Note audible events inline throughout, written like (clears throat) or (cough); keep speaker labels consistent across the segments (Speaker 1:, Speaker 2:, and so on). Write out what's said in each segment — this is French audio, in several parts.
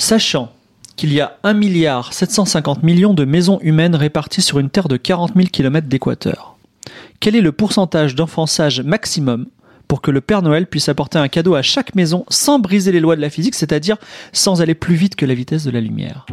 Speaker 1: Sachant qu'il y a 1 milliard 750 millions de maisons humaines réparties sur une terre de 40 000 km d'équateur, quel est le pourcentage d'enfançage maximum pour que le Père Noël puisse apporter un cadeau à chaque maison sans briser les lois de la physique, c'est-à-dire sans aller plus vite que la vitesse de la lumière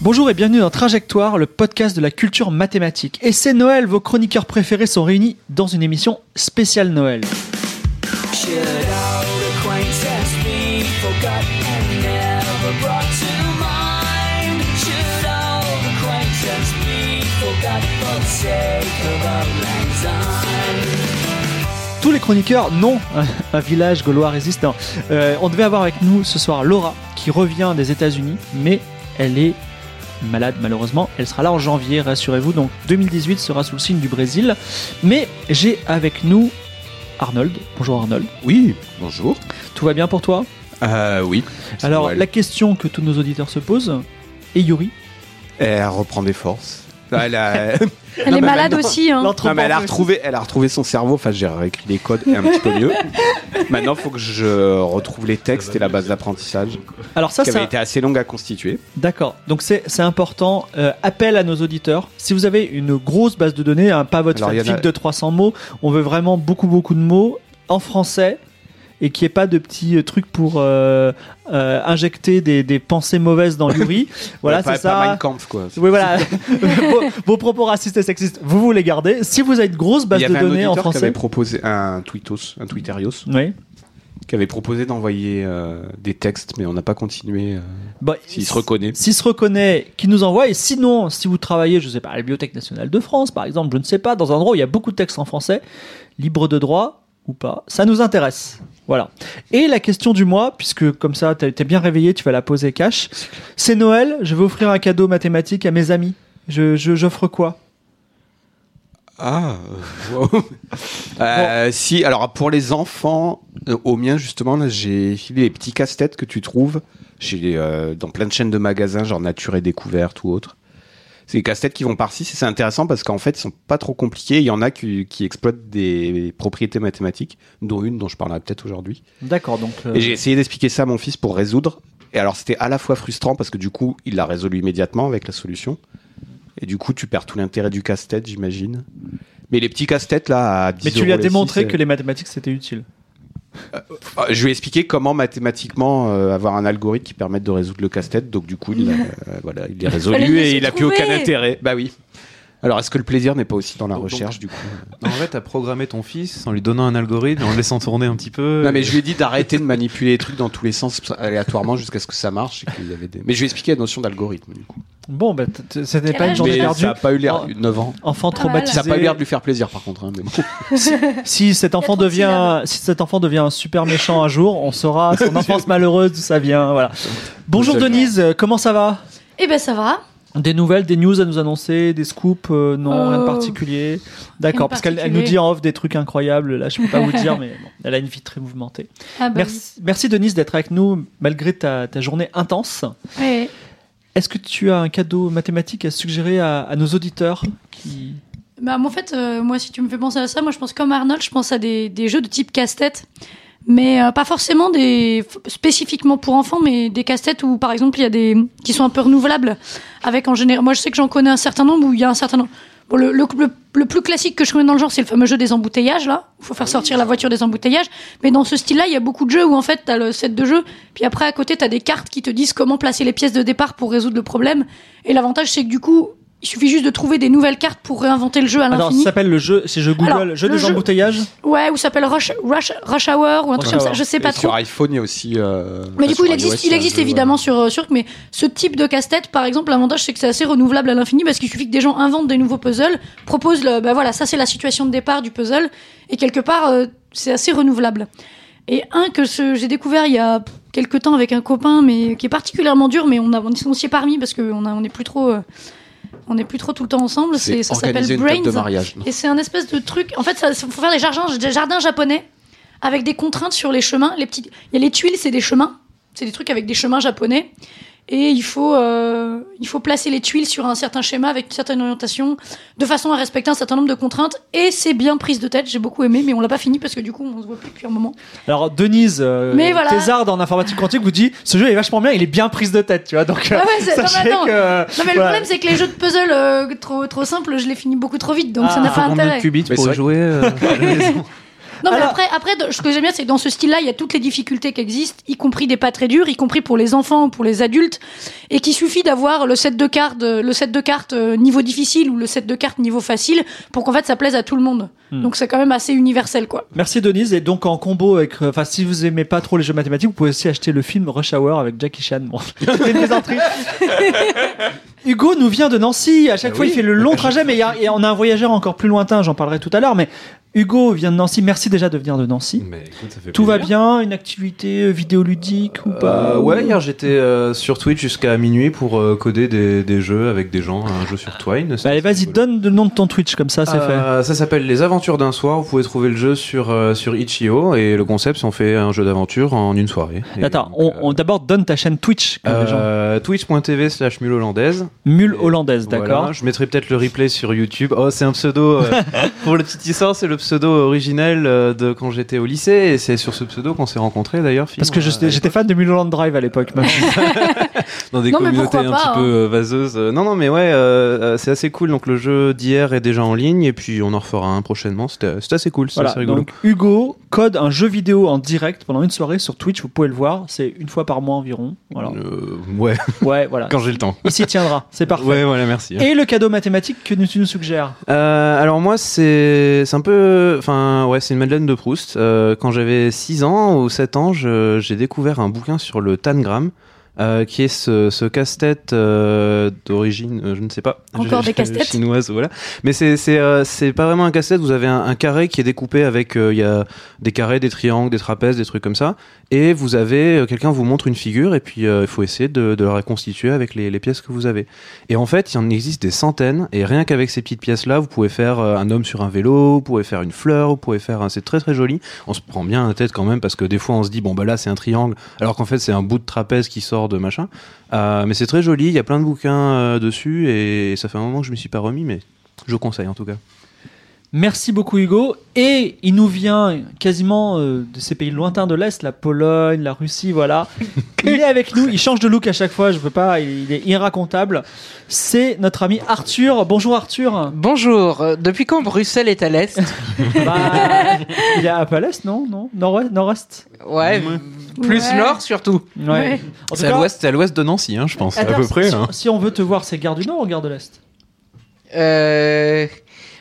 Speaker 1: Bonjour et bienvenue dans Trajectoire, le podcast de la culture mathématique. Et c'est Noël, vos chroniqueurs préférés sont réunis dans une émission spéciale Noël.
Speaker 2: Should old acquaintance be forgot and never brought to mind? Should old acquaintance be forgot for the sake of auld lang syne?
Speaker 1: Tous les chroniqueurs, non, (laughs) un- un village gaulois résistant. Euh, on devait avoir avec nous ce soir Laura, qui revient des États-Unis, mais elle est malade malheureusement. Elle sera là en janvier, rassurez-vous, donc 2018 sera sous le signe du Brésil. Mais j'ai avec nous Arnold. Bonjour Arnold,
Speaker 3: Oui, bonjour.
Speaker 1: tout va bien pour toi
Speaker 3: Euh, oui.
Speaker 1: Alors
Speaker 3: Noël.
Speaker 1: la question que tous nos auditeurs se posent, et Yuri
Speaker 3: Elle reprend des forces.
Speaker 1: (laughs)
Speaker 3: Elle a... non,
Speaker 4: Elle est
Speaker 3: mais
Speaker 4: malade
Speaker 3: maintenant-
Speaker 4: aussi, hein.
Speaker 3: mais elle a retrouvé, elle a retrouvé son cerveau. Enfin, j'ai réécrit les codes et un petit peu
Speaker 1: (laughs)
Speaker 3: mieux. Maintenant, faut que je retrouve les textes et la base d'apprentissage
Speaker 1: Alors ça,
Speaker 3: qui
Speaker 1: ça,
Speaker 3: avait été assez longue à constituer.
Speaker 1: D'accord, donc c'est c'est important. Euh, appel à nos auditeurs. Si vous avez une grosse base de données, un pas votre
Speaker 3: Alors, il y en
Speaker 1: fanfic
Speaker 3: a-
Speaker 1: de 300 mots, on veut vraiment beaucoup beaucoup de mots en français et qu'il n'y ait pas de petits euh, trucs pour euh, euh, injecter des, des pensées mauvaises dans Yuri.
Speaker 3: (laughs)
Speaker 1: voilà,
Speaker 3: Pas-
Speaker 1: c'est
Speaker 3: Pas
Speaker 1: ça.
Speaker 3: Mein Kampf, quoi.
Speaker 1: Oui, voilà. (laughs) vos, vos propos racistes et sexistes, vous vous les gardez. Si vous avez une grosse
Speaker 3: Il
Speaker 1: base
Speaker 3: y
Speaker 1: de
Speaker 3: avait un
Speaker 1: données en
Speaker 3: auditeur qui
Speaker 1: français.
Speaker 3: avait proposé un tweetos, un twitterios,
Speaker 1: Oui.
Speaker 3: qui avait proposé d'envoyer euh, des textes, mais on n'a pas continué. euh,
Speaker 1: Bah,
Speaker 3: S'il se reconnaît.
Speaker 1: S'il se reconnaît, qu'il nous envoie. Et sinon, si vous travaillez, je sais pas, à la Bibliothèque nationale de France, par exemple, je ne sais pas, dans un endroit où il y a beaucoup de textes en français, libre de droit ou pas, ça nous intéresse. Voilà. Et la question du mois, puisque comme ça, t'es t'es bien réveillé, tu vas la poser cash. C'est Noël, je vais offrir un cadeau mathématique à mes amis. Je, je- j'offre quoi
Speaker 3: Ah, euh, wow. Euh, Si, alors pour les enfants, euh, au mien justement, là, j'ai filé les petits casse-têtes que tu trouves chez les, euh, dans plein de chaînes de magasins, genre Nature et Découverte ou autre. C'est des casse-têtes qui vont par six et c'est intéressant parce qu'en fait, ils sont pas trop compliqués. Il y en a qui, qui exploitent des propriétés mathématiques, dont une dont je parlerai peut-être aujourd'hui.
Speaker 1: D'accord, donc. euh,
Speaker 3: Et j'ai essayé d'expliquer ça à mon fils pour résoudre. Et alors, c'était à la fois frustrant parce que du coup, il l'a résolu immédiatement avec la solution. Et du coup, tu perds tout l'intérêt du casse-tête, j'imagine. Mais les petits casse-têtes, là, à 10
Speaker 1: Mais tu lui
Speaker 3: euros
Speaker 1: as
Speaker 3: les
Speaker 1: démontré
Speaker 3: six,
Speaker 1: que les mathématiques c'était utile.
Speaker 3: euh, Je lui ai expliqué comment mathématiquement euh, avoir un algorithme qui permette de résoudre le casse-tête. Donc, du coup, il l'a
Speaker 1: (laughs)
Speaker 3: euh, voilà, il est
Speaker 4: Fallait
Speaker 3: résolu
Speaker 4: le
Speaker 3: et
Speaker 4: laisser
Speaker 3: il n'a plus aucun
Speaker 4: trouver.
Speaker 3: intérêt. Bah oui. Alors, est-ce que le plaisir n'est pas aussi dans la
Speaker 5: Donc-
Speaker 3: recherche, du coup
Speaker 5: En fait, t'as programmé ton fils en lui donnant un algorithme, en le laissant tourner un petit
Speaker 1: euh,
Speaker 5: peu.
Speaker 3: Non, mais je lui ai dit d'arrêter de manipuler les trucs dans tous les sens aléatoirement jusqu'à ce que ça marche. et qu'il y avait des- Mais je lui ai expliqué la notion d'algorithme, du coup.
Speaker 1: Bon, bah, t- t- c'était pas
Speaker 4: Quel
Speaker 1: une
Speaker 4: âge
Speaker 1: journée
Speaker 3: Mais
Speaker 1: perdue.
Speaker 3: ça n'a pas eu l'air
Speaker 1: Oh.
Speaker 3: 9 ans.
Speaker 1: Enfant
Speaker 4: Pas mal.
Speaker 1: traumatisé.
Speaker 3: Ça n'a pas eu l'air de lui faire plaisir par contre. hein, mais bon.
Speaker 1: Si cet enfant
Speaker 4: trop de
Speaker 1: devient, si cet enfant devient un super méchant un jour, on saura son enfance malheureuse d'où ça vient. Voilà. Bonjour
Speaker 3: Tout à fait.
Speaker 1: Denise, euh, comment ça va
Speaker 4: Eh ben ça va.
Speaker 1: Des nouvelles, des news à nous annoncer, des scoops euh, Non, rien de
Speaker 4: Euh,
Speaker 1: particulier. D'accord,
Speaker 4: de
Speaker 1: parce qu'elle elle nous
Speaker 4: particulier.
Speaker 1: dit en off des trucs incroyables. Là, je peux pas vous dire, mais bon, elle a une vie très mouvementée.
Speaker 4: Ah bah
Speaker 1: Merci, merci Denise d'être avec nous malgré ta, ta journée intense.
Speaker 4: oui. Ouais.
Speaker 1: Est-ce que tu as un cadeau mathématique à suggérer à, à nos auditeurs qui...
Speaker 4: Bah, moi, en fait, euh, moi, si tu me fais penser à ça, moi, je pense comme Arnold, je pense à des, des jeux de type casse-tête. Mais euh, pas forcément des f- spécifiquement pour enfants, mais des casse-têtes où, par exemple, il y a des qui sont un peu renouvelables. Avec en général, moi, je sais que j'en connais un certain nombre où il y a un certain nombre. Bon, le, le, le- le plus classique que je connais dans le genre, c'est le fameux jeu des embouteillages, là. Il faut faire sortir la voiture des embouteillages. Mais dans ce style-là, il y a beaucoup de jeux où, en fait, t'as le set de jeu. Puis après, à côté, t'as des cartes qui te disent comment placer les pièces de départ pour résoudre le problème. Et l'avantage, c'est que du coup, il suffit juste de trouver des nouvelles cartes pour réinventer le jeu à
Speaker 1: Attends, Ah ça
Speaker 4: l'infini.
Speaker 1: s'appelle le jeu, c'est jeu Google,
Speaker 4: Alors,
Speaker 1: jeu
Speaker 4: le
Speaker 1: des
Speaker 4: jeu-
Speaker 1: embouteillages
Speaker 4: Ouais, ou ça s'appelle Rush, Rush, Rush Hour ou un truc
Speaker 1: Rush
Speaker 4: comme ça,
Speaker 1: Hour.
Speaker 4: je sais
Speaker 3: Et
Speaker 4: pas
Speaker 3: sur
Speaker 4: trop.
Speaker 3: iPhone, il y a aussi. euh,
Speaker 4: Mais
Speaker 3: enfin,
Speaker 4: du coup, il
Speaker 3: sur
Speaker 4: existe,
Speaker 3: iOS,
Speaker 4: il
Speaker 3: y a un
Speaker 4: existe
Speaker 3: jeu,
Speaker 4: évidemment
Speaker 3: voilà.
Speaker 4: sur, euh, sur mais ce type de casse-tête, par exemple, l'avantage c'est que c'est assez renouvelable à l'infini parce qu'il suffit que des gens inventent des nouveaux puzzles, proposent le, bah voilà, ça c'est la situation de départ du puzzle, et quelque part, euh, c'est assez renouvelable. Et un que ce- j'ai découvert il y a quelques temps avec un copain, mais qui est particulièrement dur, mais on, a- on, s- on s'y est parmi parce qu'on on est plus trop, euh, on est plus trop tout le temps ensemble. C'est, ça
Speaker 3: organiser
Speaker 4: s'appelle
Speaker 3: une table de
Speaker 4: Brains.
Speaker 3: mariage. non
Speaker 4: Et c'est un espèce de truc. En fait, ça, ça- faut faire les jardins, des jardins japonais avec des contraintes sur les chemins. Les petites, il y a les tuiles, c'est des chemins. C'est des trucs avec des chemins japonais. Et il faut, euh, il faut placer les tuiles sur un certain schéma avec une certaine orientation, de façon à respecter un certain nombre de contraintes. Et c'est bien prise de tête. J'ai beaucoup aimé, mais on l'a pas fini parce que du coup, on se voit plus depuis un moment.
Speaker 1: Alors Denise, euh,
Speaker 4: Mais voilà.
Speaker 1: thésarde en informatique quantique, vous dit ce jeu est vachement bien, il est bien prise de tête, tu vois. Donc euh, (laughs)
Speaker 4: Ah ouais, c'est- non, mais
Speaker 1: sachez
Speaker 4: attends.
Speaker 1: que
Speaker 4: Non, mais le
Speaker 1: voilà.
Speaker 4: problème, c'est que les jeux de puzzle euh, trop, trop simples, je les finis beaucoup trop vite, donc
Speaker 1: Ah.
Speaker 4: ça n'a
Speaker 1: Il
Speaker 4: pas
Speaker 5: Combien
Speaker 4: intérêt.
Speaker 5: de qubits
Speaker 3: Mais
Speaker 5: pour
Speaker 3: c'est
Speaker 5: y jouer euh, à la maison
Speaker 4: Non, mais
Speaker 1: Alors-
Speaker 4: après, après, de- ce que j'aime bien, c'est que dans ce style-là, il y a toutes les difficultés qui existent, y compris des pas très durs, y compris pour les enfants ou pour les adultes, et qu'il suffit d'avoir le set de cartes, euh, le set de cartes euh, niveau difficile ou le set de cartes niveau facile pour qu'en fait ça plaise à tout le monde.
Speaker 1: Hmm.
Speaker 4: Donc c'est quand même assez universel, quoi.
Speaker 1: Merci Denise et donc en combo avec euh, enfin si vous aimez pas trop les jeux mathématiques, vous pouvez aussi acheter le film Rush Hour avec Jackie Chan. Bon, (laughs) c'était une
Speaker 4: (laughs)
Speaker 1: plaisanterie. Hugo nous vient de Nancy, à
Speaker 5: Ah
Speaker 1: chaque fois il fait le long trajet mais il y a- et on a un voyageur encore plus lointain, j'en parlerai tout à l'heure mais Hugo vient de Nancy, merci déjà de venir de Nancy.
Speaker 5: (laughs) Mais écoute, ça fait
Speaker 1: Tout va
Speaker 5: plaisir.
Speaker 1: bien, une activité euh, vidéoludique ou pas
Speaker 5: Euh, ouais, hier j'étais euh, sur Twitch jusqu'à minuit pour euh, coder des, des jeux avec des gens, un jeu sur Twine.
Speaker 1: Bah, allez, vas-y, donne le nom de ton Twitch, comme ça, c'est fait.
Speaker 5: Euh, Ça s'appelle Les Aventures d'un soir. Vous pouvez trouver le jeu sur, euh, sur Itch.io et le concept, c'est on fait un jeu d'aventure en une soirée. Et
Speaker 1: Attends,
Speaker 5: donc,
Speaker 1: on,
Speaker 5: euh,
Speaker 1: on- d'abord donne ta chaîne Twitch, comme les gens.
Speaker 5: euh, Twitch.tv slash mule hollandaise.
Speaker 1: Mule hollandaise, d'accord
Speaker 5: Voilà, je mettrai peut-être le replay sur YouTube. Oh, c'est un pseudo. (laughs) euh, pour le petit histoire, c'est le pseudo originel euh, de quand j'étais au lycée. Et c'est sur ce pseudo qu'on s'est rencontrés d'ailleurs. Euh, Phil.
Speaker 1: Parce que
Speaker 5: On
Speaker 1: je-
Speaker 5: a-
Speaker 1: j'étais fan de Mulholland Drive à l'époque.
Speaker 5: (laughs)
Speaker 1: même.
Speaker 5: dans des
Speaker 4: Non, mais
Speaker 5: communautés
Speaker 4: pourquoi
Speaker 5: un
Speaker 4: pas, hein.
Speaker 5: petit peu euh, vaseuses. Euh, Non, non, mais ouais, euh, euh, c'est assez cool. Donc le jeu d'hier est déjà en ligne et puis on en refera un prochainement. C'était c'était assez cool, c'est
Speaker 1: voilà,
Speaker 5: assez rigolo.
Speaker 1: donc Hugo code un jeu vidéo en direct pendant une soirée sur Twitch, vous pouvez le voir, c'est une fois par mois environ.
Speaker 5: (laughs)
Speaker 1: Voilà.
Speaker 5: Euh, ouais,
Speaker 1: Ouais, voilà.
Speaker 5: quand j'ai le temps.
Speaker 1: Il s'y tiendra, c'est parfait.
Speaker 5: Ouais, voilà, merci. hein.
Speaker 1: Et le cadeau mathématique que tu nous suggères
Speaker 5: Euh, alors moi c'est c'est un peu enfin ouais c'est une Madeleine de Proust. Euh, quand j'avais 6 ans ou 7 ans, je- j'ai découvert un bouquin sur le tangram. euh, qui est ce, ce casse-tête euh, d'origine, euh, je ne sais pas,
Speaker 4: Encore des casse-têtes
Speaker 5: chinoise, voilà. Mais c'est c'est euh, c'est pas vraiment un casse-tête. Vous avez un, un carré qui est découpé avec euh, il y a des carrés, des triangles, des trapèzes, des trucs comme ça. Et vous avez euh, quelqu'un vous montre une figure et puis euh, il faut essayer de, de la reconstituer avec les, les pièces que vous avez. Et en fait, il en existe des centaines, et rien qu'avec ces petites pièces-là, vous pouvez faire euh, un homme sur un vélo, vous pouvez faire une fleur, vous pouvez faire un... C'est très très joli. On se prend bien la tête quand même, parce que des fois on se dit, bon bah là c'est un triangle, alors qu'en fait c'est un bout de trapèze qui sort de machin. Euh, mais c'est très joli, il y a plein de bouquins euh, dessus, et ça fait un moment que je ne m'y suis pas remis, mais je conseille en tout cas.
Speaker 1: Merci beaucoup Hugo. Et il nous vient quasiment euh, de ces pays lointains de l'Est, la Pologne, la Russie,
Speaker 6: (laughs)
Speaker 1: voilà. Il est avec nous, il change de look à chaque fois, je peux pas, il est irracontable. C'est notre ami Arthur. Bonjour Arthur.
Speaker 6: Bonjour, euh, depuis quand Bruxelles est à l'Est
Speaker 1: Bah, il est à Palais, non Non Nord-Ouest Nord-Est
Speaker 6: Ouais, plus
Speaker 4: Ouais.
Speaker 6: nord surtout.
Speaker 1: Ouais.
Speaker 4: Ouais.
Speaker 1: En tout
Speaker 5: C'est à
Speaker 1: cas,
Speaker 5: l'ouest- c'est à l'ouest de Nancy, hein, je pense,
Speaker 1: attends,
Speaker 5: à peu
Speaker 1: si-
Speaker 5: près.
Speaker 1: Si,
Speaker 5: hein.
Speaker 1: si on veut te voir, c'est Gare du Nord ou Gare de l'Est
Speaker 6: Euh,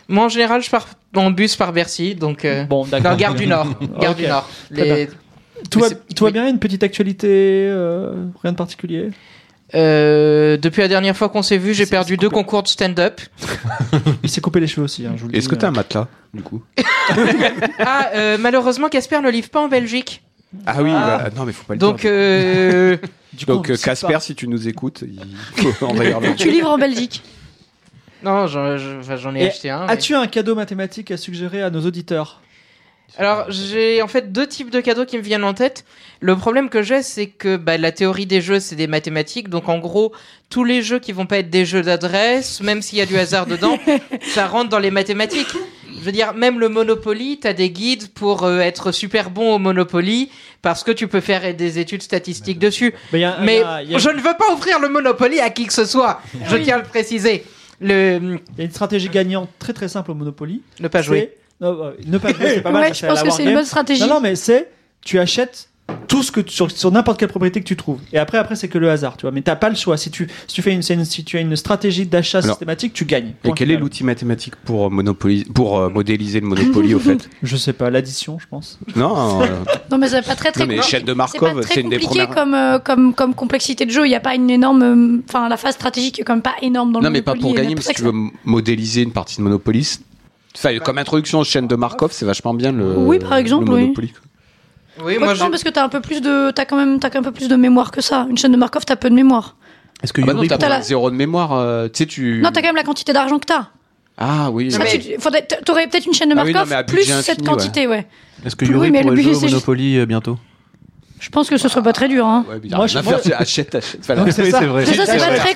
Speaker 6: Moi en général je pars en bus par Bercy, donc... euh,
Speaker 1: Bon, d'accord.
Speaker 6: Non, gare
Speaker 1: (laughs)
Speaker 6: du Nord. Gare
Speaker 1: Ok.
Speaker 6: du Nord.
Speaker 1: Très
Speaker 6: Les-
Speaker 1: Tout va,
Speaker 6: Mais c'est-
Speaker 1: tout va
Speaker 6: oui.
Speaker 1: bien Une petite actualité euh, Rien de particulier
Speaker 6: euh, depuis la dernière fois qu'on s'est vu, j'ai
Speaker 1: C'est-
Speaker 6: perdu
Speaker 1: c'est
Speaker 6: deux
Speaker 1: coupé.
Speaker 6: concours de stand-up.
Speaker 1: Il s'est coupé les cheveux aussi, hein, je vous le
Speaker 3: Est-ce
Speaker 1: dis,
Speaker 3: que t'as
Speaker 1: euh.
Speaker 3: un matelas, du coup
Speaker 6: Ah, euh, malheureusement, Casper ne livre pas en Belgique.
Speaker 3: Ah oui,
Speaker 1: Ah.
Speaker 3: bah, non, mais faut pas le
Speaker 6: Donc,
Speaker 3: dire.
Speaker 6: euh, (laughs)
Speaker 1: Du coup,
Speaker 3: Donc,
Speaker 1: on
Speaker 3: euh,
Speaker 1: sait pas.
Speaker 3: Casper, si tu nous écoutes, il faut (laughs) en regarder.
Speaker 4: (laughs) Tu livres en Belgique.
Speaker 6: non, j'en je- enfin, j'en ai
Speaker 1: Et
Speaker 6: acheté un. mais-
Speaker 1: As-tu un cadeau mathématique à suggérer à nos auditeurs Ah,
Speaker 6: Alors, j'ai en fait deux types de cadeaux qui me viennent en tête. Le problème que j'ai, c'est que bah, la théorie des jeux, c'est des mathématiques. Donc, en gros, tous les jeux qui vont pas être des jeux d'adresse, même s'il y a du hasard dedans, ça rentre dans les mathématiques. Je veux dire, même le Monopoly, t'as des guides pour euh, être super bon au Monopoly parce que tu peux faire des études statistiques dessus.
Speaker 1: Mais, Ben, il y a- il
Speaker 6: Mais
Speaker 1: y a- Ah, il y a- Ah
Speaker 6: je ne veux pas offrir le Monopoly à qui que ce soit. Je tiens à le préciser. Le,
Speaker 1: il y a une stratégie gagnante très très simple au Monopoly.
Speaker 6: ne pas jouer.
Speaker 1: C'est- Non, euh, ne (laughs) pas jouer, c'est pas mal.
Speaker 4: Ouais,
Speaker 1: parce
Speaker 4: je pense
Speaker 1: à la
Speaker 4: que c'est une
Speaker 1: Wargame.
Speaker 4: bonne stratégie.
Speaker 1: Non, non, mais c'est tu achètes tout ce que tu- sur, sur n'importe quelle propriété que tu trouves. Et après, après c'est que le hasard, tu vois. Mais t'as pas le choix. Si tu, si tu fais une, si tu as une- si tu as une stratégie d'achat
Speaker 3: Alors,
Speaker 1: systématique, tu gagnes.
Speaker 3: Et
Speaker 1: Point
Speaker 3: quel est
Speaker 1: final.
Speaker 3: l'outil mathématique pour, euh, monopolis- pour euh, modéliser le Monopoly, au fait
Speaker 1: Je sais pas, l'addition, je pense.
Speaker 3: Non, euh,
Speaker 4: Non, mais c'est pas très très
Speaker 3: non, mais
Speaker 4: compliqué.
Speaker 3: chaîne de
Speaker 4: C'est pas
Speaker 3: Markov,
Speaker 4: très
Speaker 3: c'est une des
Speaker 4: compliqué
Speaker 3: premières.
Speaker 4: comme, euh, comme, comme complexité de jeu. Il n'y a pas une énorme. euh, Enfin, la phase stratégique est quand même pas énorme dans le
Speaker 3: Non, mais pas
Speaker 4: Monopoly,
Speaker 3: pour
Speaker 4: et
Speaker 3: gagner,
Speaker 4: c'est
Speaker 3: mais
Speaker 4: ça
Speaker 3: si
Speaker 4: que
Speaker 3: tu veux m- modéliser une partie de Monopoly. Enfin, comme introduction aux chaînes de Markov, c'est vachement bien le.
Speaker 4: Oui, par exemple,
Speaker 3: le
Speaker 4: oui.
Speaker 3: Monopoly.
Speaker 6: Oui,
Speaker 4: Quoique
Speaker 6: moi,
Speaker 4: non,
Speaker 6: je-
Speaker 4: parce que t'as un peu plus de, t'as quand même, t'as quand même un peu plus de mémoire que ça. Une chaîne de Markov, t'as peu de mémoire.
Speaker 5: Est-ce que
Speaker 3: Ah bah non,
Speaker 5: Yuri-
Speaker 3: t'as
Speaker 4: t'as
Speaker 3: pas
Speaker 4: la-
Speaker 3: zéro de mémoire. euh, tu sais, tu.
Speaker 4: Non, t'as quand même la quantité d'argent que t'as.
Speaker 3: Ah oui.
Speaker 4: Ça,
Speaker 3: oui.
Speaker 4: tu- faudrait- t- T'aurais peut-être une chaîne de
Speaker 3: Ah oui,
Speaker 4: Markov
Speaker 3: non, mais à
Speaker 4: plus
Speaker 3: budget infini,
Speaker 4: cette quantité, ouais.
Speaker 5: est-ce que
Speaker 4: Oui,
Speaker 5: Yuri
Speaker 4: mais le
Speaker 5: pourrait
Speaker 4: but,
Speaker 5: jouer au
Speaker 4: c'est juste-
Speaker 5: Monopoly euh, bientôt
Speaker 4: Je pense que ce serait pas très dur. Hein.
Speaker 3: Ouais, mais
Speaker 1: Moi,
Speaker 3: moi,
Speaker 1: je-
Speaker 3: je
Speaker 1: moi-
Speaker 3: faire, tu achètes, achète. Enfin,
Speaker 1: Ouais,
Speaker 3: tu
Speaker 1: c'est ça.
Speaker 5: vrai.
Speaker 4: C'est ça, c'est pas
Speaker 3: Ah, vrai.
Speaker 4: très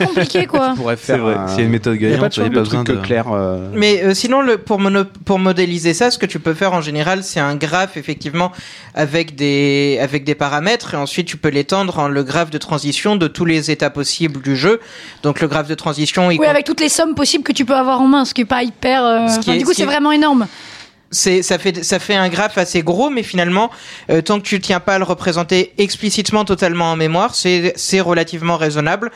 Speaker 5: (laughs)
Speaker 4: compliqué, quoi.
Speaker 3: pourrais faire.
Speaker 5: C'est vrai. S'il y a une méthode
Speaker 1: y a pas de
Speaker 5: gagnante, il n'y a
Speaker 1: choix,
Speaker 5: pas
Speaker 3: le
Speaker 5: besoin
Speaker 3: truc
Speaker 5: de.
Speaker 3: que Claire. euh,
Speaker 6: Mais euh, sinon, le, pour, mono- pour modéliser ça, ce que tu peux faire en général, c'est un graphe effectivement avec des avec des paramètres et ensuite tu peux l'étendre en le graphe de transition de tous les états possibles du jeu. Donc le graphe de transition,
Speaker 4: Oui,
Speaker 6: il compte-
Speaker 4: avec toutes les sommes possibles que tu peux avoir en main, ce qui est pas hyper. euh,
Speaker 6: Ce qui
Speaker 4: enfin,
Speaker 6: est-
Speaker 4: du coup,
Speaker 6: ce qui
Speaker 4: c'est
Speaker 6: est-
Speaker 4: vraiment énorme.
Speaker 6: c'est ça fait ça fait un graphe assez gros, mais finalement, euh, tant que tu tiens pas à le représenter explicitement totalement en mémoire, c'est c'est relativement raisonnable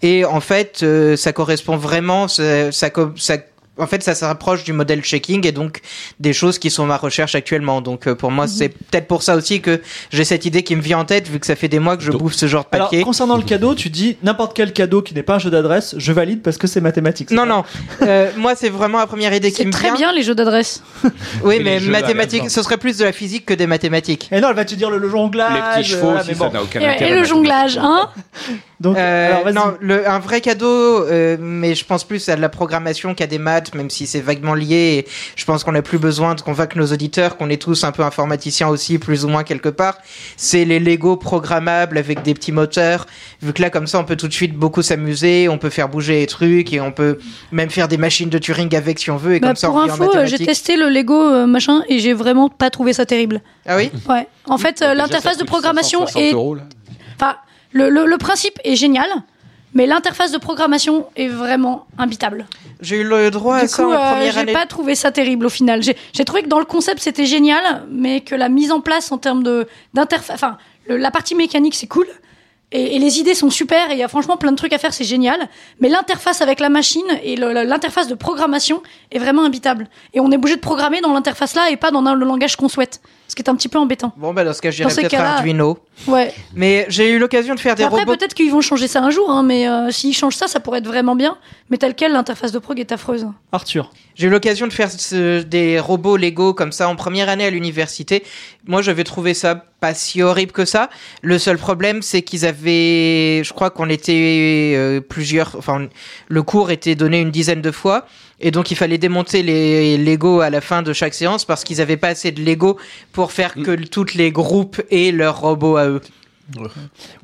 Speaker 6: et en fait euh, ça correspond vraiment ça, ça co- ça- en fait, ça s'approche du modèle checking et donc des choses qui sont ma recherche actuellement. Donc, euh, pour moi,
Speaker 4: Mhm.
Speaker 6: c'est peut-être pour ça aussi que j'ai cette idée qui me vient en tête, vu que ça fait des mois que je
Speaker 3: Donc-
Speaker 6: bouffe ce genre de
Speaker 1: Alors,
Speaker 6: papier.
Speaker 1: concernant le cadeau, tu dis n'importe quel cadeau qui n'est pas un jeu d'adresse, je valide parce que c'est mathématique. c'est
Speaker 6: Non,
Speaker 1: ça
Speaker 6: non. Euh, moi, c'est vraiment la première idée qui
Speaker 4: C'est
Speaker 6: me
Speaker 4: très
Speaker 6: vient.
Speaker 4: bien les jeux d'adresse.
Speaker 6: Oui,
Speaker 1: Et
Speaker 6: mais
Speaker 1: les jeux,
Speaker 6: mathématiques,
Speaker 1: là,
Speaker 6: ce serait plus de la physique que des mathématiques.
Speaker 1: Et non, elle va te dire le, le
Speaker 3: Les
Speaker 1: jonglage.
Speaker 3: petits chevaux,
Speaker 1: voilà,
Speaker 3: si
Speaker 1: mais
Speaker 3: ça
Speaker 1: bon.
Speaker 3: n'a aucun
Speaker 4: Et,
Speaker 3: intérêt.
Speaker 4: et le jonglage, hein
Speaker 1: Donc,
Speaker 6: Euh,
Speaker 1: alors, vas-y.
Speaker 6: non, le- un vrai cadeau, euh, mais je pense plus à de la programmation qu'à des maths, même si c'est vaguement lié. Et je pense qu'on n'a plus besoin de convaincre nos auditeurs qu'on est tous un peu informaticiens aussi, plus ou moins quelque part. C'est les Lego programmables avec des petits moteurs. Vu que là, comme ça, on peut tout de suite beaucoup s'amuser, on peut faire bouger les trucs et on peut même faire des machines de Turing avec si on veut. Et
Speaker 4: Bah,
Speaker 6: comme ça,
Speaker 4: Pour
Speaker 6: on vit en
Speaker 4: info, euh, j'ai
Speaker 6: mathématiques.
Speaker 4: testé le Lego euh, machin et j'ai vraiment pas trouvé ça terrible.
Speaker 6: Ah oui
Speaker 4: Ouais. En fait, euh,
Speaker 3: Déjà, ça
Speaker 4: l'interface de
Speaker 3: coûte
Speaker 4: programmation
Speaker 3: 560
Speaker 4: est
Speaker 3: euros, là.
Speaker 4: Enfin, le, le- le principe est génial, mais l'interface de programmation est vraiment imbitable.
Speaker 6: J'ai eu le droit à
Speaker 4: du
Speaker 6: ça
Speaker 4: coup,
Speaker 6: en
Speaker 4: euh,
Speaker 6: première
Speaker 4: j'ai
Speaker 6: année.
Speaker 4: pas trouvé ça terrible au final. J'ai j'ai trouvé que dans le concept c'était génial, mais que la mise en place en termes de d'interface, enfin, le- la partie mécanique c'est cool. Et, et les idées sont super, et il y a franchement plein de trucs à faire, c'est génial. Mais l'interface avec la machine et le- le- l'interface de programmation est vraiment imbitable. Et on est obligé de programmer dans l'interface là et pas dans un- le langage qu'on souhaite. Ce qui est un petit peu embêtant.
Speaker 6: Bon, bah, dans ce cas, j'irai
Speaker 4: ces
Speaker 6: peut-être à
Speaker 4: cas-là-
Speaker 6: Arduino.
Speaker 4: Ouais.
Speaker 6: Mais j'ai eu l'occasion de faire des
Speaker 4: Après,
Speaker 6: robots.
Speaker 4: peut-être qu'ils vont changer ça un jour, hein, mais euh, s'ils changent ça, ça pourrait être vraiment bien. Mais tel quel, l'interface de prog est affreuse.
Speaker 1: Arthur.
Speaker 6: J'ai eu l'occasion de faire ce- des robots Lego comme ça en première année à l'université. Moi, j'avais trouvé ça pas si horrible que ça. Le seul problème, c'est qu'ils avaient, je crois qu'on était euh, plusieurs, enfin, le cours était donné une dizaine de fois. Et donc, il fallait démonter les Lego à la fin de chaque séance parce qu'ils avaient pas assez de Lego pour faire que toutes les groupes aient leurs robots à eux.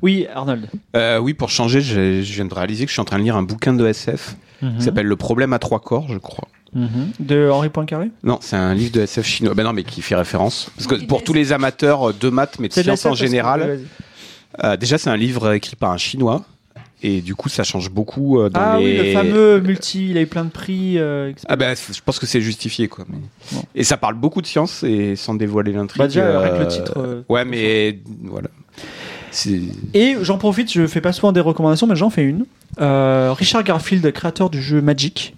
Speaker 1: Oui, Arnold.
Speaker 3: Euh, oui, pour changer, j'ai- je viens de réaliser que je suis en train de lire un bouquin de SF qui s'appelle Le problème à trois corps, je crois.
Speaker 1: Mhm. De Henri Poincaré
Speaker 3: Non, c'est un livre de SF chinois. Ben non, mais qui fait référence. Parce que
Speaker 4: Oui,
Speaker 3: pour
Speaker 4: de
Speaker 3: tous les amateurs de maths, mais de
Speaker 1: la
Speaker 3: sciences en
Speaker 1: SF, parce
Speaker 3: général,
Speaker 1: que-
Speaker 3: euh, déjà, c'est un livre écrit par un chinois. Et du coup, ça change beaucoup euh, dans
Speaker 1: Ah
Speaker 3: les.
Speaker 1: oui, le fameux multi, il a eu plein de prix. euh, etc.
Speaker 3: Ah ben, c- je pense que c'est justifié, quoi. mais-
Speaker 1: Bon.
Speaker 3: Et ça parle beaucoup de science et sans dévoiler l'intrigue.
Speaker 1: Bah, déjà, rien que le
Speaker 3: euh,
Speaker 1: titre, euh,
Speaker 3: Ouais, mais voilà. C'est.
Speaker 1: Et j'en profite, je fais pas souvent des recommandations, mais j'en fais une. Euh, Richard Garfield, créateur du jeu Magic,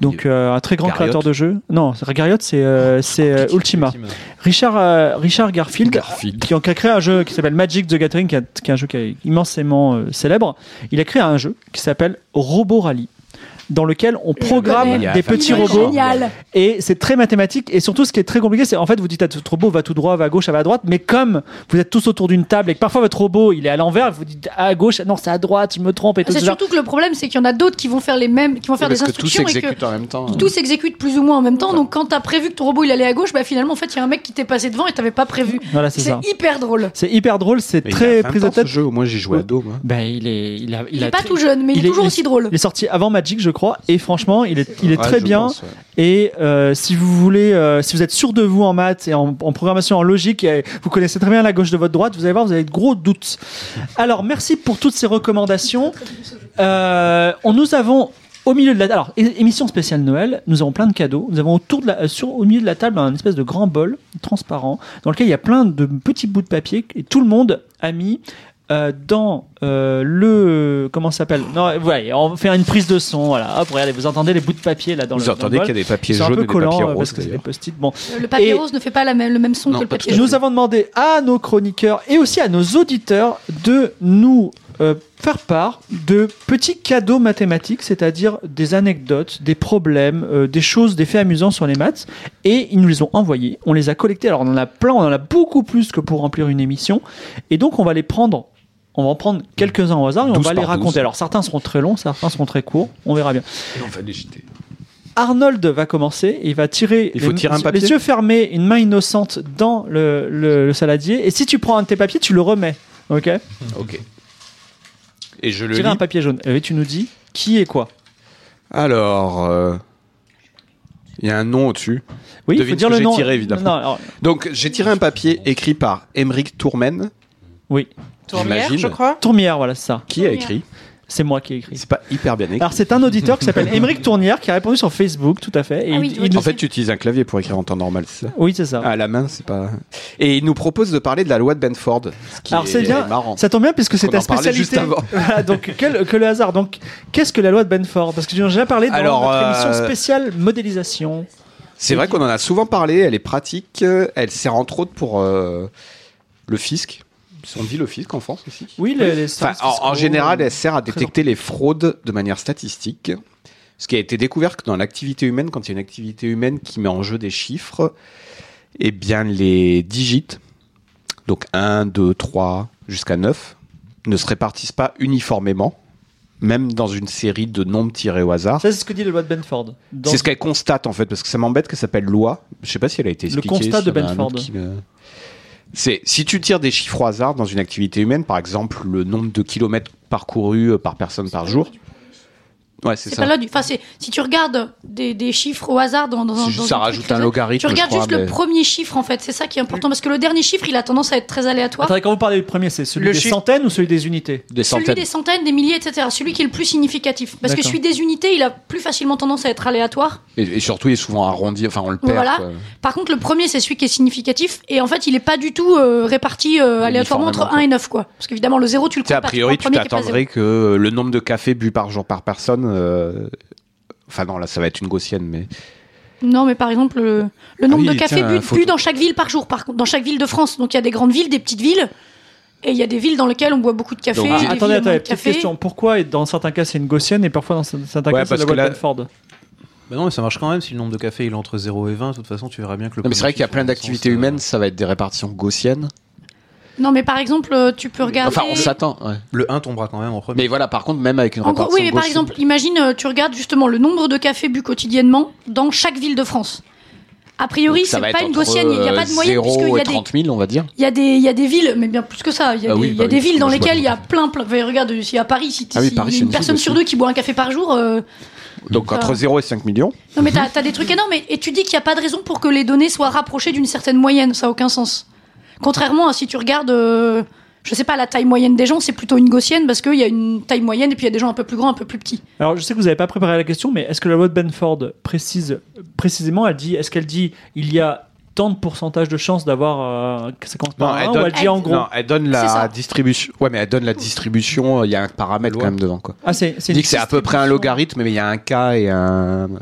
Speaker 1: donc euh, un très grand
Speaker 3: Garriott.
Speaker 1: créateur de jeux. Non, c'est- Garriott, c'est euh, c'est euh, Ultima. Richard, euh, Richard Garfield,
Speaker 3: Garfield.
Speaker 1: qui, en- qui a créé un jeu qui s'appelle Magic the Gathering, qui, a- qui est un jeu qui est immensément euh, célèbre. Il a créé un jeu qui s'appelle Robo Rally, dans lequel on programme
Speaker 4: connais. Il
Speaker 3: y a
Speaker 1: des
Speaker 3: un
Speaker 1: petits
Speaker 3: fameux
Speaker 1: robots.
Speaker 4: Génial.
Speaker 1: Et c'est très mathématique. Et surtout, ce qui est très compliqué, c'est en fait, vous dites à votre robot va tout droit, va à gauche, va à droite. Mais comme vous êtes tous autour d'une table et que parfois votre robot il est à l'envers, vous dites à gauche, non, c'est à droite, je me trompe et tout
Speaker 4: Ah,
Speaker 1: ça.
Speaker 4: C'est surtout que le problème, c'est qu'il y en a d'autres qui vont faire les mêmes, qui vont faire
Speaker 3: parce
Speaker 4: des
Speaker 3: que tout
Speaker 4: instructions et
Speaker 3: s'exécute
Speaker 4: que
Speaker 3: en même temps. hein.
Speaker 4: tout s'exécute plus ou moins en même temps. Donc, quand t'as prévu que ton robot il allait à gauche, bah finalement, en fait, il y a un mec qui t'est passé devant et t'avais pas prévu.
Speaker 1: Voilà, c'est
Speaker 4: C'est
Speaker 1: ça.
Speaker 4: hyper drôle.
Speaker 1: C'est hyper drôle, c'est
Speaker 3: Mais il
Speaker 1: très
Speaker 3: a 20
Speaker 1: prise de
Speaker 3: ans, ce
Speaker 1: tête.
Speaker 3: jeu, au moins j'y jouais
Speaker 1: Ouais.
Speaker 3: à dos. moi.
Speaker 1: Ben, il est, il a,
Speaker 4: Il,
Speaker 1: a
Speaker 4: est pas
Speaker 1: très-
Speaker 4: tout jeune, mais il,
Speaker 1: il
Speaker 4: est
Speaker 1: est-
Speaker 4: toujours
Speaker 1: il est-
Speaker 4: aussi drôle.
Speaker 1: il est sorti avant Magic, je crois, et franchement, il est, il est
Speaker 3: Ouais,
Speaker 1: très
Speaker 3: je
Speaker 1: bien.
Speaker 3: pense, ouais.
Speaker 1: Et euh, si vous voulez, euh, si vous êtes sûr de vous en maths et en, en programmation, en logique, et vous connaissez très bien la gauche de votre droite, vous allez voir, vous avez de gros doutes. Alors, merci pour toutes ces recommandations. Euh, on nous avons Au milieu de la alors é- émission spéciale Noël, nous avons plein de cadeaux. Nous avons autour de la euh, sur au milieu de la table un espèce de grand bol transparent dans lequel il y a plein de petits bouts de papier et tout le monde a mis euh, dans euh, le comment ça s'appelle Non, euh, voilà, et on va faire une prise de son. Voilà, hop, regardez, vous entendez les bouts de papier là dans le.
Speaker 3: Vous
Speaker 1: dans le
Speaker 3: entendez
Speaker 1: bol.
Speaker 3: qu'il y a des papiers
Speaker 1: Ils sont un
Speaker 3: jaunes et
Speaker 1: peu
Speaker 3: des papiers
Speaker 1: collants euh, parce
Speaker 3: roses.
Speaker 1: que c'est des
Speaker 3: d'ailleurs.
Speaker 1: post-it. Bon,
Speaker 4: Euh, Le papier
Speaker 1: Et-
Speaker 4: rose ne fait pas la même- le même son
Speaker 3: Non,
Speaker 4: que le
Speaker 3: pas tout
Speaker 4: papier
Speaker 1: nous avons demandé à nos chroniqueurs et aussi à nos auditeurs de nous euh, faire part de petits cadeaux mathématiques, c'est-à-dire des anecdotes, des problèmes, euh, des choses, des faits amusants sur les maths. Et ils nous les ont envoyés. On les a collectés. Alors on en a plein, on en a beaucoup plus que pour remplir une émission. Et donc on va les prendre. On va en prendre quelques-uns au hasard et on
Speaker 3: 12
Speaker 1: va les
Speaker 3: par 12.
Speaker 1: raconter. Alors certains seront très longs, certains seront très courts. On verra bien.
Speaker 3: Et on va les jeter.
Speaker 1: Arnold va commencer et il va tirer,
Speaker 3: Il faut
Speaker 1: les,
Speaker 3: tirer un papier
Speaker 1: les yeux fermés, une main innocente dans le, le- le saladier. Et si tu prends un de tes papiers, tu le remets. Ok
Speaker 3: Ok. Et je le
Speaker 1: Tirer un
Speaker 3: lis.
Speaker 1: papier jaune. Et tu nous dis qui est quoi.
Speaker 3: Alors, euh, il y a un nom au-dessus.
Speaker 1: Oui, il
Speaker 3: Devine
Speaker 1: faut dire
Speaker 3: ce que
Speaker 1: le
Speaker 3: j'ai
Speaker 1: nom.
Speaker 3: tiré, évidemment.
Speaker 1: Non, alors,
Speaker 3: Donc, j'ai tiré un papier écrit par Émeric Tourmen.
Speaker 1: oui.
Speaker 6: Tourmière,
Speaker 3: J'imagine.
Speaker 6: je crois.
Speaker 1: Tourmière, voilà, c'est ça.
Speaker 3: Qui a écrit
Speaker 1: C'est moi qui ai écrit.
Speaker 3: C'est pas hyper bien écrit.
Speaker 1: Alors, c'est un auditeur qui s'appelle Émeric Tournière qui a répondu sur Facebook, tout à fait. Et
Speaker 4: Ah
Speaker 1: il-
Speaker 4: oui,
Speaker 1: il
Speaker 4: oui.
Speaker 1: nous-
Speaker 3: En fait, tu utilises un clavier pour écrire en temps normal, c'est ça
Speaker 1: oui, c'est ça.
Speaker 3: À la main, c'est pas. Et il nous propose de parler de la loi de Benford. Ce qui
Speaker 1: Alors, c'est
Speaker 3: est
Speaker 1: bien.
Speaker 3: marrant.
Speaker 1: Ça tombe bien puisque c'est
Speaker 3: On
Speaker 1: ta
Speaker 3: en parlait
Speaker 1: spécialité.
Speaker 3: juste avant.
Speaker 1: (laughs) Voilà, donc, quel- que le hasard. Donc, qu'est-ce que la loi de Benford Parce que tu en as déjà parlé dans
Speaker 3: Alors,
Speaker 1: notre
Speaker 3: euh,
Speaker 1: émission spéciale modélisation.
Speaker 3: C'est vrai qu'on en a souvent parlé, elle est pratique, euh, elle sert entre autres pour euh, le fisc. On dit le fisc en France aussi
Speaker 1: Oui, les, les
Speaker 3: Enfin,
Speaker 1: services fiscaux,
Speaker 3: en, en général,
Speaker 1: euh,
Speaker 3: elle sert à
Speaker 1: présent.
Speaker 3: détecter les fraudes de manière statistique. Ce qui a été découvert que dans l'activité humaine, quand il y a une activité humaine qui met en jeu des chiffres, eh bien les digits, donc 1, 2, 3 jusqu'à 9, ne se répartissent pas uniformément, même dans une série de nombres tirés au hasard.
Speaker 1: Ça, c'est ce que dit la loi de Benford. Dans-
Speaker 3: C'est ce qu'elle constate en fait, parce que ça m'embête qu'elle s'appelle loi. Je sais pas si elle a été
Speaker 1: Le
Speaker 3: expliquée.
Speaker 1: constat
Speaker 3: s'il y
Speaker 1: de
Speaker 3: en a un
Speaker 1: Benford.
Speaker 3: autre qui me- C'est si tu tires des chiffres au hasard dans une activité humaine, par exemple le nombre de kilomètres parcourus euh, par personne par jour. Ouais, c'est
Speaker 4: C'est
Speaker 3: ça.
Speaker 4: pas là du. Enfin, c'est- si tu regardes des, des chiffres au hasard dans. dans,
Speaker 3: C'est
Speaker 4: dans
Speaker 3: juste,
Speaker 4: un
Speaker 3: ça
Speaker 4: truc
Speaker 3: rajoute
Speaker 4: très-
Speaker 3: un
Speaker 4: Tu
Speaker 3: logarithme. je
Speaker 4: regardes
Speaker 3: crois,
Speaker 4: juste le
Speaker 3: mais-
Speaker 4: premier chiffre en fait, c'est ça qui est important parce que le dernier chiffre il a tendance à être très aléatoire.
Speaker 1: Attendez, quand vous parlez du premier, c'est celui
Speaker 6: Le
Speaker 1: des
Speaker 6: chiffre-
Speaker 1: centaines ou celui des unités
Speaker 3: des
Speaker 4: Celui
Speaker 3: centaines.
Speaker 4: des centaines, des milliers, etc. Celui qui est le plus significatif. Parce que
Speaker 1: D'accord.
Speaker 4: celui des unités, il a plus facilement tendance à être aléatoire.
Speaker 3: Et, et surtout, il est souvent arrondi. Enfin, on le perd.
Speaker 4: Voilà.
Speaker 3: quoi.
Speaker 4: Par contre, le premier, c'est celui qui est significatif. Et en fait, il est pas du tout euh, réparti euh, aléatoirement entre
Speaker 3: Uniformément,
Speaker 4: 1 et 9. Quoi. Parce qu'évidemment, le 0, tu le
Speaker 3: Tu sais,
Speaker 4: comptes
Speaker 3: a
Speaker 4: par
Speaker 3: priori, tu
Speaker 4: trois, le premier qui est pas zéro.
Speaker 3: t'attendrais que euh, le nombre de cafés bu par jour par personne. euh, Enfin non, là, ça va être une gaussienne, mais
Speaker 4: Non, mais par exemple, le, le nombre
Speaker 3: Ah oui,
Speaker 4: de cafés
Speaker 3: tiens,
Speaker 4: bu,
Speaker 3: faut-
Speaker 4: bu dans chaque ville par jour, par contre, dans chaque ville de France. Donc il y a des grandes villes, des petites villes. Et il y a des villes dans lesquelles on boit beaucoup de café.
Speaker 3: Donc,
Speaker 4: des
Speaker 1: Ah,
Speaker 4: villes
Speaker 1: Attendez,
Speaker 4: où on boit
Speaker 1: attendez,
Speaker 4: de
Speaker 1: petite
Speaker 4: café.
Speaker 1: question. Pourquoi et dans certains cas c'est une gaussienne et parfois dans certains
Speaker 3: Ouais,
Speaker 1: cas c'est
Speaker 3: parce
Speaker 1: la
Speaker 3: que
Speaker 1: loi de
Speaker 3: là-
Speaker 1: Benford
Speaker 5: Bah non, mais ça marche quand même. Si le nombre de cafés il est entre 0 et 20, de toute façon, tu verras bien que le.
Speaker 3: Non, mais c'est vrai
Speaker 5: premier
Speaker 3: qu'il y a
Speaker 5: chiffre,
Speaker 3: plein
Speaker 5: dans le
Speaker 3: d'activités
Speaker 5: sens, euh,
Speaker 3: humaines. Ça va être des répartitions gaussiennes.
Speaker 4: Non, mais par exemple, euh, tu peux regarder.
Speaker 3: Enfin, on s'attend. ouais.
Speaker 5: euh, Le 1 tombera quand même en premier.
Speaker 3: Mais voilà, par contre, même avec une
Speaker 4: En gros,
Speaker 3: répartition
Speaker 4: oui, mais par
Speaker 3: gaussienne-
Speaker 4: exemple, imagine, euh, tu regardes justement le nombre de cafés bu quotidiennement dans chaque ville de France. A priori,
Speaker 3: Donc, ça
Speaker 4: c'est
Speaker 3: va
Speaker 4: pas
Speaker 3: être
Speaker 4: une
Speaker 3: entre,
Speaker 4: gaussienne, il n'y a
Speaker 3: euh,
Speaker 4: pas de moyenne,
Speaker 3: 0
Speaker 4: puisqu'il y,
Speaker 3: et
Speaker 4: a des-
Speaker 3: 30 000, on va dire.
Speaker 4: il y, a des- il y a des villes, mais bien plus que ça, il y a
Speaker 3: Ah
Speaker 4: des,
Speaker 3: oui,
Speaker 4: il y a
Speaker 3: bah
Speaker 4: des
Speaker 3: oui,
Speaker 4: villes dans
Speaker 3: moi, je vois
Speaker 4: lesquelles il y a
Speaker 3: bien.
Speaker 4: plein, plein. enfin, regarde, si à Paris, si,
Speaker 3: Ah oui,
Speaker 4: si
Speaker 3: Paris, c'est
Speaker 4: une
Speaker 3: une
Speaker 4: personne
Speaker 3: ville
Speaker 4: sur
Speaker 3: aussi.
Speaker 4: deux qui boit un café par jour, euh,
Speaker 3: Donc
Speaker 4: entre
Speaker 3: entre 0 et 5 millions.
Speaker 4: Non, mais t'as t'as des
Speaker 3: Mhm.
Speaker 4: trucs énormes. Et, et tu dis qu'il n'y a pas de raison pour que les données soient rapprochées d'une certaine moyenne. Ça n'a aucun sens. Contrairement à si tu regardes, euh, je sais pas, la taille moyenne des gens, c'est plutôt une gaussienne parce qu'il y a une taille moyenne et puis il y a des gens un peu plus grands, un peu plus petits.
Speaker 1: Alors je sais que vous n'avez pas préparé la question, mais est-ce que la loi de Benford précise précisément Elle dit, est-ce qu'elle dit il y a tant de pourcentage de chances d'avoir euh, que ça compte par un, ou elle dit en gros
Speaker 3: elle donne
Speaker 4: C'est
Speaker 3: la
Speaker 4: ça.
Speaker 3: distribution. Ouais, mais elle donne la distribution. euh, Il y a un paramètre
Speaker 5: Loi.
Speaker 3: quand même devant. Quoi.
Speaker 1: Ah, c'est c'est
Speaker 3: Elle
Speaker 1: une
Speaker 3: dit que c'est à peu près un
Speaker 1: distribution.
Speaker 3: logarithme, mais il y a un cas et un. Enfin,
Speaker 4: Mais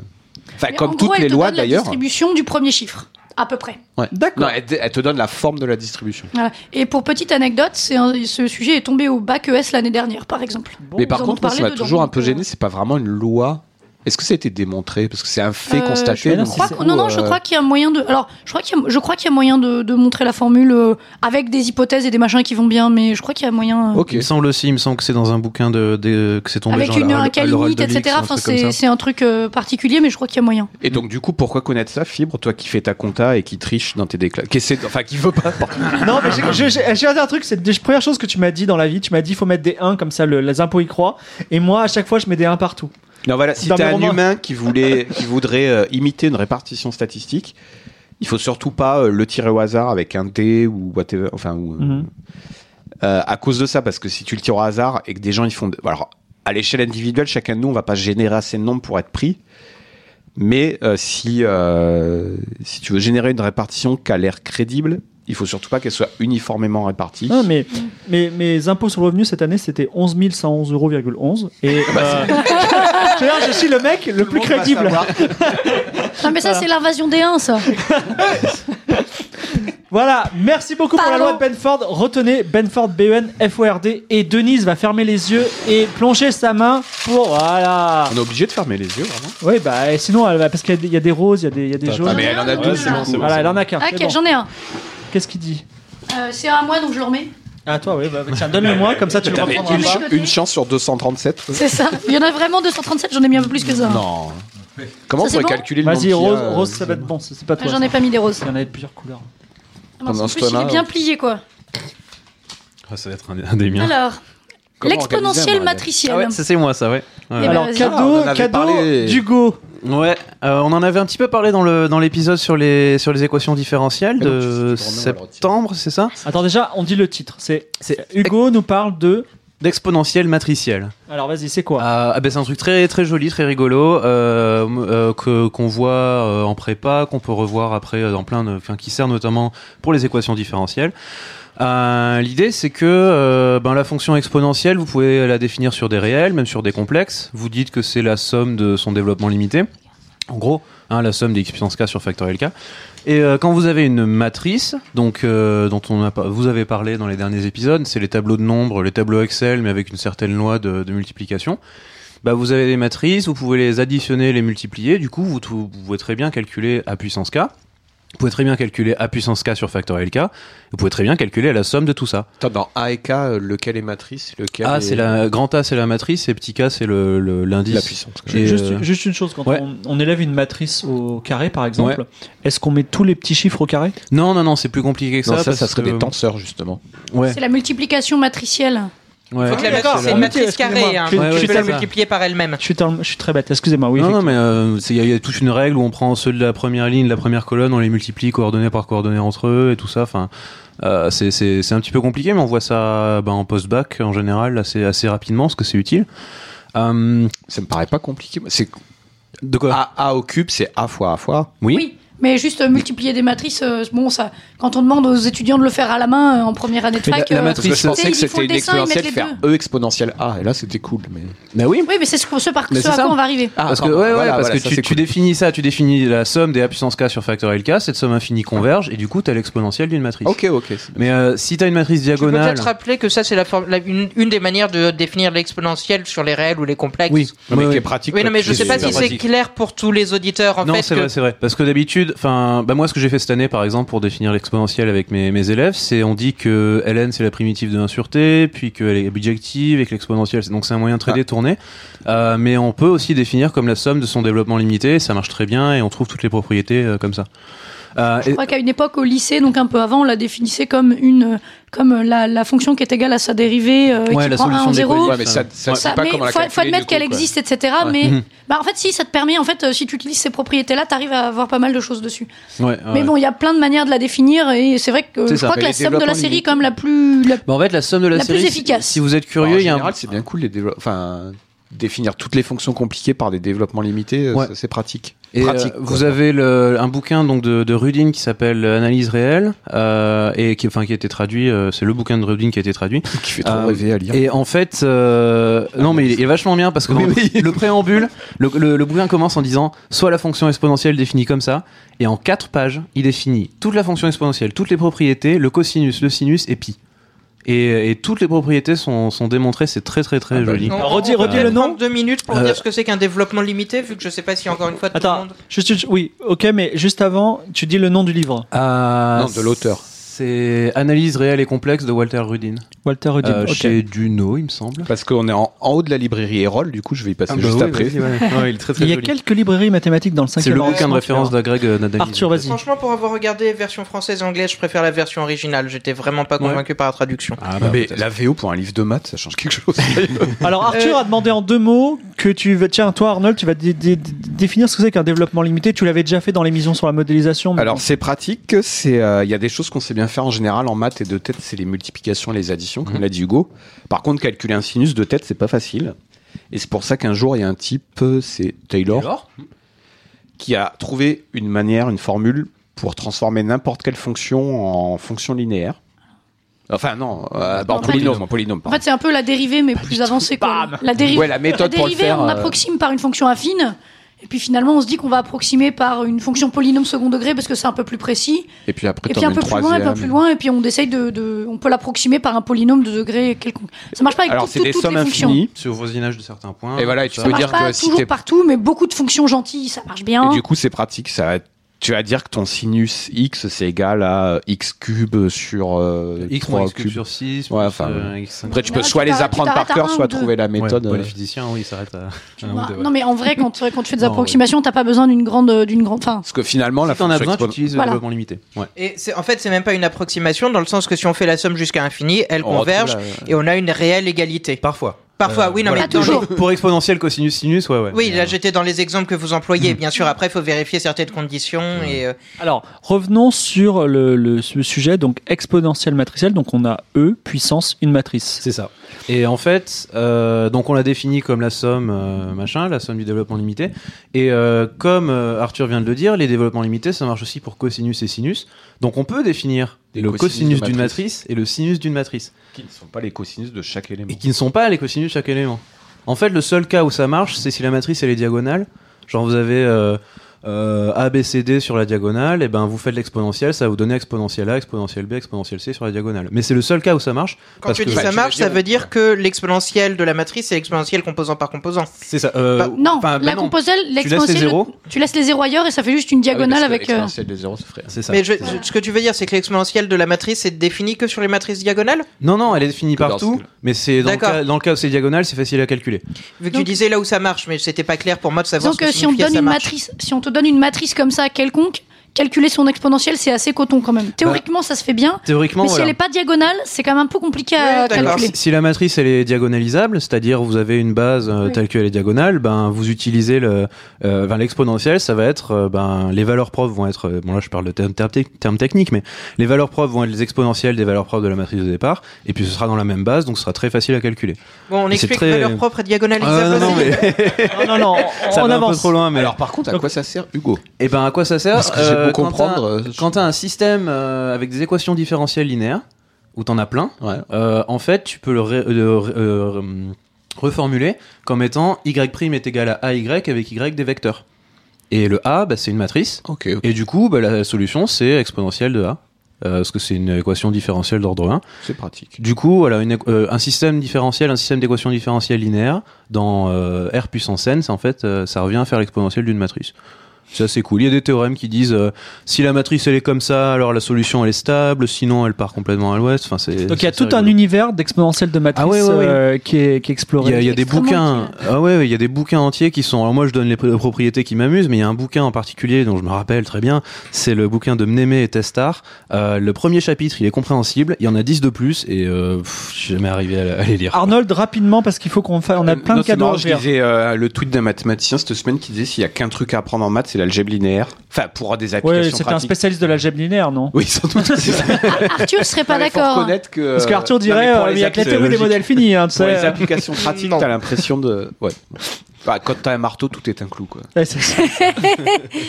Speaker 3: Bah, comme
Speaker 4: en gros,
Speaker 3: toutes
Speaker 4: elle
Speaker 3: les
Speaker 4: te
Speaker 3: lois
Speaker 4: donne la
Speaker 3: d'ailleurs.
Speaker 4: distribution du premier chiffre, à peu près.
Speaker 3: Ouais.
Speaker 1: D'accord.
Speaker 3: Non, elle, elle te donne la forme de la distribution.
Speaker 4: Voilà. Et pour petite anecdote, c'est un- ce sujet est tombé au bac ES l'année dernière, par exemple.
Speaker 1: Bon,
Speaker 3: mais par
Speaker 4: ils en ont
Speaker 3: contre, moi, ça
Speaker 4: parlé
Speaker 3: m'a
Speaker 4: dedans,
Speaker 3: toujours un
Speaker 4: donc,
Speaker 3: peu
Speaker 4: euh,
Speaker 3: gêné. C'est pas vraiment une loi. Est-ce que ça a été démontré Parce que c'est un fait
Speaker 4: Euh,
Speaker 3: constaté.
Speaker 1: je
Speaker 3: donc,
Speaker 4: Je crois
Speaker 3: du
Speaker 4: que-
Speaker 3: coup,
Speaker 4: non, non, je
Speaker 3: euh,
Speaker 4: crois qu'il y a moyen de. Alors, je crois qu'il y a, je crois qu'il y a moyen de, de montrer la formule euh, avec des hypothèses et des machins qui vont bien, mais je crois qu'il y a moyen. euh,
Speaker 3: Ok.
Speaker 5: Il me semble aussi, il me semble que c'est dans un bouquin de, de- que c'est tombé
Speaker 4: Avec
Speaker 5: genre à-
Speaker 4: une,
Speaker 5: à
Speaker 4: un
Speaker 5: l'oral
Speaker 4: calinite,
Speaker 5: de Lix,
Speaker 4: etc.
Speaker 5: un
Speaker 4: Enfin,
Speaker 5: truc comme
Speaker 4: c'est
Speaker 5: ça.
Speaker 4: c'est un truc euh, particulier, mais je crois qu'il y a moyen.
Speaker 3: Et donc du coup, pourquoi connaître ça, Fibre, toi qui fais ta compta et qui triche dans tes déclarations, qui essaie, de- enfin qui veut pas.
Speaker 1: Non, mais j'ai- j'ai- j'ai j'ai regardé un truc, c'est la première chose que tu m'as dit dans la vie. Tu m'as dit, il faut mettre des 1, comme ça le- les impôts y croient. Et moi, à chaque fois, je mets des 1 partout.
Speaker 3: Non voilà, si
Speaker 1: Dans
Speaker 3: t'es
Speaker 1: mes
Speaker 3: un
Speaker 1: romans.
Speaker 3: humain qui voulait, qui voudrait euh, imiter une répartition statistique, il faut surtout pas euh, le tirer au hasard avec un dé ou whatever, enfin ou, euh,
Speaker 1: Mhm.
Speaker 3: euh, à cause de ça, parce que si tu le tires au hasard et que des gens ils font, alors à l'échelle individuelle, chacun de nous, on va pas générer assez de nombres pour être pris. Mais euh, si, euh, si tu veux générer une répartition qui a l'air crédible, il faut surtout pas qu'elle soit uniformément répartie.
Speaker 1: Non, Ah, mais, mais mes impôts sur le revenu cette année, c'était 11 111,11 euros. Et,
Speaker 3: Ah bah,
Speaker 1: (laughs) euh, je, veux dire, je suis le mec le plus
Speaker 3: monde va
Speaker 1: crédible.
Speaker 3: savoir.
Speaker 4: Non, mais ça, c'est l'invasion des
Speaker 5: (laughs)
Speaker 4: 1, ça.
Speaker 1: Voilà, merci beaucoup pour la
Speaker 4: Pardon.
Speaker 1: loi de Benford. Retenez Benford, E B-E-N-F-O-R-D. Et Denise va fermer les yeux et plonger sa main pour. Voilà.
Speaker 3: On est obligé de fermer les yeux, vraiment.
Speaker 1: Oui, bah, et sinon, elle va- parce qu'il y a des- il y a des roses, il y a des, il y a des jaunes.
Speaker 3: Ah, mais elle en a
Speaker 4: Ouais,
Speaker 3: deux,
Speaker 4: ouais,
Speaker 3: c'est bon.
Speaker 4: ouais.
Speaker 3: c'est bon,
Speaker 1: Voilà,
Speaker 3: c'est
Speaker 1: elle en a qu'un.
Speaker 4: Ok,
Speaker 1: C'est bon.
Speaker 4: Ah, j'en ai un.
Speaker 1: Qu'est-ce qu'il dit
Speaker 4: Euh, c'est à moi, donc je le remets.
Speaker 1: Ah, toi, oui, bah, tiens, donne-le-moi, comme ça tu le
Speaker 3: bon. Mais
Speaker 1: reprendras
Speaker 4: prendra
Speaker 3: une,
Speaker 4: pas.
Speaker 1: pas.
Speaker 3: ch- une chance sur 237.
Speaker 4: C'est ça. Il y en a vraiment 237, j'en ai mis un peu plus que ça.
Speaker 3: Non. Comment
Speaker 4: Ça,
Speaker 3: on
Speaker 4: c'est
Speaker 3: pourrait
Speaker 4: bon
Speaker 3: calculer le nombre
Speaker 1: Vas-y,
Speaker 3: qu'il y a,
Speaker 1: rose,
Speaker 3: euh,
Speaker 1: rose, ça va être bon, c'est c'est pas
Speaker 4: Ah,
Speaker 1: toi.
Speaker 4: J'en
Speaker 1: ça.
Speaker 4: ai pas mis des roses.
Speaker 1: Il y en a de plusieurs couleurs.
Speaker 4: Ah, mince,
Speaker 3: Pendant
Speaker 4: en
Speaker 3: ce
Speaker 4: plus, il
Speaker 3: temps-là,
Speaker 4: est
Speaker 5: euh,
Speaker 4: bien plié, quoi.
Speaker 5: Ah, ça va être un, un des miens.
Speaker 4: Alors,
Speaker 3: Comment organiser
Speaker 4: l'exponentielle
Speaker 3: un mariage
Speaker 4: matricielle.
Speaker 5: Ah ouais, ça c'est moi, ça, ouais. Ouais.
Speaker 4: Eh ben,
Speaker 1: Alors,
Speaker 4: vas-y.
Speaker 3: Ah, on
Speaker 1: cadeau,
Speaker 3: en avait
Speaker 1: cadeau
Speaker 3: parlé.
Speaker 1: d'Hugo.
Speaker 5: Ouais, euh, on en avait un petit peu parlé dans le dans l'épisode sur les sur les équations différentielles
Speaker 3: Mais Ah non, tu- tu tournes, on
Speaker 5: de
Speaker 3: va le
Speaker 5: septembre, c'est ça
Speaker 1: Attends, déjà, on dit le titre. C'est
Speaker 5: C'est
Speaker 1: Hugo nous parle de.
Speaker 5: d'exponentielle matricielle.
Speaker 1: Alors, vas-y, c'est quoi
Speaker 5: Ah, ah ben c'est un truc très très joli, très rigolo euh, m- euh, que qu'on voit euh, en prépa, qu'on peut revoir après euh, dans plein de, enfin qui sert notamment pour les équations différentielles. Euh, L'idée c'est que euh, ben la fonction exponentielle, vous pouvez la définir sur des réels, même sur des complexes. Vous dites que c'est la somme de son développement limité. En gros, hein, la somme des x puissance k sur factoriel k. Et euh, quand vous avez une matrice, donc euh, dont on a pas- vous avez parlé dans les derniers épisodes, c'est les tableaux de nombres, les tableaux Excel, mais avec une certaine loi de, de multiplication. Bah, vous avez des matrices, vous pouvez les additionner, les multiplier. Du coup, vous, tou- vous pouvez très bien calculer à puissance k. Vous pouvez très bien calculer à puissance k sur factoriel k. Vous pouvez très bien calculer la somme de tout ça.
Speaker 3: Attends, dans A et K, euh, lequel est matrice lequel
Speaker 5: A,
Speaker 3: est-
Speaker 5: Ah, c'est la grand A, c'est la matrice, et petit k, c'est le- le- l'indice.
Speaker 3: la puissance. quoi.
Speaker 5: Et,
Speaker 1: Juste,
Speaker 5: euh,
Speaker 1: juste une chose, quand
Speaker 5: ouais.
Speaker 1: on, on élève une matrice au carré, par exemple, est-ce qu'on met tous les petits chiffres au carré
Speaker 5: Non, non, non, c'est plus compliqué que
Speaker 3: Non,
Speaker 5: ça.
Speaker 3: ça, ça
Speaker 5: parce
Speaker 3: serait
Speaker 5: que-
Speaker 3: des tenseurs, justement.
Speaker 5: Ouais.
Speaker 4: C'est la multiplication matricielle.
Speaker 5: ouais.
Speaker 6: Faut que la
Speaker 1: d'accord,
Speaker 6: matrice, c'est
Speaker 1: c'est la-
Speaker 6: une matrice
Speaker 1: excusez-moi.
Speaker 6: carrée. hein.
Speaker 1: Tu-
Speaker 5: tu
Speaker 6: Tu peux
Speaker 5: fais
Speaker 6: la
Speaker 5: ça.
Speaker 6: multiplier par elle-même.
Speaker 1: je suis, tellement- je suis très bête, excusez-moi. Oui,
Speaker 5: non, non,
Speaker 1: effectivement.
Speaker 5: mais euh, c'est- il y, a- il y a toute une règle où on prend ceux de la première ligne, de la première colonne, on les multiplie coordonnées par coordonnées entre eux et tout ça. Enfin, euh, c'est- c'est c'est un petit peu compliqué, mais on voit ça ben, en post-bac en général assez, assez rapidement, parce que c'est utile. Euh,
Speaker 3: Ça me paraît pas compliqué. moi. C'est
Speaker 5: de quoi
Speaker 3: A, A au cube, c'est A fois A fois A.
Speaker 5: Oui.
Speaker 4: Oui, mais juste euh, multiplier des matrices, euh, bon, ça, quand on demande aux étudiants de le faire à la main euh, en première année de
Speaker 5: Mais la-
Speaker 4: fac.
Speaker 5: la
Speaker 4: euh,
Speaker 3: Parce
Speaker 5: matrice,
Speaker 3: que je
Speaker 4: tu sais,
Speaker 3: pensais que
Speaker 4: ils
Speaker 3: c'était
Speaker 4: font le
Speaker 3: une
Speaker 4: dessin, ils mettent
Speaker 3: exponentielle
Speaker 4: les
Speaker 3: faire
Speaker 4: deux.
Speaker 3: E exponentielle A. Et là, c'était cool. Mais...
Speaker 5: Ben oui.
Speaker 4: Oui, mais c'est ce, qu'on- ce par
Speaker 5: Mais
Speaker 4: ce
Speaker 5: c'est
Speaker 4: à
Speaker 5: ça.
Speaker 4: quoi on va arriver.
Speaker 5: parce que,
Speaker 3: attends,
Speaker 5: ouais, ouais,
Speaker 3: ah, voilà,
Speaker 5: parce
Speaker 3: voilà,
Speaker 5: que
Speaker 3: ça,
Speaker 5: tu,
Speaker 3: c'est
Speaker 5: tu
Speaker 3: cool.
Speaker 5: définis ça, tu définis la somme des A puissance K sur factoriel K, cette somme infinie converge, et du coup, tu as l'exponentielle d'une matrice.
Speaker 3: Ok, ok. c'est-
Speaker 5: Mais euh, si tu as une matrice
Speaker 6: Je peux
Speaker 5: diagonale.
Speaker 6: peut-être rappeler que ça, c'est la forme- la- une, une des manières de définir l'exponentielle sur les réels ou les complexes.
Speaker 5: Oui,
Speaker 3: Non, mais
Speaker 5: ouais,
Speaker 3: qui est
Speaker 5: ouais.
Speaker 3: pratique.
Speaker 6: Oui, non,
Speaker 3: quoi.
Speaker 6: mais je
Speaker 5: C'est
Speaker 6: sais pas
Speaker 5: super
Speaker 6: si c'est
Speaker 5: pratique.
Speaker 6: clair pour tous les auditeurs, en
Speaker 5: non,
Speaker 6: fait.
Speaker 5: c'est
Speaker 6: que-
Speaker 5: vrai, c'est vrai. Parce que d'habitude, enfin, bah moi, ce que j'ai fait cette année, par exemple, pour définir l'exponentielle avec mes, mes élèves, c'est on dit que ln c'est la primitive de 1 sur t, puis qu'elle est objective et que l'exponentielle, c'est- donc c'est un moyen très
Speaker 3: Ah.
Speaker 5: détourné. Euh, mais on peut aussi définir comme la somme de son développement limité. Ça marche très bien et on trouve toutes les propriétés euh, comme ça. Euh,
Speaker 4: Je
Speaker 5: et-
Speaker 4: crois qu'à une époque, au lycée, donc un peu avant, on la définissait comme une, comme la, la fonction qui est égale à sa dérivée, euh,
Speaker 5: Ouais,
Speaker 4: qui
Speaker 5: la
Speaker 4: prend 1
Speaker 5: solution
Speaker 4: en
Speaker 5: des
Speaker 4: 0.
Speaker 5: colis.
Speaker 3: Ouais, mais ça, ça,
Speaker 5: Ouais.
Speaker 3: c'est
Speaker 4: Ça,
Speaker 3: pas
Speaker 4: mais
Speaker 3: comment la
Speaker 4: faut, faut
Speaker 3: calculer,
Speaker 4: admettre
Speaker 3: du coup,
Speaker 4: qu'elle
Speaker 3: quoi.
Speaker 4: existe, etc.
Speaker 3: Ouais.
Speaker 4: Mais
Speaker 5: Mhm.
Speaker 4: bah, en fait, si ça te permet, en fait, euh, si tu utilises ces propriétés-là, t'arrives à avoir pas mal de choses dessus.
Speaker 5: ouais,
Speaker 3: Ah
Speaker 5: ouais.
Speaker 4: Mais bon, il y a plein de manières de la définir, et c'est vrai que euh,
Speaker 5: C'est
Speaker 4: je
Speaker 5: ça.
Speaker 4: crois
Speaker 3: Mais
Speaker 4: que la
Speaker 3: les
Speaker 4: somme de la
Speaker 3: développements
Speaker 4: série est
Speaker 3: limités.
Speaker 4: quand même la plus, la-
Speaker 5: Bah, en fait, la somme de la,
Speaker 4: la plus
Speaker 5: série. si-
Speaker 4: efficace.
Speaker 5: Si vous êtes
Speaker 3: Bah,
Speaker 5: curieux,
Speaker 3: en
Speaker 5: il y a un-
Speaker 3: général, c'est bien cool les dévelop- enfin, définir toutes les fonctions compliquées par des développements limités, euh,
Speaker 5: Ouais.
Speaker 3: ça, c'est pratique.
Speaker 5: Et, euh,
Speaker 3: pratique.
Speaker 5: vous avez le, un bouquin donc de, de Rudin qui s'appelle Analyse réelle euh, et qui, enfin, qui a été traduit. euh, c'est le bouquin de Rudin qui a été traduit.
Speaker 3: (laughs) qui fait trop
Speaker 5: Euh,
Speaker 3: rêver à lire.
Speaker 5: Et en fait, euh, non, mais il est- il est vachement bien parce que dans le-
Speaker 3: (laughs)
Speaker 5: le préambule, le, le- le bouquin commence en disant soit la fonction exponentielle définie comme ça, et en quatre pages, il définit toute la fonction exponentielle, toutes les propriétés, le cosinus, le sinus et pi. Et, et toutes les propriétés sont, sont démontrées, c'est très très très
Speaker 3: Ah bah,
Speaker 5: joli.
Speaker 6: On-
Speaker 1: Alors, redis-
Speaker 6: on peut
Speaker 1: redis
Speaker 6: peut-être
Speaker 1: le nom.
Speaker 6: prendre deux minutes pour
Speaker 5: Euh,
Speaker 6: dire ce que c'est qu'un développement limité, vu que je sais pas si encore une fois tout le
Speaker 1: Attends,
Speaker 6: monde.
Speaker 1: juste, une- oui, ok, mais juste avant, tu dis le nom du livre,
Speaker 5: Euh,
Speaker 3: Non, de l'auteur.
Speaker 5: C'est Analyse réelle et complexe de Walter Rudin,
Speaker 1: Walter Rudin.
Speaker 5: euh,
Speaker 1: ok.
Speaker 5: chez Duno, il me semble.
Speaker 3: Parce qu'on est en, en haut de la librairie Erol, du coup, je vais y passer
Speaker 5: Ah bah
Speaker 3: juste
Speaker 5: oui,
Speaker 3: après.
Speaker 5: vas-y,
Speaker 3: (laughs)
Speaker 5: ouais. Ouais, il est très, très
Speaker 1: Il y a
Speaker 5: joli.
Speaker 1: quelques librairies mathématiques dans le
Speaker 5: C'est
Speaker 1: 5e
Speaker 5: le bouquin de
Speaker 1: arrondissement,
Speaker 5: référence
Speaker 1: tu vas voir.
Speaker 5: d'Agreg euh, Nadalny.
Speaker 1: Arthur, vas-y.
Speaker 6: Franchement, pour avoir regardé version française et anglaise, je préfère la version originale. J'étais vraiment pas
Speaker 5: Ouais.
Speaker 6: convaincu par la traduction.
Speaker 5: Ah,
Speaker 3: Non,
Speaker 5: bah,
Speaker 3: mais
Speaker 5: peut-être.
Speaker 3: la VO pour un livre de maths, ça change quelque
Speaker 5: (laughs)
Speaker 3: chose.
Speaker 1: Alors
Speaker 5: Euh,
Speaker 1: Arthur a demandé en deux mots que tu veux. Tiens, toi Arnold, tu vas dé- dé- dé- définir ce que c'est qu'un développement limité. Tu l'avais déjà fait dans l'émission sur la modélisation. mais-
Speaker 3: Alors c'est pratique, c'est euh, il y a des choses qu'on sait bien faire en général en maths et de tête, c'est les multiplications et les additions comme
Speaker 5: Mhm.
Speaker 3: l'a dit Hugo. Par contre, calculer un sinus de tête, c'est pas facile. Et c'est pour ça qu'un jour, il y a un type, euh, c'est Taylor, qui a trouvé une manière, une formule pour transformer n'importe quelle fonction en fonction linéaire. Enfin, non, euh, bah, en,
Speaker 4: En fait-
Speaker 3: polynôme, en polynôme.
Speaker 4: En
Speaker 3: pardon.
Speaker 4: fait, c'est un peu la dérivée, mais plus avancée. Quoi. La dérivée.
Speaker 3: Ouais, la méthode pour le
Speaker 4: dérivée,
Speaker 3: faire.
Speaker 4: on
Speaker 3: euh,
Speaker 4: approxime par une fonction affine. Et puis finalement, on se dit qu'on va approximer par une fonction polynôme second degré parce que c'est un peu plus précis.
Speaker 3: Et puis après,
Speaker 4: Et
Speaker 3: t'en
Speaker 4: puis un
Speaker 3: mets
Speaker 4: peu
Speaker 3: une
Speaker 4: plus loin, et puis un peu
Speaker 3: troisième.
Speaker 4: plus loin, et puis on essaye de, de- on peut l'approximer par un polynôme de degré quelconque. Ça marche pas avec
Speaker 3: Alors,
Speaker 4: tout-
Speaker 3: c'est
Speaker 4: tout-
Speaker 3: des
Speaker 4: toutes
Speaker 3: sommes
Speaker 4: les fonctions.
Speaker 3: infinies.
Speaker 5: C'est au voisinage de certains points.
Speaker 3: Et voilà, et tu
Speaker 5: Ça
Speaker 3: peux
Speaker 4: Ça
Speaker 5: marche.
Speaker 3: dire
Speaker 4: marche
Speaker 3: que
Speaker 4: pas
Speaker 3: si
Speaker 4: toujours
Speaker 3: t'es-
Speaker 4: partout, mais beaucoup de fonctions gentilles, ça marche bien.
Speaker 3: Et du coup, c'est pratique. Ça, tu vas dire que ton sinus x, c'est égal à euh, x cube sur euh,
Speaker 5: X
Speaker 3: 3
Speaker 5: moins X cube sur 6.
Speaker 3: Ouais, enfin,
Speaker 5: X5.
Speaker 3: Après, tu
Speaker 4: Mais
Speaker 3: peux
Speaker 4: là,
Speaker 3: soit
Speaker 4: tu
Speaker 3: les
Speaker 4: t'arrêtes-
Speaker 3: apprendre
Speaker 4: tu
Speaker 3: par
Speaker 4: t'arrêtes
Speaker 3: cœur,
Speaker 4: à un
Speaker 3: soit
Speaker 4: ou deux.
Speaker 3: trouver la méthode.
Speaker 5: euh, Ouais,
Speaker 3: euh,
Speaker 5: ouais, les physiciens, oui, ils s'arrêtent à.
Speaker 4: Tu vois. Non, mais en vrai, quand, quand tu fais des approximations, t'as pas besoin d'une grande, euh, d'une grande, enfin,
Speaker 3: Parce que finalement, la
Speaker 5: Si t'en as
Speaker 3: fonction
Speaker 5: besoin, tu
Speaker 3: expo-
Speaker 5: utilises le
Speaker 4: Voilà.
Speaker 5: développement limité. Ouais.
Speaker 6: Et c'est- en fait, c'est même pas une approximation dans le sens que si on fait la somme jusqu'à infini, elle
Speaker 3: On
Speaker 6: converge
Speaker 3: retrouve la-
Speaker 6: et on a une réelle égalité.
Speaker 5: Parfois. Euh,
Speaker 6: Parfois, oui, non, mais
Speaker 4: Pas
Speaker 6: dans les-
Speaker 4: toujours.
Speaker 5: Pour exponentielle, cosinus, sinus, ouais, ouais.
Speaker 6: Oui,
Speaker 5: Mais,
Speaker 6: là
Speaker 5: euh,
Speaker 6: j'étais dans les exemples que vous
Speaker 5: Mmh.
Speaker 6: employez. Bien sûr, après, il faut vérifier certaines conditions. Et, euh,
Speaker 1: Alors, revenons sur le, le- ce sujet, donc exponentielle matricielle. Donc, on a E puissance une matrice.
Speaker 5: C'est ça. Et en fait, euh, donc on l'a défini comme la somme, euh, machin, la somme du développement limité. Et euh, comme euh, Arthur vient de le dire, les développements limités, ça marche aussi pour cosinus et sinus. Donc on peut définir
Speaker 3: Des
Speaker 5: le
Speaker 3: cosinus
Speaker 5: cosinus
Speaker 3: de
Speaker 5: d'une
Speaker 3: matrice.
Speaker 5: matrice. et le sinus d'une matrice,
Speaker 3: qui ne sont pas les cosinus de chaque élément.
Speaker 5: et qui ne sont pas les cosinus de chaque élément. En fait, le seul cas où ça marche, c'est si la matrice elle est diagonale. Genre vous avez euh, euh, A, B, C, D sur la diagonale, et ben vous faites l'exponentielle, ça va vous donner exponentielle A, exponentielle B, exponentielle C sur la diagonale. Mais c'est le seul cas où ça marche.
Speaker 6: quand
Speaker 5: parce
Speaker 6: tu
Speaker 5: que-
Speaker 6: dis
Speaker 3: Bah,
Speaker 6: ça
Speaker 3: tu
Speaker 6: marche,
Speaker 3: veux dire-
Speaker 6: ça veut dire que l'exponentielle de la matrice, c'est l'exponentielle composant par composant.
Speaker 5: c'est ça. euh,
Speaker 6: Bah,
Speaker 4: non,
Speaker 5: enfin, bah
Speaker 4: la composelle,
Speaker 5: les
Speaker 4: l'exponentielle,
Speaker 5: zéros
Speaker 4: tu laisses les zéros ailleurs et ça fait juste
Speaker 3: Ah
Speaker 4: une diagonale avec. euh,
Speaker 3: des zéros, ça ferait.
Speaker 5: C'est ça.
Speaker 6: Mais je- je- ce que tu veux dire, c'est que l'exponentielle de la matrice est définie que sur les matrices diagonales
Speaker 5: Non, non, elle est définie
Speaker 3: Que dans
Speaker 5: partout,
Speaker 3: ce-
Speaker 5: mais c'est dans, le
Speaker 6: D'accord.
Speaker 5: cas- dans le cas où c'est diagonal, c'est facile à calculer.
Speaker 6: Vu que tu
Speaker 4: Donc-
Speaker 6: disais là où ça marche, mais c'était pas clair pour moi de savoir
Speaker 4: Disons
Speaker 6: ce que
Speaker 4: que si on te
Speaker 6: signifiait
Speaker 4: donne
Speaker 6: ça
Speaker 4: une
Speaker 6: marche.
Speaker 4: matrice, si on te donne une matrice comme ça quelconque, calculer son exponentielle, c'est assez coton quand même. Théoriquement,
Speaker 3: Bah,
Speaker 4: ça se fait bien,
Speaker 5: Théoriquement,
Speaker 4: mais si
Speaker 5: voilà.
Speaker 4: elle est pas diagonale, c'est quand même un peu compliqué
Speaker 6: Ouais,
Speaker 4: à
Speaker 6: d'accord.
Speaker 4: calculer.
Speaker 3: (laughs)
Speaker 5: Si- si la matrice elle est diagonalisable, c'est-à-dire vous avez une base euh,
Speaker 4: Oui.
Speaker 5: telle qu'elle est diagonale, ben vous utilisez le euh, ben, l'exponentielle, ça va être euh, ben les valeurs propres vont être euh, bon là je parle de terme, terme tec- terme technique mais les valeurs propres vont être les exponentielles des valeurs propres de la matrice de départ et puis ce sera dans la même base donc ce sera très facile à calculer.
Speaker 6: Bon, on
Speaker 5: Mais c'est
Speaker 6: explique
Speaker 5: très-
Speaker 6: valeur propre et diagonalisable.
Speaker 5: Euh, non, non,
Speaker 6: aussi.
Speaker 5: mais
Speaker 1: Non,
Speaker 5: (laughs)
Speaker 1: non, non, on
Speaker 5: ça va un peu
Speaker 1: avance.
Speaker 5: trop loin mais
Speaker 3: Alors par contre, à
Speaker 1: Donc-
Speaker 3: quoi ça sert, Hugo
Speaker 5: Et ben à quoi ça sert
Speaker 3: Parce que j'ai beau
Speaker 5: quand
Speaker 3: comprendre,
Speaker 5: t'as-
Speaker 3: euh, je-
Speaker 5: Quand tu as un système euh, avec des équations différentielles linéaires, où t'en as plein,
Speaker 3: Ouais.
Speaker 5: euh, en fait tu peux le ré- euh, re- euh, hum, reformuler comme étant y' est égal à ay avec y des vecteurs. Et le a, bah, c'est une matrice.
Speaker 3: Ok.
Speaker 5: Et du coup, bah, la solution c'est exponentielle de a. euh, parce que c'est une équation différentielle d'ordre 1.
Speaker 3: C'est pratique.
Speaker 5: Du coup, voilà, une équ- euh, un système différentiel, un système d'équations différentielles linéaires dans euh, R puissance n, c'est en fait, euh, ça revient à faire l'exponentielle d'une matrice. Ça, c'est cool. Il y a des théorèmes qui disent euh, si la matrice elle est comme ça, alors la solution elle est stable, sinon elle part complètement à l'ouest. Enfin, c'est
Speaker 1: Donc, il y a
Speaker 5: c'est
Speaker 1: tout un
Speaker 5: rigolo.
Speaker 1: univers d'exponentielle de matrice
Speaker 5: Ah ouais, ouais, ouais.
Speaker 1: euh, qui, est, qui est exploré.
Speaker 5: Il y a, il y a des
Speaker 4: Extrêmement
Speaker 5: bouquins.
Speaker 4: utile.
Speaker 5: Ah ouais, ouais, il y a des bouquins entiers qui sont. Alors moi, je donne les pr- propriétés qui m'amusent, mais il y a un bouquin en particulier dont je me rappelle très bien. C'est le bouquin de Mnémé et Testar. Euh, le premier chapitre, il est compréhensible. Il y en a 10 de plus et euh, pff, je suis jamais arrivé à, à les lire.
Speaker 1: Arnold, rapidement, parce qu'il faut qu'on fasse. On a
Speaker 3: Euh,
Speaker 1: plein
Speaker 3: non,
Speaker 1: de
Speaker 3: c'est
Speaker 1: cadeaux
Speaker 3: marrant,
Speaker 1: à
Speaker 3: Je
Speaker 1: ouvrir.
Speaker 3: lisais euh, le tweet d'un mathématicien cette semaine qui disait s'il y a qu'un truc à apprendre en maths, c'est l'algèbre linéaire. Enfin, pour des
Speaker 1: Ouais,
Speaker 3: applications
Speaker 1: c'était un
Speaker 3: pratiques.
Speaker 1: spécialiste de l'algèbre linéaire, non
Speaker 3: Oui, sans doute. C'est ça.
Speaker 4: Arthur serait pas
Speaker 3: Non, mais faut
Speaker 4: d'accord. hein.
Speaker 3: reconnaître que.
Speaker 1: Parce qu'Arthur dirait,
Speaker 3: Non, mais
Speaker 1: euh,
Speaker 3: pour
Speaker 1: il
Speaker 3: les
Speaker 1: y a que la
Speaker 3: apps,
Speaker 1: théorie
Speaker 3: c'est
Speaker 1: des
Speaker 3: logique.
Speaker 1: modèles finis. Hein, tu
Speaker 3: Pour
Speaker 1: sais.
Speaker 3: les applications pratiques,
Speaker 6: Non.
Speaker 3: t'as l'impression de. Ouais. Bah, quand t'as un marteau, tout est un clou, quoi.
Speaker 1: Ouais, c'est ça. (laughs)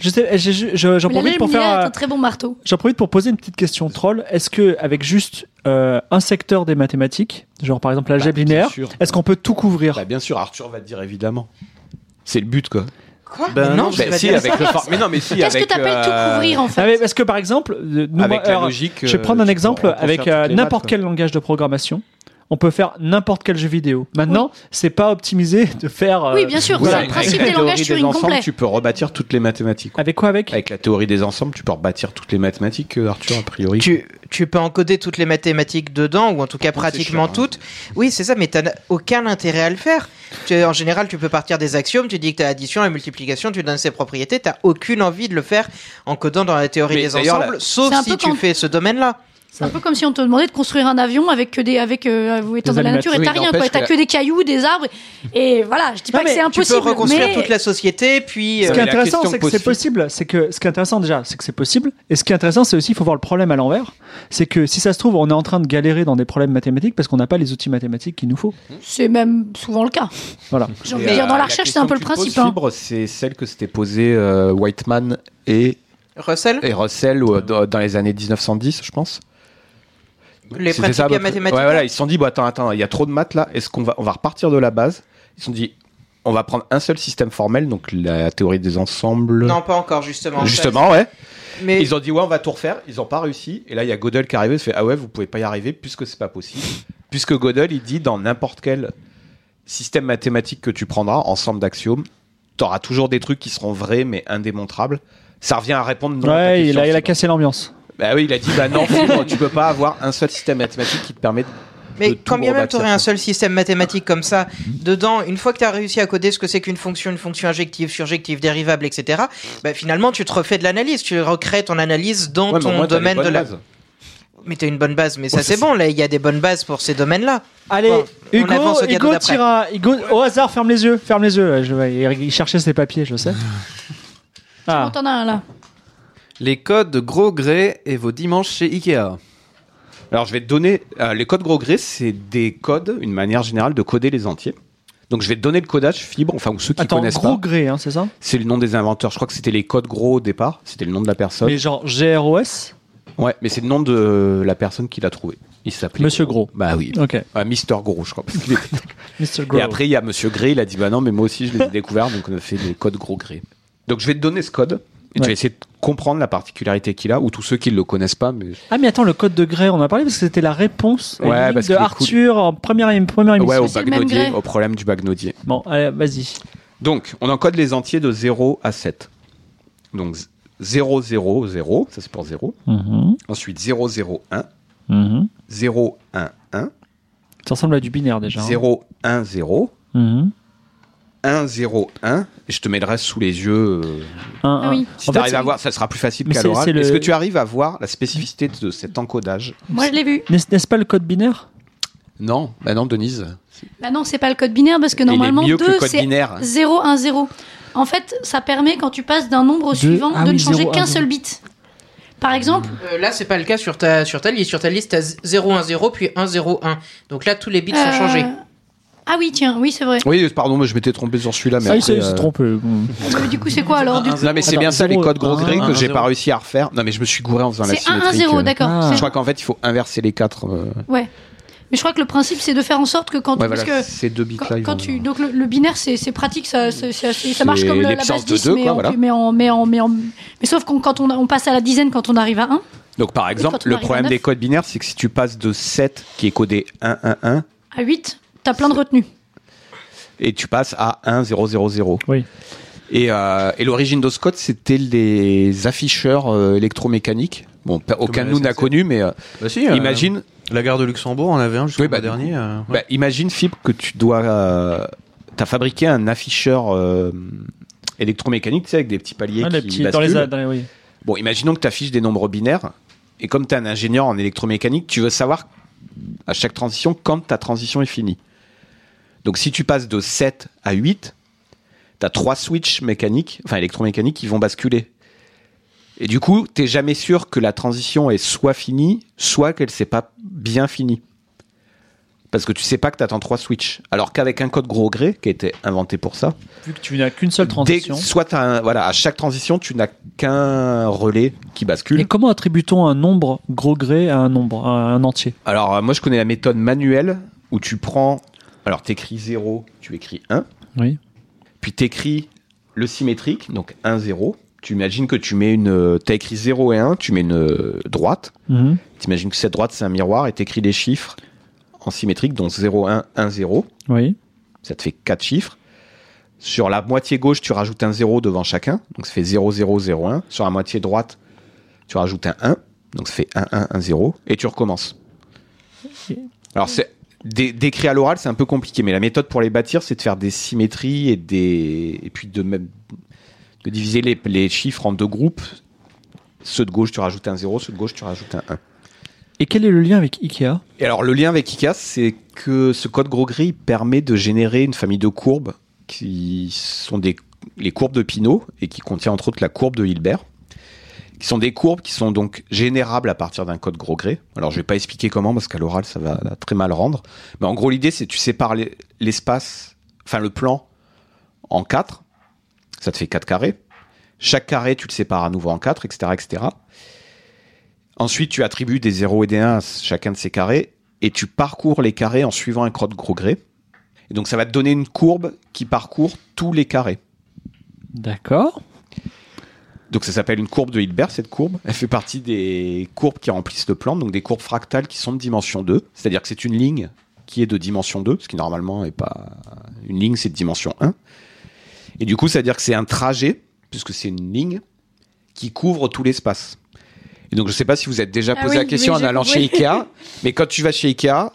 Speaker 1: Je sais, je- je- je- j'en
Speaker 4: Mais la
Speaker 1: profite pour
Speaker 4: lumière
Speaker 1: faire.
Speaker 4: est
Speaker 1: euh,
Speaker 4: un très bon marteau.
Speaker 1: J'en profite pour poser une petite question troll. Est-ce que avec juste euh, un secteur des mathématiques, genre par exemple l'algèbre
Speaker 3: Bah, bien
Speaker 1: linéaire,
Speaker 3: sûr.
Speaker 1: est-ce qu'on peut tout couvrir
Speaker 3: Bah, bien sûr, Arthur va te dire évidemment. C'est le but, quoi.
Speaker 6: Quoi
Speaker 5: Ben
Speaker 6: Mais
Speaker 5: non,
Speaker 6: Non, je
Speaker 3: Bah,
Speaker 6: vais pas
Speaker 3: si,
Speaker 6: dire
Speaker 3: avec
Speaker 6: ça.
Speaker 3: le for- Mais non, mais si,
Speaker 4: Qu'est-ce que
Speaker 3: avec,
Speaker 4: t'appelles
Speaker 3: euh,
Speaker 4: tout couvrir en fait
Speaker 1: Ah oui, parce que par exemple, euh, nous,
Speaker 3: avec la
Speaker 1: alors,
Speaker 3: logique.
Speaker 1: je vais
Speaker 3: euh,
Speaker 1: prendre un
Speaker 3: tu peux
Speaker 1: exemple
Speaker 3: reconstruire
Speaker 1: avec
Speaker 3: toutes
Speaker 1: euh,
Speaker 3: les
Speaker 1: n'importe
Speaker 3: maths,
Speaker 1: quel langage de programmation. On peut faire n'importe quel jeu vidéo. Maintenant, c'est pas optimisé de faire. euh,
Speaker 4: Oui, bien sûr,
Speaker 1: Ouais,
Speaker 4: c'est
Speaker 1: avec
Speaker 4: le
Speaker 1: la
Speaker 4: principe des
Speaker 3: théorie
Speaker 4: langages Turing
Speaker 3: ensembles,
Speaker 4: complets.
Speaker 3: Tu peux rebâtir toutes les mathématiques. quoi.
Speaker 1: Avec quoi avec
Speaker 3: Avec la théorie des ensembles, tu peux rebâtir toutes les mathématiques, euh, Arthur, a priori.
Speaker 6: Tu, tu peux encoder toutes les mathématiques dedans, ou en tout cas pratiquement
Speaker 3: chiant, hein.
Speaker 6: toutes. Oui, c'est ça, mais t'as aucun intérêt à le faire. Tu- en général, tu peux partir des axiomes, tu dis que t'as addition et multiplication, tu donnes ses propriétés, t'as aucune envie de le faire en codant dans la théorie
Speaker 3: Mais
Speaker 6: des
Speaker 3: d'ailleurs,
Speaker 6: ensembles,
Speaker 3: la-
Speaker 6: sauf
Speaker 4: C'est un
Speaker 6: si
Speaker 4: peu
Speaker 6: tu
Speaker 4: quand-
Speaker 6: fais ce domaine-là.
Speaker 4: C'est un peu comme si on te demandait de construire un avion avec que des avec euh, vous étant
Speaker 1: Des
Speaker 4: dans la
Speaker 1: animateurs.
Speaker 4: nature et t'as
Speaker 3: Oui,
Speaker 4: rien
Speaker 3: n'empêche
Speaker 4: quoi, t'as
Speaker 3: que-
Speaker 4: que des cailloux, des arbres et voilà, je dis
Speaker 1: Non,
Speaker 4: pas que
Speaker 1: mais
Speaker 4: c'est
Speaker 1: tu
Speaker 6: Tu peux
Speaker 4: impossible.
Speaker 6: reconstruire
Speaker 4: mais-
Speaker 6: toute la société, puis.
Speaker 1: Ce
Speaker 6: euh,
Speaker 1: qui est
Speaker 3: la
Speaker 1: intéressant,
Speaker 3: question
Speaker 1: c'est que c'est
Speaker 3: pose-
Speaker 1: possible. C'est que ce qui est intéressant déjà, c'est que c'est possible. Et ce qui est intéressant, c'est aussi, il faut voir le problème à l'envers. C'est que si ça se trouve, on est en train de galérer dans des problèmes mathématiques parce qu'on n'a pas les outils mathématiques qu'il nous faut.
Speaker 4: C'est même souvent le cas.
Speaker 1: Voilà.
Speaker 4: J'ai envie de
Speaker 3: euh,
Speaker 4: dire, dans la recherche, c'est un peu le principe. hein.
Speaker 3: c'est celle que s'était posée euh, Whiteman et,
Speaker 6: Russell,
Speaker 3: et Russell ou, euh, dans dans les années 1910, je pense.
Speaker 6: les
Speaker 3: C'était
Speaker 6: pratiques
Speaker 3: ça,
Speaker 6: à
Speaker 3: bah,
Speaker 6: mathématiques.
Speaker 3: ouais, voilà, ils se sont dit, bon, attends, attends, il y a trop de maths là, est-ce qu'on va, on va repartir de la base Ils se sont dit, on va prendre un seul système formel, donc la théorie des ensembles.
Speaker 6: Non, pas encore, justement.
Speaker 3: Euh, Justement, ouais.
Speaker 6: Mais
Speaker 3: Ils ont dit, ouais, on va tout refaire. Ils n'ont pas réussi. Et là, il y a Gödel qui est arrivé. Il se fait, ah ouais, vous pouvez pas y arriver puisque c'est pas possible. Puisque Gödel, il dit, dans n'importe quel système mathématique que tu prendras, ensemble d'axiomes, t'auras toujours des trucs qui seront vrais mais indémontrables. Ça revient à répondre non. à ta
Speaker 1: ouais, il
Speaker 3: question,
Speaker 1: a, il a
Speaker 3: sinon.
Speaker 1: cassé l'ambiance.
Speaker 3: Bah oui, il a dit, bah
Speaker 5: (laughs)
Speaker 3: non, sinon, tu peux pas avoir un seul système mathématique qui te permet de de
Speaker 6: Mais
Speaker 3: tout
Speaker 6: quand bien même tu
Speaker 3: rebâtir.
Speaker 6: aurais un seul système mathématique comme ça, dedans, une fois que tu as réussi à coder ce que c'est qu'une fonction, une fonction injective, surjective, dérivable, etc., bah, finalement tu te refais de l'analyse, tu recrées ton analyse dans
Speaker 3: Ouais, mais au
Speaker 6: ton
Speaker 3: moins, t'as les
Speaker 6: domaine de
Speaker 3: bonnes
Speaker 6: la...
Speaker 3: bases.
Speaker 6: Mais t'as une bonne base, mais ça
Speaker 3: Ouais,
Speaker 6: c'est
Speaker 3: c'est-
Speaker 6: bon, là il y a des bonnes bases pour ces domaines-là.
Speaker 1: Allez,
Speaker 6: Bon, on
Speaker 1: Hugo,
Speaker 6: avance au cadeau
Speaker 1: Hugo
Speaker 6: d'après.
Speaker 1: tira. Hugo, au hasard, ferme les yeux. Ferme les yeux. Ouais, Je vais, il cherchait ses papiers, je sais.
Speaker 3: (laughs)
Speaker 1: Ah,
Speaker 4: Bon, T'en as un là.
Speaker 5: Les codes de gros gré et vos dimanches chez Ikea.
Speaker 3: Alors, je vais te donner. euh, les codes gros gré, c'est des codes, une manière générale, de coder les entiers. Donc, je vais te donner le codage fibre, enfin, ou ceux qui
Speaker 1: attends,
Speaker 3: connaissent
Speaker 1: gros
Speaker 3: pas.
Speaker 1: gré, hein, c'est ça
Speaker 3: C'est le nom des inventeurs. Je crois que c'était les codes gros au départ. C'était le nom de la personne.
Speaker 1: Mais genre GROS
Speaker 3: Ouais, mais c'est le nom de la personne qui l'a trouvé. Il s'appelait.
Speaker 1: Monsieur Gros.
Speaker 3: Bah oui.
Speaker 1: Ok,
Speaker 3: Ah, Mister Gros, je crois. parce qu'il était-
Speaker 1: Mr. Gros.
Speaker 3: Et après, il y a Monsieur Gré. Il a dit Bah non, mais moi aussi, je les ai découverts. Donc, on a fait les codes gros gré. Donc, je vais te donner ce code. Et
Speaker 1: Ouais.
Speaker 3: tu vas essayer de comprendre la particularité qu'il a, ou tous ceux qui ne le connaissent pas. Mais...
Speaker 1: Ah, mais attends, le code de gré, on en a parlé parce que c'était la réponse à une
Speaker 3: Ouais,
Speaker 1: ligne
Speaker 3: parce
Speaker 1: de
Speaker 3: qu'il est
Speaker 1: Arthur en première, émi- première émission.
Speaker 3: Ouais, au
Speaker 4: c'est le même
Speaker 3: bagnodier,
Speaker 4: gré.
Speaker 3: au problème du bagnodier.
Speaker 1: Bon, allez, vas-y.
Speaker 3: Donc, on encode les entiers de 0 à 7. Donc, 0, 0, 0, ça c'est pour 0.
Speaker 1: Mhm,
Speaker 3: Ensuite, 0, 0, 1,
Speaker 1: mhm.
Speaker 3: 0, 1, 1,
Speaker 1: Ça ressemble à du binaire déjà. hein.
Speaker 3: 0, 1, 0,
Speaker 1: Mhm.
Speaker 3: 1, 0, 1. Et je te mets le reste sous les yeux. euh,
Speaker 1: Un, Bah,
Speaker 4: Ah
Speaker 1: un.
Speaker 4: oui.
Speaker 3: Si
Speaker 1: En
Speaker 3: tu
Speaker 1: fait,
Speaker 3: arrives
Speaker 1: c'est-
Speaker 3: à voir, ça sera plus facile
Speaker 1: Mais
Speaker 3: qu'à
Speaker 1: c'est-
Speaker 3: l'oral.
Speaker 1: c'est le-
Speaker 3: Est-ce que tu arrives à voir la spécificité de cet encodage
Speaker 4: Moi je l'ai vu.
Speaker 1: N'est-ce n'est-ce pas le code binaire
Speaker 3: Non, bah non, Denise.
Speaker 4: Bah non, c'est pas le code binaire parce que
Speaker 3: Il est
Speaker 4: normalement
Speaker 3: mieux que le
Speaker 4: 2
Speaker 3: code
Speaker 4: c'est
Speaker 3: binaire.
Speaker 4: 0 1 0. En fait, ça permet quand tu passes d'un nombre au
Speaker 1: Deux-
Speaker 4: suivant
Speaker 1: ah
Speaker 4: de
Speaker 1: oui,
Speaker 4: ne changer
Speaker 1: zéro, un,
Speaker 4: qu'un
Speaker 1: zéro.
Speaker 4: seul bit. Par exemple,
Speaker 6: Euh, là c'est pas le cas sur ta, sur ta liste, sur ta liste t'as 0, 1, 0, puis 1, 0, 1. Donc là tous les bits
Speaker 4: euh,
Speaker 6: sont changés.
Speaker 4: Ah oui, tiens, oui, c'est vrai.
Speaker 3: Oui, pardon, mais je m'étais trompé sur celui-là. Mais
Speaker 1: Ah, il
Speaker 3: après,
Speaker 1: s'est il s'est
Speaker 3: euh,
Speaker 1: trompé. Bon.
Speaker 4: Euh, Du coup, c'est quoi alors du coup
Speaker 3: Non, mais c'est
Speaker 1: Attends,
Speaker 3: bien ça, les
Speaker 1: zéro,
Speaker 3: codes gros
Speaker 1: un,
Speaker 3: grés
Speaker 5: un,
Speaker 3: que j'ai
Speaker 5: zéro.
Speaker 3: pas réussi à refaire. Non, mais je me suis gouré en faisant la
Speaker 4: C'est 1 1
Speaker 3: symétrique.
Speaker 4: 0,
Speaker 3: euh.
Speaker 4: d'accord.
Speaker 1: Ah.
Speaker 4: c'est-
Speaker 3: Je crois qu'en fait, il faut inverser les quatre. euh,
Speaker 4: Ouais. Mais je crois que le principe c'est de faire en sorte que quand
Speaker 3: Ouais,
Speaker 4: parce
Speaker 3: voilà,
Speaker 4: que
Speaker 3: ces deux bits
Speaker 4: quand,
Speaker 3: là.
Speaker 4: quand tu donc le, le binaire c'est c'est pratique ça c'est- c'est assez- ça marche
Speaker 3: C'est
Speaker 4: comme le- la
Speaker 3: l'absence
Speaker 4: base
Speaker 3: de
Speaker 4: 10
Speaker 3: deux,
Speaker 4: mais,
Speaker 3: quoi,
Speaker 4: en,
Speaker 3: voilà.
Speaker 4: mais en mais en mais en mais sauf qu'on quand on, on passe à la dizaine quand on arrive à 1.
Speaker 3: Donc par exemple,
Speaker 4: quand on
Speaker 3: le
Speaker 4: arrive à
Speaker 3: problème
Speaker 4: neuf.
Speaker 3: des codes binaires, c'est que si tu passes de 7 qui est codé 1 1 1
Speaker 4: À 8, t'as plein de retenues.
Speaker 3: et tu passes à 1 0 0 0.
Speaker 1: Oui.
Speaker 3: Et, euh, et l'origine de ce code, c'était les afficheurs euh, électromécaniques. Bon, pa- aucun de
Speaker 5: la
Speaker 3: nous n'a
Speaker 5: SNCF.
Speaker 3: connu, mais euh,
Speaker 5: Bah si, euh,
Speaker 3: imagine,
Speaker 5: La gare de Luxembourg, on avait un jusqu'au
Speaker 3: Oui, bah,
Speaker 5: mois
Speaker 3: du coup.
Speaker 5: dernier. euh, ouais.
Speaker 3: bah, imagine Fibre que tu dois, euh, t'as fabriqué un afficheur euh, électromécanique, tu sais, avec des petits paliers
Speaker 1: Ah, les
Speaker 3: qui
Speaker 1: petits- dans les,
Speaker 3: basculent.
Speaker 1: a- dans les- oui.
Speaker 3: Bon, imaginons que tu affiches des nombres binaires, et comme tu es un ingénieur en électromécanique, tu veux savoir à chaque transition quand ta transition est finie. Donc si tu passes de 7 à 8, tu as trois switches mécaniques, enfin électromécaniques, qui vont basculer. Et du coup, t'es jamais sûr que la transition est soit finie, soit qu'elle s'est pas bien finie. Parce que tu sais pas que t'attends trois switches. Alors qu'avec un code gros gré, qui a été inventé pour ça,
Speaker 1: Vu que tu n'as qu'une seule
Speaker 3: dès,
Speaker 1: transition.
Speaker 3: soit t'as un- voilà, à chaque transition, tu n'as qu'un relais qui bascule.
Speaker 1: Et comment attribue-t-on un nombre gros gré à un nombre, à un entier
Speaker 3: Alors, euh, moi, je connais la méthode manuelle où tu prends. Alors, t'écris 0, tu écris 1.
Speaker 1: Oui.
Speaker 3: Puis t'écris le symétrique, donc 1, 0. Tu imagines que tu mets une. euh, T'as écrit 0 et 1, tu mets une euh, droite.
Speaker 1: Mhm.
Speaker 3: T'imagines que cette droite, c'est un miroir et t'écris les chiffres en symétrique, donc 0, 1, 1, 0.
Speaker 1: Oui.
Speaker 3: Ça te fait 4 chiffres. Sur la moitié gauche, tu rajoutes un 0 devant chacun, donc ça fait 0, 0, 0, 1. Sur la moitié droite, tu rajoutes un 1, donc ça fait 1, 1, 1, 0, et tu recommences.
Speaker 1: Ok.
Speaker 3: Alors, c'est dé- décrit à l'oral, c'est un peu compliqué, mais la méthode pour les bâtir, c'est de faire des symétries et, des, et puis de, même, de diviser les, les chiffres en deux groupes. Ceux de gauche, tu rajoutes un 0, ceux de gauche, tu rajoutes un 1.
Speaker 1: Et quel est le lien avec Ikea
Speaker 3: Et alors, le lien avec ICAS, c'est que ce code gros gris permet de générer une famille de courbes qui sont des, les courbes de Pinot et qui contient entre autres la courbe de Hilbert, qui sont des courbes qui sont donc générables à partir d'un code gros gré. Alors, je vais pas expliquer comment parce qu'à l'oral, ça va très mal rendre. Mais en gros, l'idée, c'est que tu sépares les- l'espace, enfin le plan, en quatre. Ça te fait quatre carrés. Chaque carré, tu le sépares à nouveau en quatre, etc., etc. Ensuite, tu attribues des 0 et des 1 à chacun de ces carrés et tu parcours les carrés en suivant un crotte gros gré. Et donc, ça va te donner une courbe qui parcourt tous les carrés.
Speaker 1: D'accord.
Speaker 3: Donc, ça s'appelle une courbe de Hilbert, cette courbe. Elle fait partie des courbes qui remplissent le plan, donc des courbes fractales qui sont de dimension 2. C'est-à-dire que c'est une ligne qui est de dimension 2, ce qui normalement est pas. Une ligne, c'est de dimension 1. Et du coup, ça veut dire que c'est un trajet, puisque c'est une ligne, qui couvre tout l'espace. Et donc, je ne sais pas si vous êtes déjà
Speaker 4: Ah
Speaker 3: posé
Speaker 4: oui,
Speaker 3: la question
Speaker 4: oui,
Speaker 3: en
Speaker 4: j'ai
Speaker 3: allant chez
Speaker 4: compris.
Speaker 3: Ikea, mais quand tu vas chez
Speaker 4: (laughs)
Speaker 3: Ikea,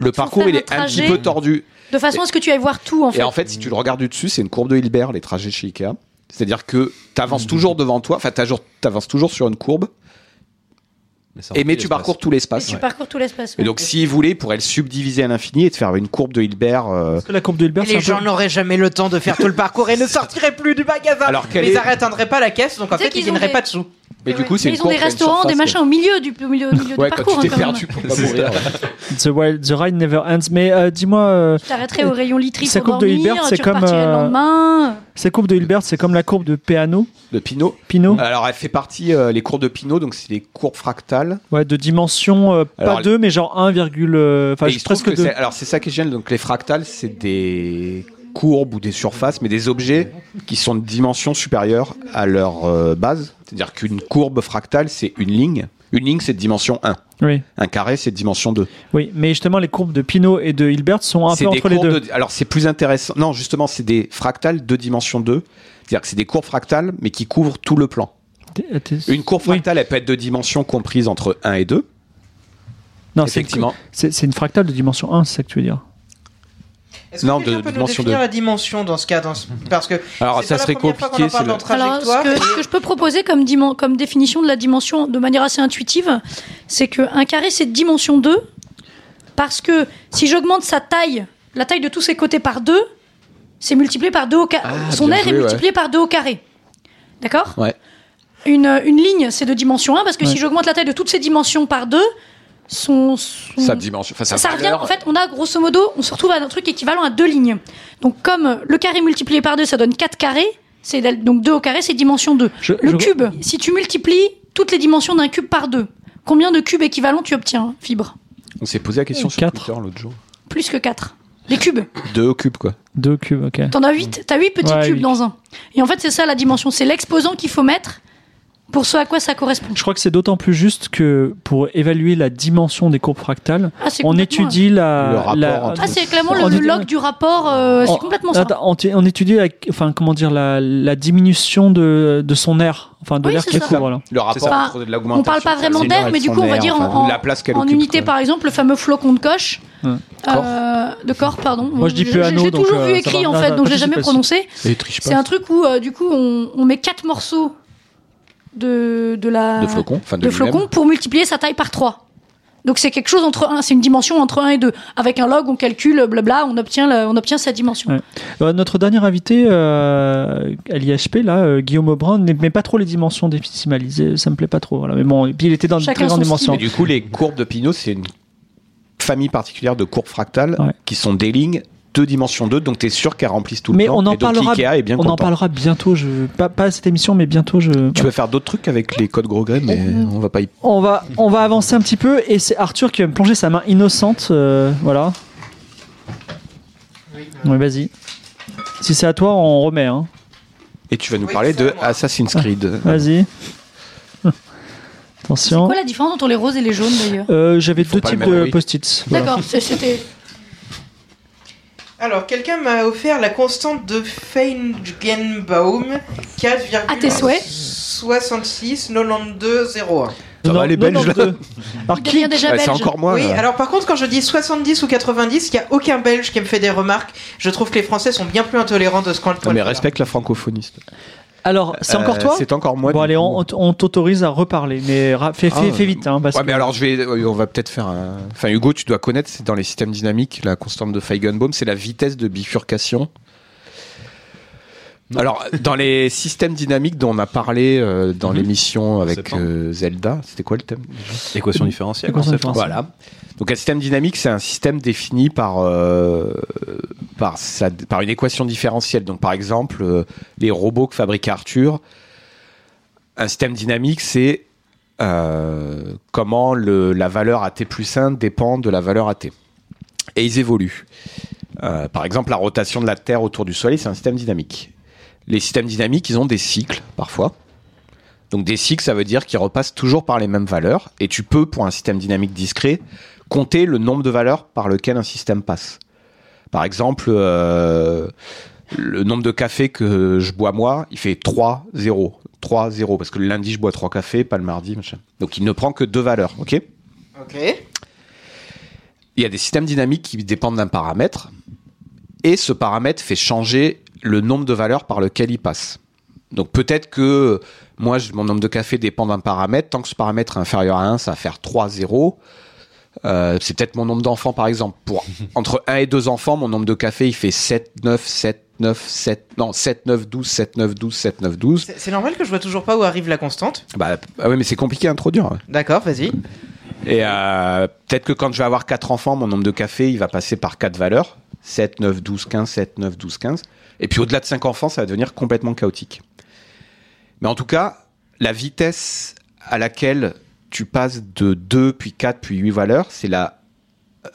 Speaker 3: le parcours,
Speaker 4: faire
Speaker 3: il
Speaker 4: un
Speaker 3: est un petit
Speaker 4: trajet.
Speaker 3: peu tordu.
Speaker 4: De façon à ce que tu ailles voir tout, en fait.
Speaker 3: Et en fait, si tu le regardes du dessus, c'est une courbe de Hilbert, les trajets chez Ikea. C'est-à-dire que tu avances
Speaker 4: Mhm.
Speaker 3: toujours devant toi, enfin, tu avances toujours sur une courbe, et mais tu parcours tout
Speaker 4: Et
Speaker 3: l'espace.
Speaker 4: tu parcours tout l'espace.
Speaker 3: Et
Speaker 4: ouais.
Speaker 3: donc, s'ils voulaient, ils pourraient le subdiviser à l'infini et te faire une courbe de Hilbert. euh,
Speaker 1: Parce que la courbe de Hilbert,
Speaker 6: les
Speaker 1: c'est un
Speaker 6: gens
Speaker 1: peu-
Speaker 6: n'auraient jamais le temps de faire tout le parcours et ne sortiraient plus du magasin.
Speaker 3: Alors qu'elle
Speaker 6: mais ils
Speaker 3: est-
Speaker 6: n'attendraient pas la caisse, donc en
Speaker 4: Tu sais
Speaker 6: fait, ils
Speaker 4: qu'ils ont
Speaker 6: gagneraient
Speaker 4: des-
Speaker 6: pas de sous.
Speaker 3: Mais du coup, c'est
Speaker 4: Mais
Speaker 3: une
Speaker 4: ils ont
Speaker 3: courbe
Speaker 4: des
Speaker 3: qui a une
Speaker 4: restaurants, des
Speaker 3: surface,
Speaker 4: machins au milieu du, au milieu, au milieu
Speaker 3: Ouais,
Speaker 4: du
Speaker 3: quand
Speaker 4: parcours.
Speaker 3: tu t'es
Speaker 4: hein, quand même.
Speaker 3: perdu pour
Speaker 4: (laughs)
Speaker 3: pas mourir.
Speaker 1: The, wild- the ride never ends. Mais euh, dis-moi, euh,
Speaker 4: Tu t'arrêterais au rayon literie
Speaker 1: Sa
Speaker 4: pour
Speaker 1: coupe de
Speaker 4: dormir,
Speaker 1: Hilbert, c'est
Speaker 4: tu
Speaker 1: comme,
Speaker 4: repartirais le
Speaker 1: euh,
Speaker 4: lendemain.
Speaker 1: cette courbe de Hilbert, c'est comme la courbe de Peano,
Speaker 3: De Pinot.
Speaker 1: Pinot,
Speaker 4: Mmh.
Speaker 3: Alors, elle fait partie, euh, les courbes de Pinot, donc c'est les courbes fractales.
Speaker 1: ouais, de dimension euh, pas
Speaker 3: Alors,
Speaker 1: 2, mais genre 1, euh, enfin
Speaker 3: Et
Speaker 1: je-
Speaker 3: il se trouve
Speaker 1: presque
Speaker 3: que
Speaker 1: 2.
Speaker 3: c'est- alors c'est ça qui est génial. Donc les fractales, c'est des courbes ou des surfaces, mais des objets qui sont de dimension supérieure à leur euh, base. C'est-à-dire qu'une courbe fractale, c'est une ligne. Une ligne, c'est de dimension 1.
Speaker 1: Oui.
Speaker 3: Un carré, c'est de dimension 2.
Speaker 1: oui, mais justement, les courbes de Pinot et de Hilbert sont un
Speaker 3: C'est
Speaker 1: peu
Speaker 3: des
Speaker 1: entre les
Speaker 3: courbes
Speaker 1: deux.
Speaker 3: de- alors c'est plus intéressant. Non, justement, c'est des fractales de dimension 2. C'est-à-dire que c'est des courbes fractales, mais qui couvrent tout le plan.
Speaker 1: T'es- t'es-
Speaker 3: Une courbe
Speaker 1: Oui.
Speaker 3: fractale, elle peut être de dimension comprise entre 1 et 2.
Speaker 1: Non, c'est une-
Speaker 3: effectivement.
Speaker 1: C'est c'est une fractale de dimension 1, c'est ça que tu veux dire.
Speaker 6: Est-ce que
Speaker 3: Non,
Speaker 6: quelqu'un
Speaker 3: de-
Speaker 6: peut nous
Speaker 3: dimension
Speaker 6: définir
Speaker 3: deux.
Speaker 6: la dimension dans ce cas dans ce- Parce que
Speaker 3: Alors
Speaker 6: c'est
Speaker 3: ça
Speaker 6: pas la
Speaker 3: serait
Speaker 6: première fois qu'on en
Speaker 3: compliqué.
Speaker 6: parle
Speaker 3: c'est le-
Speaker 6: dans
Speaker 4: Alors, ce
Speaker 6: trajectoire.
Speaker 4: que, ce que je peux proposer comme, dimen- comme définition de la dimension de manière assez intuitive, c'est qu'un carré, c'est dimension 2, parce que si j'augmente sa taille, la taille de tous ses côtés par 2, c'est multiplié par 2 au carré.
Speaker 3: Ah,
Speaker 4: Son
Speaker 3: bien
Speaker 4: aire
Speaker 3: joué,
Speaker 4: est
Speaker 3: ouais.
Speaker 4: multiplié par 2 au carré. D'accord
Speaker 3: Ouais.
Speaker 4: une, une ligne, c'est de dimension 1, parce que
Speaker 1: Ouais.
Speaker 4: si j'augmente la taille de toutes ses dimensions par 2, son, son-
Speaker 3: Sa dimension. enfin, sa
Speaker 4: Mmh. ça revient,
Speaker 3: valeur.
Speaker 4: en fait, on a grosso modo, on se retrouve à un truc équivalent à deux lignes. Donc, comme euh, le carré multiplié par deux, ça donne 4 carrés, c'est dal- donc 2 au carré, c'est dimension 2.
Speaker 1: Je-
Speaker 4: Le
Speaker 1: je-
Speaker 4: cube, si tu multiplies toutes les dimensions d'un cube par deux, combien de cubes équivalents tu obtiens, fibre
Speaker 3: On s'est posé la question sur
Speaker 1: Quatre.
Speaker 3: Twitter l'autre jour.
Speaker 4: Plus que 4. Les cubes.
Speaker 3: 2 cubes quoi.
Speaker 1: 2 cubes, ok.
Speaker 4: T'en as 8, t'as 8 petits
Speaker 1: Ouais,
Speaker 4: cubes
Speaker 1: huit.
Speaker 4: dans un. Et en fait, c'est ça la dimension, c'est l'exposant qu'il faut mettre pour ce à quoi ça correspond.
Speaker 1: Je crois que c'est d'autant plus juste que pour évaluer la dimension des courbes fractales,
Speaker 4: Ah, c'est
Speaker 1: on
Speaker 4: complètement-
Speaker 1: étudie
Speaker 3: Le
Speaker 1: la.
Speaker 3: rapport
Speaker 1: la-
Speaker 3: entre-
Speaker 4: Ah, c'est clairement le,
Speaker 1: On
Speaker 4: le
Speaker 1: étudie-
Speaker 4: log du rapport, euh,
Speaker 1: Oh,
Speaker 4: c'est complètement ça.
Speaker 1: Attends, on, t- on étudie la, enfin, comment dire, la, la diminution de, de son air, enfin de
Speaker 4: Oui,
Speaker 1: l'air
Speaker 4: c'est
Speaker 1: qui
Speaker 4: ça.
Speaker 1: couvre. Là.
Speaker 3: Le
Speaker 5: C'est
Speaker 3: rapport
Speaker 4: ça.
Speaker 3: entre de l'augmentation.
Speaker 4: On parle pas vraiment
Speaker 3: fractionnelle
Speaker 4: d'air, mais du
Speaker 3: son
Speaker 4: coup, on va
Speaker 3: air,
Speaker 4: dire
Speaker 3: enfin,
Speaker 4: en,
Speaker 3: la place qu'elle
Speaker 4: en
Speaker 3: occupe,
Speaker 4: unité,
Speaker 3: quoi.
Speaker 4: par exemple, le fameux flocon de coche.
Speaker 1: Ouais.
Speaker 4: Euh, de corps, pardon.
Speaker 1: Moi, je dis
Speaker 4: J'ai-
Speaker 1: plus anneau,
Speaker 4: J'ai
Speaker 1: donc,
Speaker 4: toujours
Speaker 1: euh,
Speaker 4: vu
Speaker 1: ça
Speaker 4: écrit
Speaker 1: va.
Speaker 4: en
Speaker 1: Non,
Speaker 4: fait,
Speaker 1: non,
Speaker 4: donc
Speaker 1: pas
Speaker 4: j'ai
Speaker 1: si, pas si.
Speaker 4: jamais prononcé.
Speaker 5: Et triche
Speaker 4: C'est un truc où, euh, du coup, on, on met quatre morceaux de, de la
Speaker 3: de flocons, enfin de,
Speaker 4: de
Speaker 3: lui-même.
Speaker 4: flocons pour multiplier sa taille par 3 Donc c'est quelque chose entre un, c'est une dimension entre 1 et 2. Avec un log, on calcule, blabla, on obtient, la- on obtient sa dimension.
Speaker 1: Ouais. Euh, notre dernier invité euh, à l'IHP, là, euh, Guillaume Aubrin, n'aimait pas trop les dimensions décimalisées. Ça me plaît pas trop. Voilà. Mais bon, et puis il était dans de
Speaker 4: Chacun
Speaker 1: très grandes
Speaker 4: son
Speaker 1: dimensions.
Speaker 3: Et du coup, les courbes de Pinot, c'est une famille particulière de courbes fractales
Speaker 1: Ouais.
Speaker 3: qui sont des lignes de dimension 2, donc tu es sûr qu'elles remplissent tout
Speaker 1: Mais
Speaker 3: le temps.
Speaker 1: on en
Speaker 3: et donc
Speaker 1: parlera-
Speaker 3: Ikea est bien
Speaker 1: On en
Speaker 3: content.
Speaker 1: parlera bientôt. Je... Pas, pas à cette émission, mais bientôt. Je...
Speaker 3: Tu peux faire d'autres trucs avec les codes gros grès, mais
Speaker 1: Euh,
Speaker 3: on va pas y.
Speaker 1: On va, on va avancer un petit peu et c'est Arthur qui va me plonger sa main innocente. euh, voilà. Oui, vas-y. Si c'est à toi, on remet. Hein.
Speaker 3: Et tu vas nous
Speaker 6: Oui, euh,
Speaker 3: parler
Speaker 6: c'est
Speaker 3: de
Speaker 6: à moi.
Speaker 3: Assassin's Creed.
Speaker 1: Vas-y. (laughs)
Speaker 4: C'est
Speaker 1: Attention.
Speaker 4: quoi la différence entre les roses et les jaunes d'ailleurs
Speaker 1: Euh, J'avais
Speaker 3: Faut
Speaker 1: deux
Speaker 3: pas le
Speaker 1: types
Speaker 3: mettre,
Speaker 1: de
Speaker 3: oui.
Speaker 1: post-its. Voilà.
Speaker 4: D'accord, c'est- c'était.
Speaker 6: Alors, quelqu'un m'a offert la constante de Feigenbaum
Speaker 4: À tes souhaits.
Speaker 6: 4,66 92 01.
Speaker 3: Ça va, les Belges, là
Speaker 1: deux. Alors,
Speaker 4: Il
Speaker 1: qui,
Speaker 4: devient déjà
Speaker 3: Ah,
Speaker 4: belge.
Speaker 3: c'est encore moi.
Speaker 6: Oui,
Speaker 3: là.
Speaker 6: alors par contre, quand je dis 70 ou 90, il n'y a aucun Belge
Speaker 1: Alors, c'est encore
Speaker 3: Euh,
Speaker 1: toi
Speaker 3: C'est encore moi.
Speaker 1: Bon,
Speaker 3: du
Speaker 1: allez,
Speaker 3: coup.
Speaker 1: on, on t'autorise à reparler, mais ra- fais, fais-
Speaker 3: Ah,
Speaker 1: fais vite. Hein, parce
Speaker 3: Ouais,
Speaker 1: que-
Speaker 3: mais alors je vais, on va peut-être faire un. Enfin, Hugo, tu dois connaître, c'est dans les systèmes dynamiques, la constante de Feigenbaum, c'est la vitesse de bifurcation. Alors, dans les systèmes dynamiques dont on a parlé euh, dans l'émission avec
Speaker 5: Septembre.
Speaker 3: euh, Zelda, c'était quoi le thème déjà
Speaker 5: Équation différentielle.
Speaker 1: Équation
Speaker 5: hein,
Speaker 1: différentielle.
Speaker 3: Voilà. Donc, un système dynamique, c'est un système défini par, euh, par, sa- par une équation différentielle. Donc, par exemple, euh, les robots que fabrique Arthur, un système dynamique, c'est euh, comment le- la valeur AT plus 1 dépend de la valeur AT. Et ils évoluent. Euh, par exemple, la rotation de la Terre autour du Soleil, c'est un système dynamique. Les systèmes dynamiques, ils ont des cycles, parfois. Donc des cycles, ça veut dire qu'ils repassent toujours par les mêmes valeurs. Et tu peux, pour un système dynamique discret, compter le nombre de valeurs par lequel un système passe. Par exemple, euh, le nombre de cafés que je bois moi, il fait 3, 0. 3, 0. Parce que le lundi, je bois 3 cafés, pas le mardi, machin. Donc il ne prend que deux valeurs, ok
Speaker 6: Ok.
Speaker 3: il y a des systèmes dynamiques qui dépendent d'un paramètre, et ce paramètre fait changer le nombre de valeurs par lequel il passe. Donc peut-être que moi, je- mon nombre de café dépend d'un paramètre, tant que ce paramètre est inférieur à 1, ça va faire 3, 0. Euh, c'est peut-être mon nombre d'enfants, par exemple. Pour, (laughs) entre 1 et 2 enfants, mon nombre de café, il fait 7, 9, 7, 9, 7, non, 7, 9, 12, 7, 9, 12, 7, 9, 12.
Speaker 6: C'est c'est normal que je vois toujours pas où arrive la constante.
Speaker 3: Bah, ah oui, mais c'est compliqué à introduire.
Speaker 6: D'accord, vas-y.
Speaker 3: Et euh, peut-être que quand je vais avoir quatre enfants, mon nombre de cafés, il va passer par quatre valeurs. 7, 9, 12, 15, 7, 9, 12, 15. Et puis au-delà de 5 enfants, ça va devenir complètement chaotique. Mais en tout cas, la vitesse à laquelle tu passes de 2, puis 4, puis 8 valeurs, c'est la,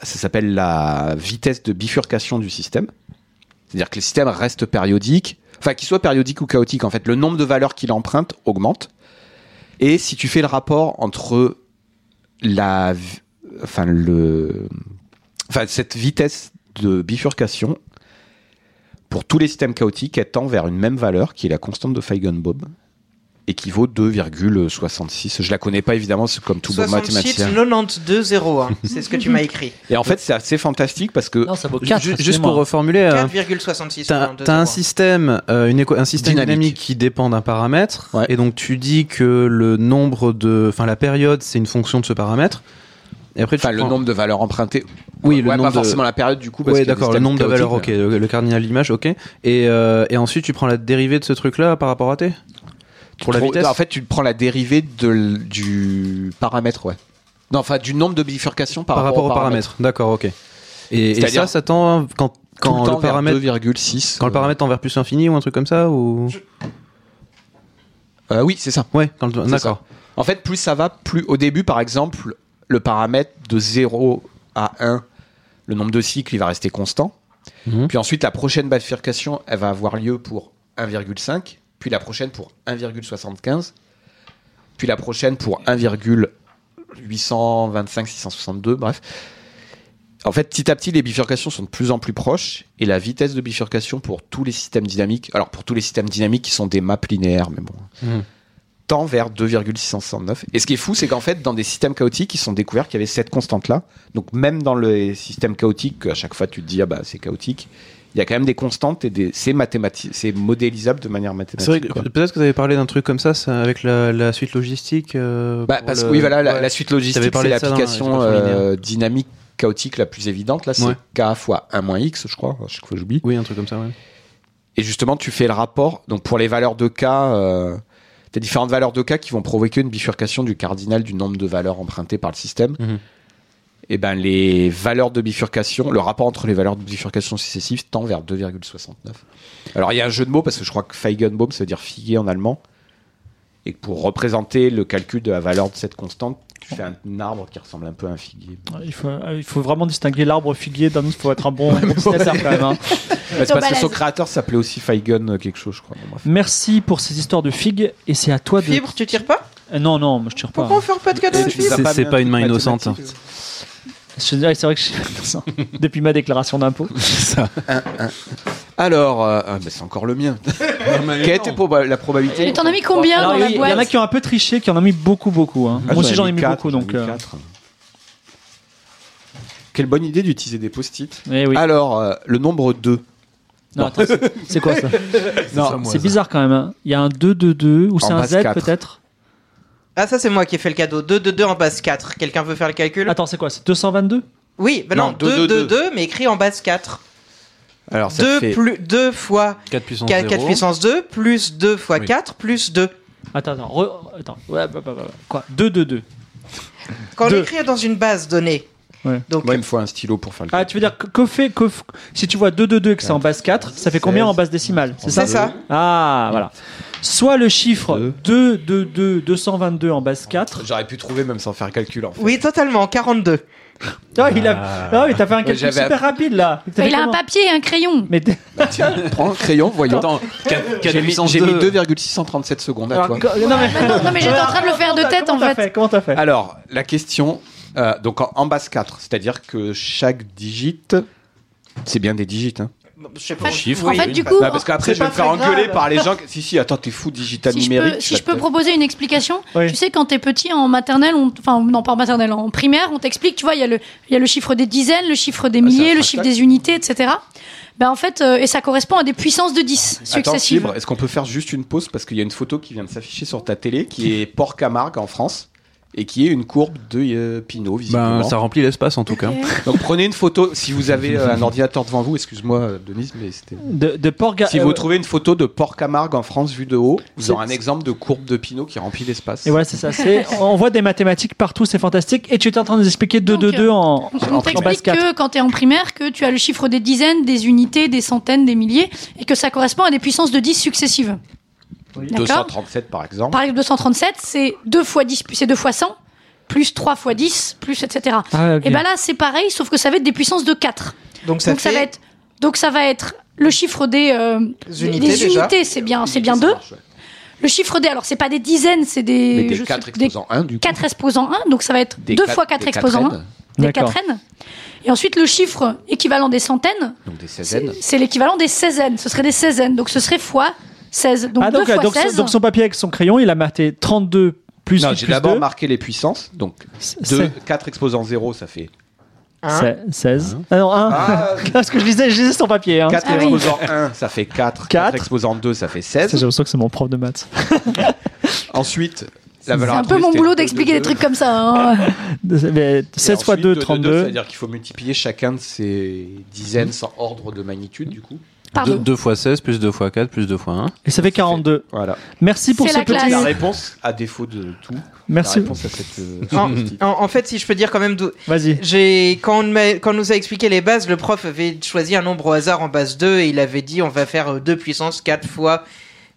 Speaker 3: ça s'appelle la vitesse de bifurcation du système. C'est-à-dire que le système reste périodique, enfin qu'il soit périodique ou chaotique, en fait, le nombre de valeurs qu'il emprunte augmente. Et si tu fais le rapport entre la, vi- enfin le, enfin cette vitesse de bifurcation pour tous les systèmes chaotiques elle tend vers une même valeur qui est la constante de Feigenbaum et qui vaut 2,66. Je la connais pas évidemment, c'est comme tout bon
Speaker 6: 66
Speaker 3: mathématicien.
Speaker 6: 92 01. C'est ce que tu
Speaker 3: (laughs)
Speaker 6: m'as écrit.
Speaker 3: Et en fait, c'est assez fantastique parce que
Speaker 1: Non, ça vaut
Speaker 5: Ju-
Speaker 1: 4.
Speaker 5: ju- juste pour reformuler, euh,
Speaker 6: 4,66.
Speaker 5: t'as
Speaker 6: pardon,
Speaker 5: t'as un
Speaker 6: 2,01.
Speaker 5: système, euh, une éco- un système
Speaker 3: Dynamique.
Speaker 5: dynamique. qui dépend d'un paramètre,
Speaker 3: Ouais.
Speaker 5: et donc tu dis que le nombre de, enfin la période, c'est une fonction de ce paramètre. Et après, tu
Speaker 3: Enfin, le
Speaker 5: prends-
Speaker 3: nombre de valeurs empruntées.
Speaker 5: Oh. Oui,
Speaker 3: Ouais,
Speaker 5: le
Speaker 3: ouais,
Speaker 5: nombre
Speaker 3: pas
Speaker 5: de-
Speaker 3: forcément la période du coup. Parce
Speaker 5: Ouais,
Speaker 3: qu'il y a
Speaker 5: d'accord,
Speaker 3: des
Speaker 5: le nombre de
Speaker 3: systèmes
Speaker 5: valeurs, ok,
Speaker 3: chaotiques,
Speaker 5: le, le cardinal d'image, ok. Et, euh, et ensuite, tu prends la dérivée de ce truc-là par rapport à t
Speaker 3: mais
Speaker 5: Pour la
Speaker 3: trop-
Speaker 5: vitesse
Speaker 3: En fait, tu prends la dérivée de l- du paramètre, ouais. Non, enfin, du nombre de bifurcations par,
Speaker 5: Par, rapport au
Speaker 3: paramètre.
Speaker 5: paramètre, d'accord, ok. Et, et
Speaker 3: C'est-à-dire-
Speaker 5: ça, ça tend quand,
Speaker 3: Tout
Speaker 5: quand
Speaker 3: le,
Speaker 5: le,
Speaker 3: temps vers
Speaker 5: paramètre,
Speaker 3: 2,6.
Speaker 5: quand le paramètre tend vers plus infini ou un truc comme ça ou...
Speaker 3: Euh, oui, c'est ça.
Speaker 5: Ouais, quand le...
Speaker 3: C'est
Speaker 5: d'accord.
Speaker 3: En fait, plus ça va, plus au début, par exemple, le paramètre de 0 à 1, le nombre de cycles, il va rester constant.
Speaker 5: Mhm.
Speaker 3: Puis ensuite, la prochaine bifurcation, elle va avoir lieu pour 1,5, puis la prochaine pour 1,75, puis la prochaine pour 1,825, 662, bref. En fait, petit à petit, les bifurcations sont de plus en plus proches et la vitesse de bifurcation pour tous les systèmes dynamiques, alors pour tous les systèmes dynamiques qui sont des maps linéaires, mais bon,
Speaker 5: Mhm.
Speaker 3: tend vers 2,669. Et ce qui est fou, c'est qu'en fait, dans des systèmes chaotiques, ils sont découverts qu'il y avait cette constante-là. Donc même dans les systèmes chaotiques, à chaque fois tu te dis, ah bah c'est chaotique, il y a quand même des constantes et des... c'est mathématique, c'est modélisable de manière
Speaker 5: C'est vrai
Speaker 3: mathématique.
Speaker 5: que
Speaker 3: quoi.
Speaker 5: peut-être que vous avez parlé d'un truc comme ça, ça, avec la, la suite logistique. euh,
Speaker 3: Bah,
Speaker 5: pour
Speaker 3: parce que
Speaker 5: le-
Speaker 3: oui, voilà, la,
Speaker 5: ouais.
Speaker 3: la suite logistique,
Speaker 5: T'avais parlé
Speaker 3: c'est
Speaker 5: de ça dans la
Speaker 3: l'application
Speaker 5: répartition
Speaker 3: euh, dynamique chaotique la plus évidente. Là, c'est
Speaker 5: Ouais.
Speaker 3: K fois 1 moins X, je crois. À chaque fois, j'oublie.
Speaker 5: Oui, un truc comme ça, ouais.
Speaker 3: Et justement, tu fais le rapport. Donc, pour les valeurs de K, euh, tu as différentes valeurs de K qui vont provoquer une bifurcation du cardinal du nombre de valeurs empruntées par le système.
Speaker 5: Mhm.
Speaker 3: Et ben, les valeurs de bifurcation, le rapport entre les valeurs de bifurcation successives tend vers 2,69. Alors, il y a un jeu de mots parce que je crois que Feigenbaum, ça veut dire figuier en allemand. Et que pour représenter le calcul de la valeur de cette constante, tu fais un arbre qui ressemble un peu à un figuier.
Speaker 1: Il faut, euh, il faut vraiment distinguer l'arbre figuier d'un autre. Il faut être un bon dessinateur quand même. hein.
Speaker 3: Ouais, C'est parce que
Speaker 4: balèze.
Speaker 3: son créateur s'appelait aussi Feigen euh, quelque chose, je crois. Bon, bref.
Speaker 1: Merci pour ces histoires de figues. Et c'est à toi de.
Speaker 6: Fibre, tu tires pas
Speaker 1: Euh, Non, non, moi, je tire pas.
Speaker 6: Pourquoi on fait pas de cadeau de
Speaker 5: C'est-
Speaker 6: fibre
Speaker 5: c'est-
Speaker 3: Ça
Speaker 5: c'est
Speaker 3: mis
Speaker 5: pas
Speaker 3: un
Speaker 5: une
Speaker 3: truc
Speaker 5: main innocente,
Speaker 3: mathématique,
Speaker 1: hein. Je te dirais que c'est vrai que je suis (laughs) depuis ma déclaration d'impôt.
Speaker 3: Alors, euh, ah, bah, c'est encore le mien. Quelle était proba- la probabilité
Speaker 4: Et t'en as mis combien
Speaker 1: Alors,
Speaker 4: dans
Speaker 1: il y, il
Speaker 4: la
Speaker 1: y en a
Speaker 4: boîte
Speaker 1: qui ont un peu triché, qui en ont mis beaucoup, beaucoup. hein.
Speaker 3: Ah,
Speaker 1: Moi aussi, j'en ai mis
Speaker 3: quatre,
Speaker 1: beaucoup.
Speaker 3: j'en ai
Speaker 1: Donc,
Speaker 3: mis
Speaker 1: euh,
Speaker 3: quatre. Quelle bonne idée d'utiliser des post-it. Ah.
Speaker 1: eh oui.
Speaker 3: Alors, euh, le nombre 2.
Speaker 1: Non, attends, c'est- c'est quoi ça
Speaker 5: ça,
Speaker 1: Non,
Speaker 5: moi,
Speaker 1: c'est
Speaker 5: ça.
Speaker 1: bizarre quand même. hein. Il y a un 2-2-2 ou c'est un
Speaker 3: base
Speaker 1: Z
Speaker 3: quatre.
Speaker 1: peut-être
Speaker 6: Ah, ça, c'est moi qui ai fait le cadeau. 2, 2, 2 en base 4. Quelqu'un veut faire le calcul
Speaker 1: Attends, c'est quoi C'est 222
Speaker 6: Oui, bah
Speaker 3: Non,
Speaker 6: non,
Speaker 3: deux,
Speaker 6: 2,
Speaker 3: deux,
Speaker 6: 2, 2, mais écrit en base 4.
Speaker 3: Alors, ça
Speaker 6: 2
Speaker 3: fait
Speaker 6: plus 2 fois
Speaker 5: 4 puissance
Speaker 6: 4,
Speaker 5: 0.
Speaker 6: puissance 2, plus 2 fois
Speaker 5: Oui.
Speaker 6: 4, plus 2.
Speaker 1: Attends, attends. re- attends. Ouais, bah, bah, bah, bah. Quoi 2-2-2.
Speaker 6: Quand
Speaker 1: Deux.
Speaker 6: j'écris dans une base donnée.
Speaker 1: Ouais.
Speaker 6: Donc,
Speaker 3: Moi, il me faut un stylo pour faire le
Speaker 1: Ah, tu veux dire que, que fait que f- si tu vois 2-2-2 et que c'est en base 4, ça fait combien en base décimale C'est ça
Speaker 6: c'est ça.
Speaker 1: Ah, voilà. Soit le chiffre
Speaker 3: Deux.
Speaker 1: 222 222 en base 4.
Speaker 3: J'aurais pu trouver même sans faire calcul en fait.
Speaker 6: Oui, totalement, 42.
Speaker 1: Ah, il a... ah oui, t'as fait un calcul
Speaker 3: j'avais-
Speaker 1: super rapide là. T'as
Speaker 4: Bah,
Speaker 1: fait
Speaker 4: il a un
Speaker 1: comment
Speaker 4: papier et un crayon.
Speaker 1: Mais
Speaker 3: Prends le crayon, voyons.
Speaker 5: Attends, 4,
Speaker 3: J'ai mis,
Speaker 5: puissance
Speaker 3: j'ai mis
Speaker 5: 2.
Speaker 3: 2,637 secondes à
Speaker 1: Alors,
Speaker 3: toi. Ah.
Speaker 1: co- (laughs) non, mais,
Speaker 4: Ah non, non, mais j'étais en train de le faire de
Speaker 1: Comment t'as-
Speaker 4: tête, en
Speaker 1: comment t'as
Speaker 4: fait.
Speaker 1: Comment t'as fait
Speaker 3: Alors, la question, euh, donc en, en base 4, c'est-à-dire que chaque digite, c'est bien des digites. Hein.
Speaker 6: Je sais
Speaker 4: En
Speaker 6: pas.
Speaker 4: fait,
Speaker 5: chiffre,
Speaker 4: en
Speaker 6: oui.
Speaker 4: fait, du coup,
Speaker 3: Bah, parce qu'après,
Speaker 1: c'est
Speaker 3: je
Speaker 1: pas
Speaker 3: vais me faire
Speaker 1: très grave.
Speaker 3: engueuler par les gens. qui- Si, si, attends, t'es fou, digital
Speaker 4: si je
Speaker 3: numérique.
Speaker 4: peux,
Speaker 3: tu
Speaker 4: si
Speaker 3: vas
Speaker 4: je peux
Speaker 3: te-
Speaker 4: proposer une explication,
Speaker 1: Oui.
Speaker 4: tu sais, quand t'es petit en maternelle, on- enfin non pas en maternelle, en primaire, on t'explique, tu vois, il y, a le- il y a le chiffre des dizaines, le chiffre des
Speaker 3: Ah, c'est
Speaker 4: milliers,
Speaker 3: un
Speaker 4: le
Speaker 3: trash
Speaker 4: chiffre
Speaker 3: talk.
Speaker 4: des unités, etc. Ben en fait, euh, et ça correspond à des puissances de 10
Speaker 3: Attends,
Speaker 4: successives.
Speaker 3: Fibre, est-ce qu'on peut faire juste une pause Parce qu'il y a une photo qui vient de s'afficher sur ta télé qui est Port Camargue en France et qui est une courbe de euh, Pinot, visiblement.
Speaker 5: Ben, ça remplit l'espace en tout cas.
Speaker 3: Donc prenez une photo, si vous avez euh, un ordinateur devant vous, excuse-moi euh, Denise, mais c'était...
Speaker 1: De, de Porga-
Speaker 3: Si
Speaker 1: euh,
Speaker 3: vous trouvez une photo de Port Camargue en France vue de haut, vous
Speaker 1: C'est-
Speaker 3: aurez un exemple de courbe de Pinot qui remplit l'espace.
Speaker 1: Et voilà, c'est ça. c'est- On voit des mathématiques partout, c'est fantastique. Et tu étais en train de nous expliquer 2,
Speaker 4: Donc, euh,
Speaker 1: 2, 2 en.
Speaker 4: On
Speaker 1: base
Speaker 4: t'explique
Speaker 1: quatre.
Speaker 4: que quand t'es en primaire, que tu as le chiffre des dizaines, des unités, des centaines, des milliers, et que ça correspond à des puissances de 10 successives. D'accord
Speaker 3: 237 par exemple.
Speaker 4: Par exemple, 237, c'est 2 fois 10, c'est 2 fois 100, plus 3 fois 10, plus etc.
Speaker 1: Ah, ok.
Speaker 4: Et ben là, c'est pareil, sauf que ça va être des puissances de 4.
Speaker 6: Donc, ça
Speaker 4: donc,
Speaker 6: fait
Speaker 4: ça va être, donc ça va être le chiffre des, euh,
Speaker 6: Des unités,
Speaker 4: des
Speaker 6: déjà.
Speaker 4: unités, c'est bien, c'est bien
Speaker 3: Ça
Speaker 4: deux.
Speaker 3: marche, ouais.
Speaker 4: Le chiffre des, alors c'est pas des dizaines, c'est
Speaker 3: Mais
Speaker 4: des,
Speaker 3: des
Speaker 4: je
Speaker 3: 4
Speaker 4: sais- des
Speaker 3: exposants 1 du coup.
Speaker 4: quatre exposants 1, donc ça va être
Speaker 3: Des
Speaker 4: 2
Speaker 3: quatre-
Speaker 4: fois 4
Speaker 3: des quatre
Speaker 4: exposants 1,
Speaker 3: N,
Speaker 4: des
Speaker 1: D'accord.
Speaker 4: 4 N. Et ensuite le chiffre équivalent des centaines,
Speaker 3: Donc des 16
Speaker 4: c'est c'est l'équivalent des 16 N, ce serait des 16 N, donc ce serait fois 16. Donc
Speaker 1: Ah,
Speaker 4: 2
Speaker 1: donc,
Speaker 4: fois
Speaker 1: donc,
Speaker 4: 16,
Speaker 1: donc son papier avec son crayon, il a maté 32 plus
Speaker 3: Non,
Speaker 1: 8
Speaker 3: j'ai
Speaker 1: plus
Speaker 3: d'abord
Speaker 1: 2,
Speaker 3: marqué les puissances. Donc
Speaker 1: c'est-
Speaker 3: 4 exposants 0, ça fait
Speaker 6: un.
Speaker 4: Hein
Speaker 1: c'est 16. Ah non, 1.
Speaker 3: Hein Ah.
Speaker 1: (laughs) Parce que je lisais, je lisais son papier. Hein.
Speaker 3: 4
Speaker 4: Ah oui. (laughs)
Speaker 3: exposants 1, ça fait 4. 4
Speaker 1: Quatre.
Speaker 3: exposants 2, ça fait
Speaker 1: Ça, J'ai
Speaker 3: 16.
Speaker 1: l'impression que c'est mon prof de maths.
Speaker 3: Ensuite, la
Speaker 4: c'est
Speaker 3: valeur
Speaker 4: un peu
Speaker 3: absolue,
Speaker 4: mon
Speaker 3: c'était
Speaker 4: boulot
Speaker 3: deux,
Speaker 4: d'expliquer
Speaker 3: deux,
Speaker 4: des
Speaker 3: deux.
Speaker 4: trucs comme ça.
Speaker 3: (laughs)
Speaker 4: hein.
Speaker 1: Mais
Speaker 3: Et
Speaker 1: 16 fois 2,
Speaker 3: ensuite, deux, deux, deux,
Speaker 1: 32.
Speaker 3: C'est-à-dire qu'il faut multiplier chacun de ces dizaines sans ordre de magnitude du coup.
Speaker 4: Pardon.
Speaker 5: 2 fois 16, plus 2 fois 4, plus 2 fois 1.
Speaker 1: Et ça fait 42.
Speaker 3: Voilà.
Speaker 1: Merci pour
Speaker 4: C'est
Speaker 1: ce
Speaker 4: la
Speaker 1: petit.
Speaker 4: classe.
Speaker 3: La
Speaker 4: Merci.
Speaker 3: réponse, à défaut de tout, la
Speaker 1: Merci.
Speaker 3: réponse à (laughs) cette... euh,
Speaker 6: En,
Speaker 3: petite-
Speaker 6: en- en fait, si je peux dire quand même, d'où-
Speaker 1: Vas-y.
Speaker 6: j'ai quand, on m'a- quand on nous a expliqué les bases, le prof avait choisi un nombre au hasard en base 2 et il avait dit on va faire 2 puissance 4 fois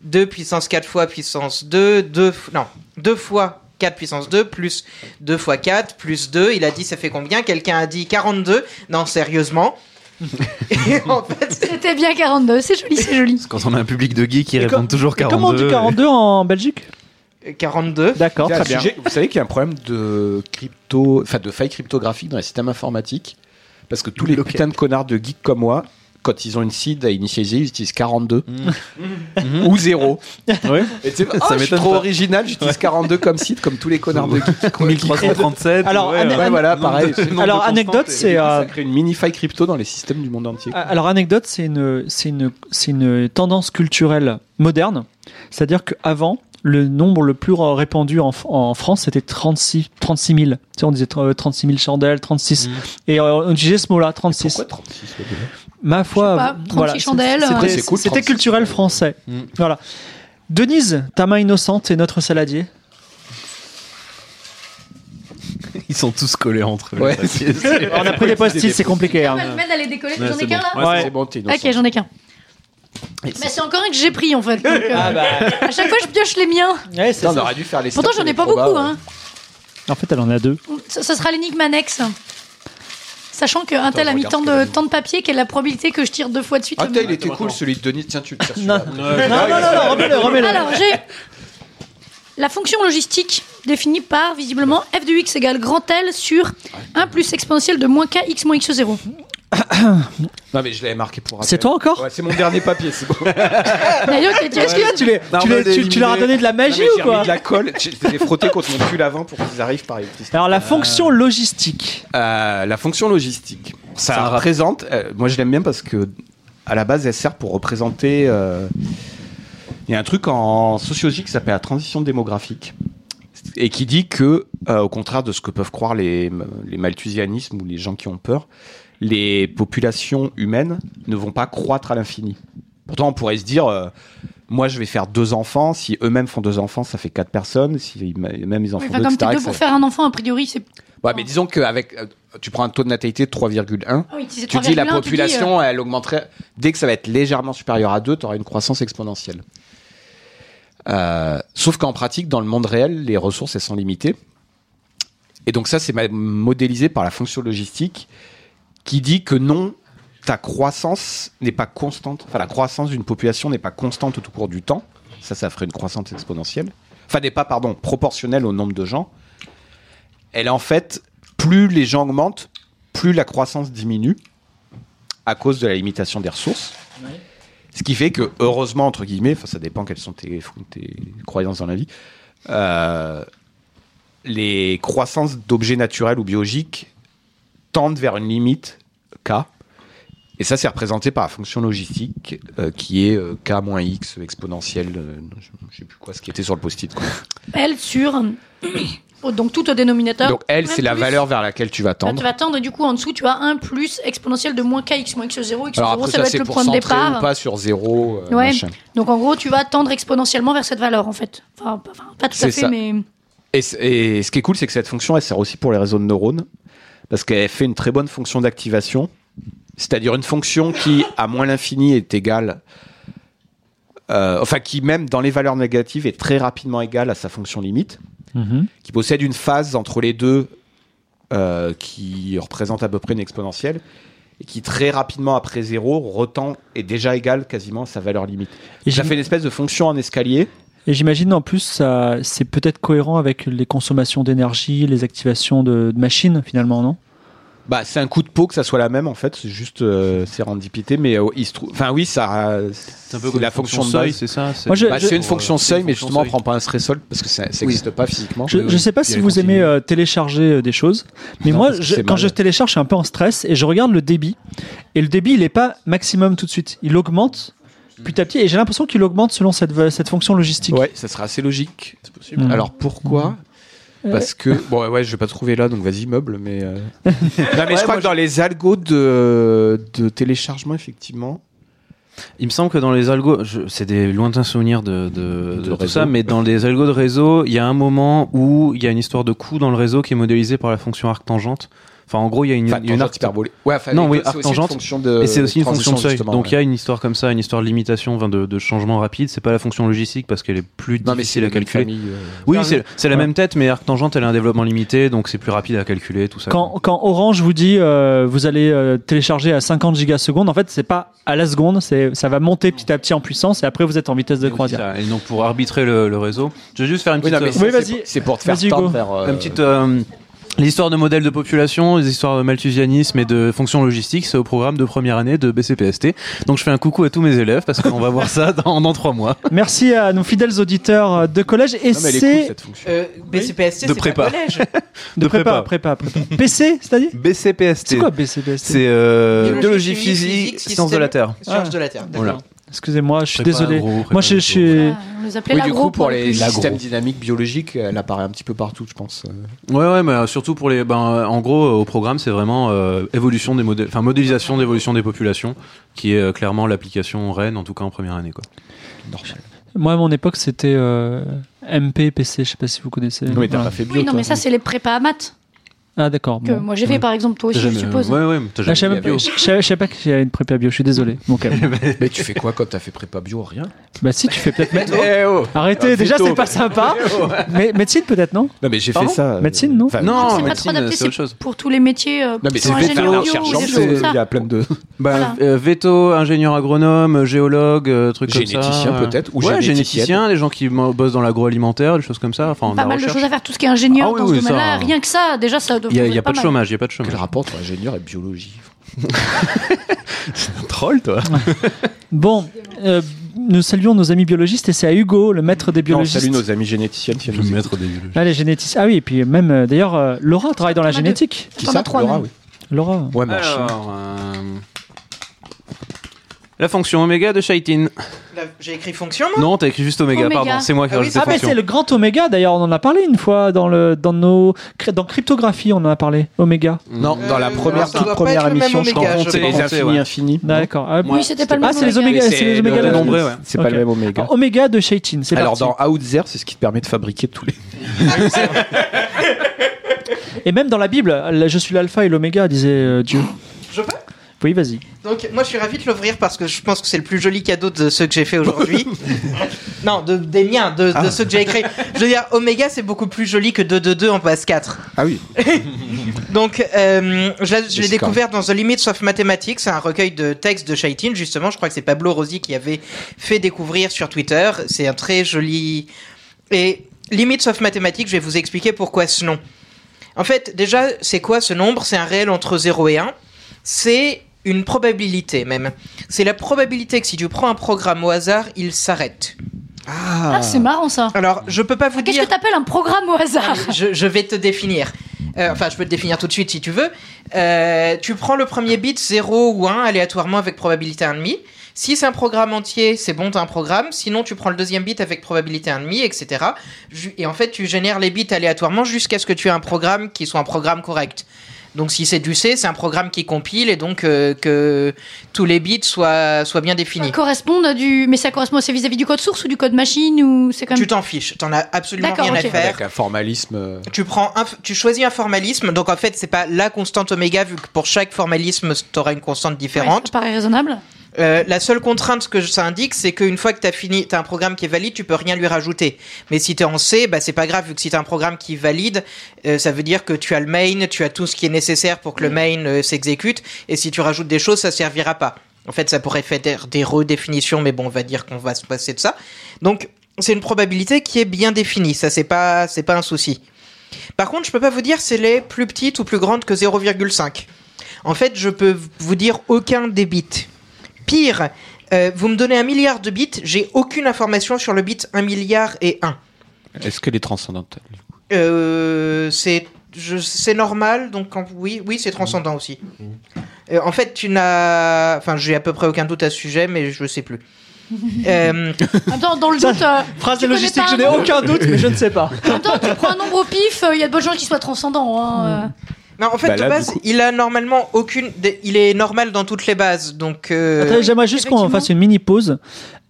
Speaker 6: 2 puissance 4 fois puissance 2, 2 non, 2 fois 4 puissance 2 plus 2 fois 4 plus 2, il a dit ça fait combien Quelqu'un a dit 42.
Speaker 5: (laughs)
Speaker 6: Non, sérieusement. et en fait,
Speaker 4: C'était bien 42, c'est joli, c'est joli.
Speaker 5: Quand on a un public de geeks qui
Speaker 1: Et
Speaker 5: répondent
Speaker 1: com-
Speaker 5: toujours
Speaker 1: et
Speaker 5: 42.
Speaker 1: Comment on dit 42 en Belgique
Speaker 6: 42.
Speaker 1: D'accord,
Speaker 3: Il y a
Speaker 1: très
Speaker 3: un
Speaker 1: bien.
Speaker 3: sujet- vous savez qu'il y a un problème de crypto, enfin de faille cryptographique dans les systèmes informatiques, parce que tous les putains de connards de geeks comme moi, quand ils ont une seed à initialiser, ils utilisent 42 (laughs) ou 0.
Speaker 5: Ouais.
Speaker 3: Et tu sais, oh,
Speaker 5: Ça
Speaker 3: je suis
Speaker 5: m'étonne
Speaker 3: trop
Speaker 5: pas.
Speaker 3: original, j'utilise 42 comme seed, comme tous les connards de geeks. qui-
Speaker 5: 1337.
Speaker 1: Alors,
Speaker 5: ouais,
Speaker 1: ane-
Speaker 5: ouais.
Speaker 3: Ouais, voilà, pareil.
Speaker 1: Alors, anecdote, c'est. euh,
Speaker 3: Ça crée une mini faille crypto dans les systèmes du monde entier.
Speaker 1: Ah, Alors, anecdote, c'est une, c'est une, c'est une tendance culturelle moderne. C'est-à-dire qu'avant, le nombre le plus répandu en, en France, c'était 36, 36 000. Tu sais, on disait euh, 36 000 chandelles, 36.
Speaker 5: Mm.
Speaker 1: Et euh, on utigisait ce mot-là, 36.
Speaker 3: Pourquoi 36 ouais, déjà
Speaker 1: Ma foi,
Speaker 4: Je sais pas, 36
Speaker 1: c'est-
Speaker 4: chandelles, euh,
Speaker 1: c'était-
Speaker 3: Ouais, c'est cool,
Speaker 1: C'était
Speaker 3: 36.
Speaker 1: culturel français.
Speaker 5: Mm.
Speaker 1: Voilà. Denise, ta main innocente et notre saladier.
Speaker 5: Ils sont tous collés entre eux.
Speaker 3: Ouais.
Speaker 1: On a pris des post-it, c'est compliqué. hein.
Speaker 4: Elle m'aide à les décoller,
Speaker 5: Ouais,
Speaker 4: j'en
Speaker 5: c'est
Speaker 4: ai qu'un
Speaker 5: bon.
Speaker 4: là
Speaker 5: Ouais,
Speaker 1: Ouais.
Speaker 3: C'est bon, t'es
Speaker 4: Ok,
Speaker 3: innocent.
Speaker 4: j'en ai qu'un. Mais c'est encore un que j'ai pris en fait. donc, euh,
Speaker 3: Ah, bah.
Speaker 4: À chaque fois, je pioche les miens.
Speaker 1: Ouais, c'est
Speaker 3: Putain, on
Speaker 1: ça.
Speaker 3: aurait dû faire les
Speaker 4: Pourtant,
Speaker 3: stats
Speaker 4: j'en
Speaker 3: et
Speaker 4: ai
Speaker 3: les
Speaker 4: pas
Speaker 3: probas,
Speaker 4: beaucoup.
Speaker 3: ouais.
Speaker 4: Hein.
Speaker 1: En fait, elle en a deux.
Speaker 4: Ça, ça sera l'énigme annexe. Sachant qu'un tel
Speaker 3: je
Speaker 4: a mis
Speaker 3: regarde
Speaker 4: tant
Speaker 3: ce qu'elle a
Speaker 4: de,
Speaker 3: mis.
Speaker 4: tant de papier qu'elle a la probabilité que je tire deux fois de suite.
Speaker 3: Ah,
Speaker 4: le
Speaker 3: putain,
Speaker 4: même.
Speaker 3: il était cool celui de Denis. Tiens, tu le tires
Speaker 1: Non.
Speaker 3: celui-là.
Speaker 1: Non, non, non, remets-le, remets-le.
Speaker 4: Alors, j'ai la fonction logistique définie par, visiblement, f de x égale grand L sur 1 plus exponentielle de moins kx moins
Speaker 3: (laughs)
Speaker 4: x0.
Speaker 3: Non, mais je l'avais marqué pour rappel.
Speaker 1: C'est toi encore
Speaker 3: Ouais, c'est mon dernier papier, c'est bon.
Speaker 4: D'ailleurs, quelqu'un-
Speaker 1: Qu'est-ce que tu les-
Speaker 5: Non,
Speaker 1: tu
Speaker 5: on va
Speaker 1: les- tu- tu leur as
Speaker 5: l'éliminer.
Speaker 1: donné de la magie
Speaker 3: Non, mais
Speaker 1: ou
Speaker 3: j'ai
Speaker 1: quoi
Speaker 3: remis de la colle, j'ai je les ai frottés contre mon pull avant pour qu'ils arrivent par électricité.
Speaker 1: Alors la fonction logistique.
Speaker 3: Euh, la Euh, fonction logistique, ça,
Speaker 5: Ça
Speaker 3: représente, euh, moi je l'aime bien parce que à la base, elle sert pour représenter. euh, Il y a un truc en sociologie qui s'appelle la transition démographique et qui dit que, euh, au contraire de ce que peuvent croire les, les malthusianismes ou les gens qui ont peur, les populations humaines ne vont pas croître à l'infini. Pourtant, on pourrait se dire, euh, moi, je vais faire deux enfants. Si eux-mêmes font deux enfants, ça fait quatre personnes. Si ils- même ils en
Speaker 4: Oui,
Speaker 3: font
Speaker 4: enfin,
Speaker 3: deux,
Speaker 4: comme
Speaker 3: etc.,
Speaker 4: t'es deux
Speaker 3: que ça-
Speaker 4: pour faire un enfant, a priori, c'est.
Speaker 3: Ouais, mais disons qu'avec, euh, tu prends un taux de natalité de 3,1.
Speaker 4: Ah oui, si c'est
Speaker 3: Tu dis la
Speaker 4: 3,1, tu dis, euh,
Speaker 3: population, elle augmenterait. Dès que ça va être légèrement supérieur à 2, tu auras une croissance exponentielle. Euh, sauf qu'en pratique, dans le monde réel, les ressources, elles sont limitées. Et donc ça, c'est ma- modélisé par la fonction logistique qui dit que non, ta croissance n'est pas constante. Enfin, la croissance d'une population n'est pas constante tout au cours du temps. Ça, ça ferait une croissance exponentielle. Enfin, n'est pas, pardon, proportionnelle au nombre de gens. Elle est en fait, plus les gens augmentent, plus la croissance diminue à cause de la limitation des ressources. Ce qui fait que, heureusement, entre guillemets, enfin, ça dépend quelles sont tes, tes croyances dans la vie, euh, les croissances d'objets naturels ou biologiques tendent vers une limite K. Et ça, c'est représenté par la fonction logistique euh, qui est euh, K moins X exponentielle, euh, je ne sais plus quoi, ce qui était sur le post-it. quoi.
Speaker 4: L euh,
Speaker 3: (coughs)
Speaker 4: sur. oh, Donc tout au dénominateur.
Speaker 3: Donc, L, c'est la
Speaker 4: plus.
Speaker 3: valeur vers laquelle tu vas
Speaker 4: Là,
Speaker 3: tendre.
Speaker 4: tu vas tendre et du coup en dessous tu as 1 plus exponentielle de moins kx moins x0, x0
Speaker 3: Alors après,
Speaker 4: ça
Speaker 3: ça,
Speaker 4: doit être
Speaker 3: c'est
Speaker 4: le point de
Speaker 3: pourcentré ou
Speaker 4: départ.
Speaker 3: pas sur zéro. euh,
Speaker 4: Ouais.
Speaker 3: machin.
Speaker 4: Donc en gros tu vas tendre exponentiellement vers cette valeur en fait. Enfin pas, enfin, pas tout
Speaker 3: C'est
Speaker 4: à fait
Speaker 3: ça. Mm.
Speaker 4: mais...
Speaker 3: Et, c- et ce qui est cool, c'est que cette fonction, elle sert aussi pour les réseaux de neurones, parce qu'elle fait une très bonne fonction d'activation, c'est-à-dire une fonction qui, à moins l'infini, est égale, euh, enfin qui même dans les valeurs négatives est très rapidement égale à sa fonction limite, qui possède une phase entre les deux euh, qui représente à peu près une exponentielle, et qui très rapidement après zéro retend est déjà égale quasiment à sa valeur limite.
Speaker 1: Et
Speaker 3: Ça
Speaker 1: j'im-
Speaker 3: fait une espèce de fonction en escalier.
Speaker 1: Et j'imagine en plus, ça, c'est peut-être cohérent avec les consommations d'énergie, les activations de, de machines finalement, non
Speaker 3: Bah, c'est un coup de peau que ça soit la même en fait, c'est juste euh, sérendipité, mais euh, il se trouve. Enfin oui, ça. euh,
Speaker 5: C'est
Speaker 3: C'est
Speaker 5: un peu comme
Speaker 3: la
Speaker 5: une
Speaker 3: fonction,
Speaker 5: seuil,
Speaker 3: de seuil.
Speaker 5: c'est ça. c'est-
Speaker 1: Moi, je-
Speaker 3: Bah, c'est une
Speaker 5: Pour,
Speaker 3: fonction
Speaker 5: euh,
Speaker 3: seuil,
Speaker 5: une
Speaker 3: mais
Speaker 5: fonction
Speaker 3: justement, on
Speaker 5: seuil.
Speaker 3: prend pas un stress sol parce que ça n'existe pas physiquement.
Speaker 1: Je
Speaker 5: oui,
Speaker 1: ne sais pas
Speaker 5: puis
Speaker 1: si
Speaker 5: elle
Speaker 1: vous
Speaker 5: continue.
Speaker 1: aimez euh, télécharger euh, des choses, mais
Speaker 3: Non,
Speaker 1: moi,
Speaker 3: parce que
Speaker 1: je-
Speaker 3: c'est
Speaker 1: quand
Speaker 3: mal.
Speaker 1: je télécharge, je suis un peu en stress et je regarde le débit. Et le débit, il n'est pas maximum tout de suite. Il augmente petit à petit et j'ai l'impression qu'il augmente selon cette, cette fonction logistique.
Speaker 3: Ouais, ça sera assez logique.
Speaker 1: Mhm.
Speaker 3: Alors pourquoi
Speaker 1: (laughs)
Speaker 3: Parce que bon ouais, ouais, je vais pas trouver là, donc vas-y meuble, mais. euh. non mais je crois que dans les algos de de téléchargement effectivement.
Speaker 5: Il me semble que dans les algos, je- c'est des lointains souvenirs de, de- de tout
Speaker 3: réseau.
Speaker 5: ça, mais dans les algos de réseau, il y a un moment où il y a une histoire de coût dans le réseau qui est modélisée par la fonction arc tangente. Enfin, en gros, il y a une,
Speaker 3: Enfin,
Speaker 5: il y a une
Speaker 3: tangente
Speaker 5: arc
Speaker 3: hyperbolée. Ouais, enfin,
Speaker 5: Non,
Speaker 3: les-
Speaker 5: oui,
Speaker 3: c'est aussi une
Speaker 5: tangente.
Speaker 3: fonction de.
Speaker 5: Et c'est aussi une fonction de
Speaker 3: transition,
Speaker 5: seuil.
Speaker 3: justement,
Speaker 5: Donc il y
Speaker 3: ouais.
Speaker 5: a une histoire comme ça, une histoire de limitation, enfin, de, de changement rapide. C'est pas la fonction logistique parce qu'elle est plus
Speaker 3: Non mais c'est
Speaker 5: difficile
Speaker 3: la
Speaker 5: à calculer.
Speaker 3: calculer.
Speaker 5: Oui,
Speaker 1: Non,
Speaker 5: c'est c'est la
Speaker 1: ouais.
Speaker 5: même tête, mais arc tangente, elle a un développement limité, donc c'est plus rapide à calculer, tout ça.
Speaker 1: Quand, quand Orange vous dit euh, vous allez euh, télécharger à 50 gigasecondes, en fait, c'est pas à la seconde, c'est ça va monter petit à petit en puissance et après vous êtes en vitesse de
Speaker 5: Et aussi
Speaker 1: croisière.
Speaker 5: ça. Et donc pour arbitrer le, le réseau, je vais juste faire une
Speaker 3: (laughs) Oui,
Speaker 5: petite.
Speaker 3: non, mais
Speaker 5: euh,
Speaker 3: ça,
Speaker 1: Oui,
Speaker 3: c'est
Speaker 1: vas-y.
Speaker 3: pour- c'est pour te faire
Speaker 1: Vas-y, Hugo.
Speaker 3: tendre vers. euh,
Speaker 5: Une petite. euh, les histoires de modèles de population, les histoires de malthusianisme et de fonctions logistiques, c'est au programme de première année de BCPST. Donc je fais un coucou à tous mes élèves parce qu'on va voir ça (laughs) dans, dans trois mois.
Speaker 1: Merci à nos fidèles auditeurs euh, de collège et
Speaker 3: Non, mais elle est
Speaker 1: c'est
Speaker 3: cool, cette fonction.
Speaker 6: Euh, BCPST,
Speaker 5: De
Speaker 6: c'est
Speaker 5: prépa.
Speaker 6: pas collège.
Speaker 1: de prépa, prépa, prépa. (laughs) PC, c'est-à-dire
Speaker 5: BCPST,
Speaker 1: C'est quoi BCPST
Speaker 5: c'est euh,
Speaker 6: Biologie,
Speaker 5: biologie,
Speaker 6: chimie,
Speaker 5: physique,
Speaker 6: physique,
Speaker 5: sciences de
Speaker 6: système.
Speaker 5: la Terre.
Speaker 6: Sciences
Speaker 1: Ah.
Speaker 6: de la Terre.
Speaker 1: D'accord. Excusez-moi, je suis
Speaker 5: Prépa
Speaker 1: désolé.
Speaker 5: agro, prépa
Speaker 1: Moi, je, je
Speaker 5: agro.
Speaker 1: suis.
Speaker 4: Ah, on les appelait
Speaker 3: Oui,
Speaker 4: l'agro
Speaker 3: du coup, pour
Speaker 4: les
Speaker 3: les
Speaker 4: plus.
Speaker 3: systèmes dynamiques biologiques, elle apparaît un petit peu partout, je pense.
Speaker 5: Ouais, ouais, mais euh, surtout pour les. Ben, euh, en gros, euh, au programme, c'est vraiment euh, évolution des modèles, enfin modélisation d'évolution des populations, qui est euh, clairement l'application reine, en tout cas en première année, quoi.
Speaker 1: Moi, à mon époque, c'était euh, MP, PC. Je sais pas si vous connaissez. Voilà.
Speaker 3: fait
Speaker 4: Oui, non mais ça c'est les prépas à maths
Speaker 1: Ah, d'accord.
Speaker 4: que
Speaker 1: bon.
Speaker 4: moi j'ai
Speaker 3: Mm.
Speaker 4: fait par exemple toi aussi je
Speaker 5: Jamais-
Speaker 4: suppose.
Speaker 5: Ouais, ouais, mais t'as
Speaker 1: Ah,
Speaker 5: jamais
Speaker 1: je savais
Speaker 5: fait
Speaker 1: même pas- je savais- je savais pas qu'il y avait une prépa bio. Je suis désolé. Bon, calme.
Speaker 3: Mais tu fais quoi quand t'as fait prépa bio Rien.
Speaker 1: bah, si, tu fais peut-être. médecine.
Speaker 3: Eh oh
Speaker 1: Arrêtez,
Speaker 3: Ah,
Speaker 1: déjà,
Speaker 3: plutôt.
Speaker 1: c'est pas
Speaker 3: (laughs)
Speaker 1: sympa. Mais médecine, peut-être, non
Speaker 3: Non, mais j'ai
Speaker 5: Pardon
Speaker 3: fait ça. euh,
Speaker 1: Médecine, non
Speaker 3: enfin,
Speaker 5: Non,
Speaker 3: j'ai fait
Speaker 4: C'est pas
Speaker 3: médecine.
Speaker 4: trop
Speaker 5: médecine,
Speaker 4: adapté
Speaker 5: c'est
Speaker 4: c'est
Speaker 5: autre chose.
Speaker 4: pour tous les métiers euh,
Speaker 3: Non, mais
Speaker 4: qui
Speaker 3: c'est
Speaker 4: sont
Speaker 3: pour faire
Speaker 4: ingénieurs
Speaker 3: un
Speaker 4: bio ou
Speaker 3: chercheur,
Speaker 4: des choses
Speaker 3: c'est-
Speaker 4: comme ça.
Speaker 3: il y a plein de.
Speaker 5: Bah,
Speaker 4: Voilà.
Speaker 5: euh, veto, ingénieur agronome, géologue, euh, trucs comme ça.
Speaker 3: Généticien, peut-être, ou
Speaker 5: ouais,
Speaker 3: généticienne.
Speaker 5: généticien, les gens qui mo- bossent dans l'agroalimentaire, des choses comme ça. Enfin,
Speaker 4: Pas
Speaker 5: la
Speaker 4: mal de
Speaker 5: recherche.
Speaker 4: choses à faire tout ce qui est ingénieur
Speaker 5: Ah oui,
Speaker 4: dans
Speaker 5: oui,
Speaker 4: ce domaine-là
Speaker 5: ça-
Speaker 4: rien que ça déjà
Speaker 5: Il y
Speaker 4: ça
Speaker 5: a,
Speaker 4: devrait
Speaker 5: il y a pas de
Speaker 4: mal.
Speaker 5: chômage, il y a pas de chômage.
Speaker 3: Quel rapport entre ingénieur
Speaker 1: (laughs)
Speaker 3: et biologie
Speaker 5: Troll, toi.
Speaker 1: Bon, euh, nous saluons nos amis biologistes et c'est à Hugo, le maître des
Speaker 3: Non,
Speaker 1: biologistes.
Speaker 3: salut nos amis généticiennes. Si elles nous écoutent.
Speaker 1: Ah, les génétistes. Ah oui, et puis même, euh, d'ailleurs, euh, Laura travaille dans la
Speaker 4: Thomas
Speaker 1: génétique.
Speaker 3: Qui
Speaker 4: T'en as
Speaker 3: ça
Speaker 4: trois,
Speaker 3: Laura,
Speaker 4: même.
Speaker 3: oui.
Speaker 1: Laura.
Speaker 3: Ouais, mais en Chine.
Speaker 5: Alors, euh, La fonction oméga de Shaitin.
Speaker 6: Là, J'ai écrit fonction, moi
Speaker 5: Non, t'as écrit juste oméga,
Speaker 4: Oméga.
Speaker 5: pardon, c'est moi qui ai
Speaker 6: Ah oui,
Speaker 5: rajouté
Speaker 1: Ah, mais
Speaker 5: fonction.
Speaker 1: c'est le grand Oméga, d'ailleurs, on en a parlé une fois dans, le, dans, nos, dans Cryptographie, on en a parlé. Oméga.
Speaker 3: Non, dans la
Speaker 6: Euh,
Speaker 3: première,
Speaker 6: ça
Speaker 3: toute
Speaker 6: doit pas être
Speaker 3: première
Speaker 6: le même
Speaker 3: émission, je Bah,
Speaker 6: oméga,
Speaker 3: crois.
Speaker 5: je
Speaker 3: C'est les
Speaker 5: pense.
Speaker 3: infinis
Speaker 5: Ouais.
Speaker 3: infinis. euh,
Speaker 1: D'accord. Ah,
Speaker 5: Moi,
Speaker 4: Oui, c'était pas le
Speaker 1: Ah,
Speaker 4: même.
Speaker 1: c'est les
Speaker 4: oméga.
Speaker 1: omégas, c'est les omégas
Speaker 5: le
Speaker 1: de
Speaker 5: nombre. nombreux, ouais.
Speaker 3: C'est pas
Speaker 1: Ok.
Speaker 3: le même oméga.
Speaker 1: Alors, Oméga de Shaitin, c'est
Speaker 3: Alors
Speaker 1: parti.
Speaker 3: dans Outzer, c'est ce qui te permet de fabriquer tous les.
Speaker 1: Et même dans la Bible, là, je suis l'alpha et l'oméga, disait euh, Dieu.
Speaker 6: Je peux
Speaker 1: Oui, vas-y.
Speaker 6: Donc, moi, je suis ravi de l'ouvrir parce que je pense que c'est le plus joli cadeau de ceux que j'ai fait aujourd'hui.
Speaker 3: (laughs)
Speaker 6: non, de, des miens, de, de
Speaker 3: Ah.
Speaker 6: ceux que j'ai écrits. Je veux dire, Oméga, c'est beaucoup plus joli que 2-2-2 en passe 4.
Speaker 3: Ah oui.
Speaker 6: (laughs) Donc, euh, je, l'ai- je l'ai
Speaker 3: Les scores.
Speaker 6: découvert dans The Limits of Mathematics, c'est un recueil de textes de Shaitin, justement. Je crois que c'est Pablo Rossi qui avait fait découvrir sur Twitter. C'est un très joli. Et Limits of Mathematics, je vais vous expliquer pourquoi ce nom. En fait, déjà, c'est quoi ce nombre C'est un réel entre 0 et 1. C'est une probabilité, même. C'est la probabilité que si tu prends un programme au hasard, il s'arrête.
Speaker 4: Ah, c'est marrant ça.
Speaker 6: Alors, je peux pas vous
Speaker 4: Ah, Qu'est-ce
Speaker 6: dire.
Speaker 4: que t'appelles un programme au hasard
Speaker 6: je, je vais te définir. Euh, enfin, je peux te définir tout de suite si tu veux. Euh, tu prends le premier bit 0 ou 1 aléatoirement avec probabilité 1,5. Si c'est un programme entier, c'est bon, t'as un programme. Sinon, tu prends le deuxième bit avec probabilité 1,5, etc. Ju- Et en fait, tu génères les bits aléatoirement jusqu'à ce que tu aies un programme qui soit un programme correct. Donc, si c'est du C, c'est un programme qui compile et donc euh, que tous les bits soient, soient bien
Speaker 4: Ça
Speaker 6: définis.
Speaker 4: correspond à du. Mais ça correspond aussi vis-à-vis du code source ou du code machine ou c'est quand même.
Speaker 6: Tu t'en fiches, t'en as absolument
Speaker 4: D'accord,
Speaker 6: rien
Speaker 4: ok.
Speaker 6: à faire.
Speaker 3: un formalisme. euh,
Speaker 6: Tu prends un, tu choisis un formalisme, donc en fait c'est pas la constante oméga vu que pour chaque formalisme t'auras une constante
Speaker 4: Ouais,
Speaker 6: différente.
Speaker 4: ça paraît raisonnable.
Speaker 6: Euh, la seule contrainte que ça indique c'est qu'une fois que t'as fini, t'as un programme qui est valide, tu peux rien lui rajouter. Mais si t'es en C, bah c'est pas grave vu que si t'as un programme qui est valide, euh, ça veut dire que tu as le main, tu as tout ce qui est nécessaire pour que le main euh, s'exécute, et si tu rajoutes des choses ça servira pas. En fait ça pourrait faire des redéfinitions, mais bon on va dire qu'on va se passer de ça. Donc c'est une probabilité qui est bien définie, ça c'est pas c'est pas un souci. Par contre, je peux pas vous dire si elle est plus petite ou plus grande que 0,5. En fait, je peux vous dire aucun des bits. Pire, euh, vous me donnez un milliard de bits, j'ai aucune information sur le bit 1 milliard et 1.
Speaker 3: Est-ce que les transcendantales
Speaker 6: Euh, c'est je- c'est normal, donc quand- oui, oui, c'est transcendant aussi. Euh, en fait, tu n'as, enfin, j'ai à peu près aucun doute à ce sujet, mais je sais plus. Euh,
Speaker 4: Attends, dans le doute. euh,
Speaker 1: Phrase
Speaker 4: tu
Speaker 1: de
Speaker 4: connais
Speaker 1: logistique,
Speaker 4: pas
Speaker 1: je
Speaker 4: un
Speaker 1: n'ai
Speaker 4: nombre-
Speaker 1: aucun doute, mais je ne sais pas.
Speaker 4: Attends, tu prends un nombre au pif, euh, il y a de bonnes gens qui soient transcendants.
Speaker 5: Hmm.
Speaker 4: Hein,
Speaker 6: Non, en fait,
Speaker 3: Bah
Speaker 6: de
Speaker 3: là,
Speaker 6: base,
Speaker 3: du coup-
Speaker 6: il a normalement aucune, il est normal dans toutes les bases, donc. euh,
Speaker 1: Attendez, J'aimerais juste qu'on
Speaker 4: effectivement.
Speaker 1: fasse une mini pause.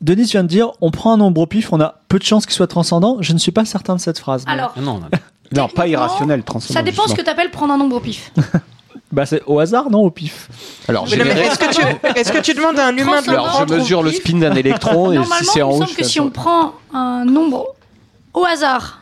Speaker 1: Denise vient de dire on prend un nombre au pif, on a peu de chances qu'il soit transcendant. Je ne suis pas certain de cette phrase.
Speaker 4: euh. Alors,
Speaker 5: Non, non.
Speaker 3: (laughs) Non, pas irrationnel, transcendant.
Speaker 4: ça dépend ce que t'appelles prendre un nombre au pif.
Speaker 1: Bah, c'est au hasard, non Au pif.
Speaker 3: Alors,
Speaker 6: Mais non, mais est-ce que, tu, est-ce que tu demandes à un humain de le
Speaker 4: Alors,
Speaker 3: Alors,
Speaker 6: prendre
Speaker 3: je mesure
Speaker 6: au
Speaker 3: le
Speaker 6: pif
Speaker 3: spin d'un
Speaker 4: (laughs)
Speaker 3: électron et si
Speaker 4: Normalement,
Speaker 3: c'est
Speaker 4: il
Speaker 3: en
Speaker 4: me
Speaker 3: haut,
Speaker 4: semble que si on prend un nombre au hasard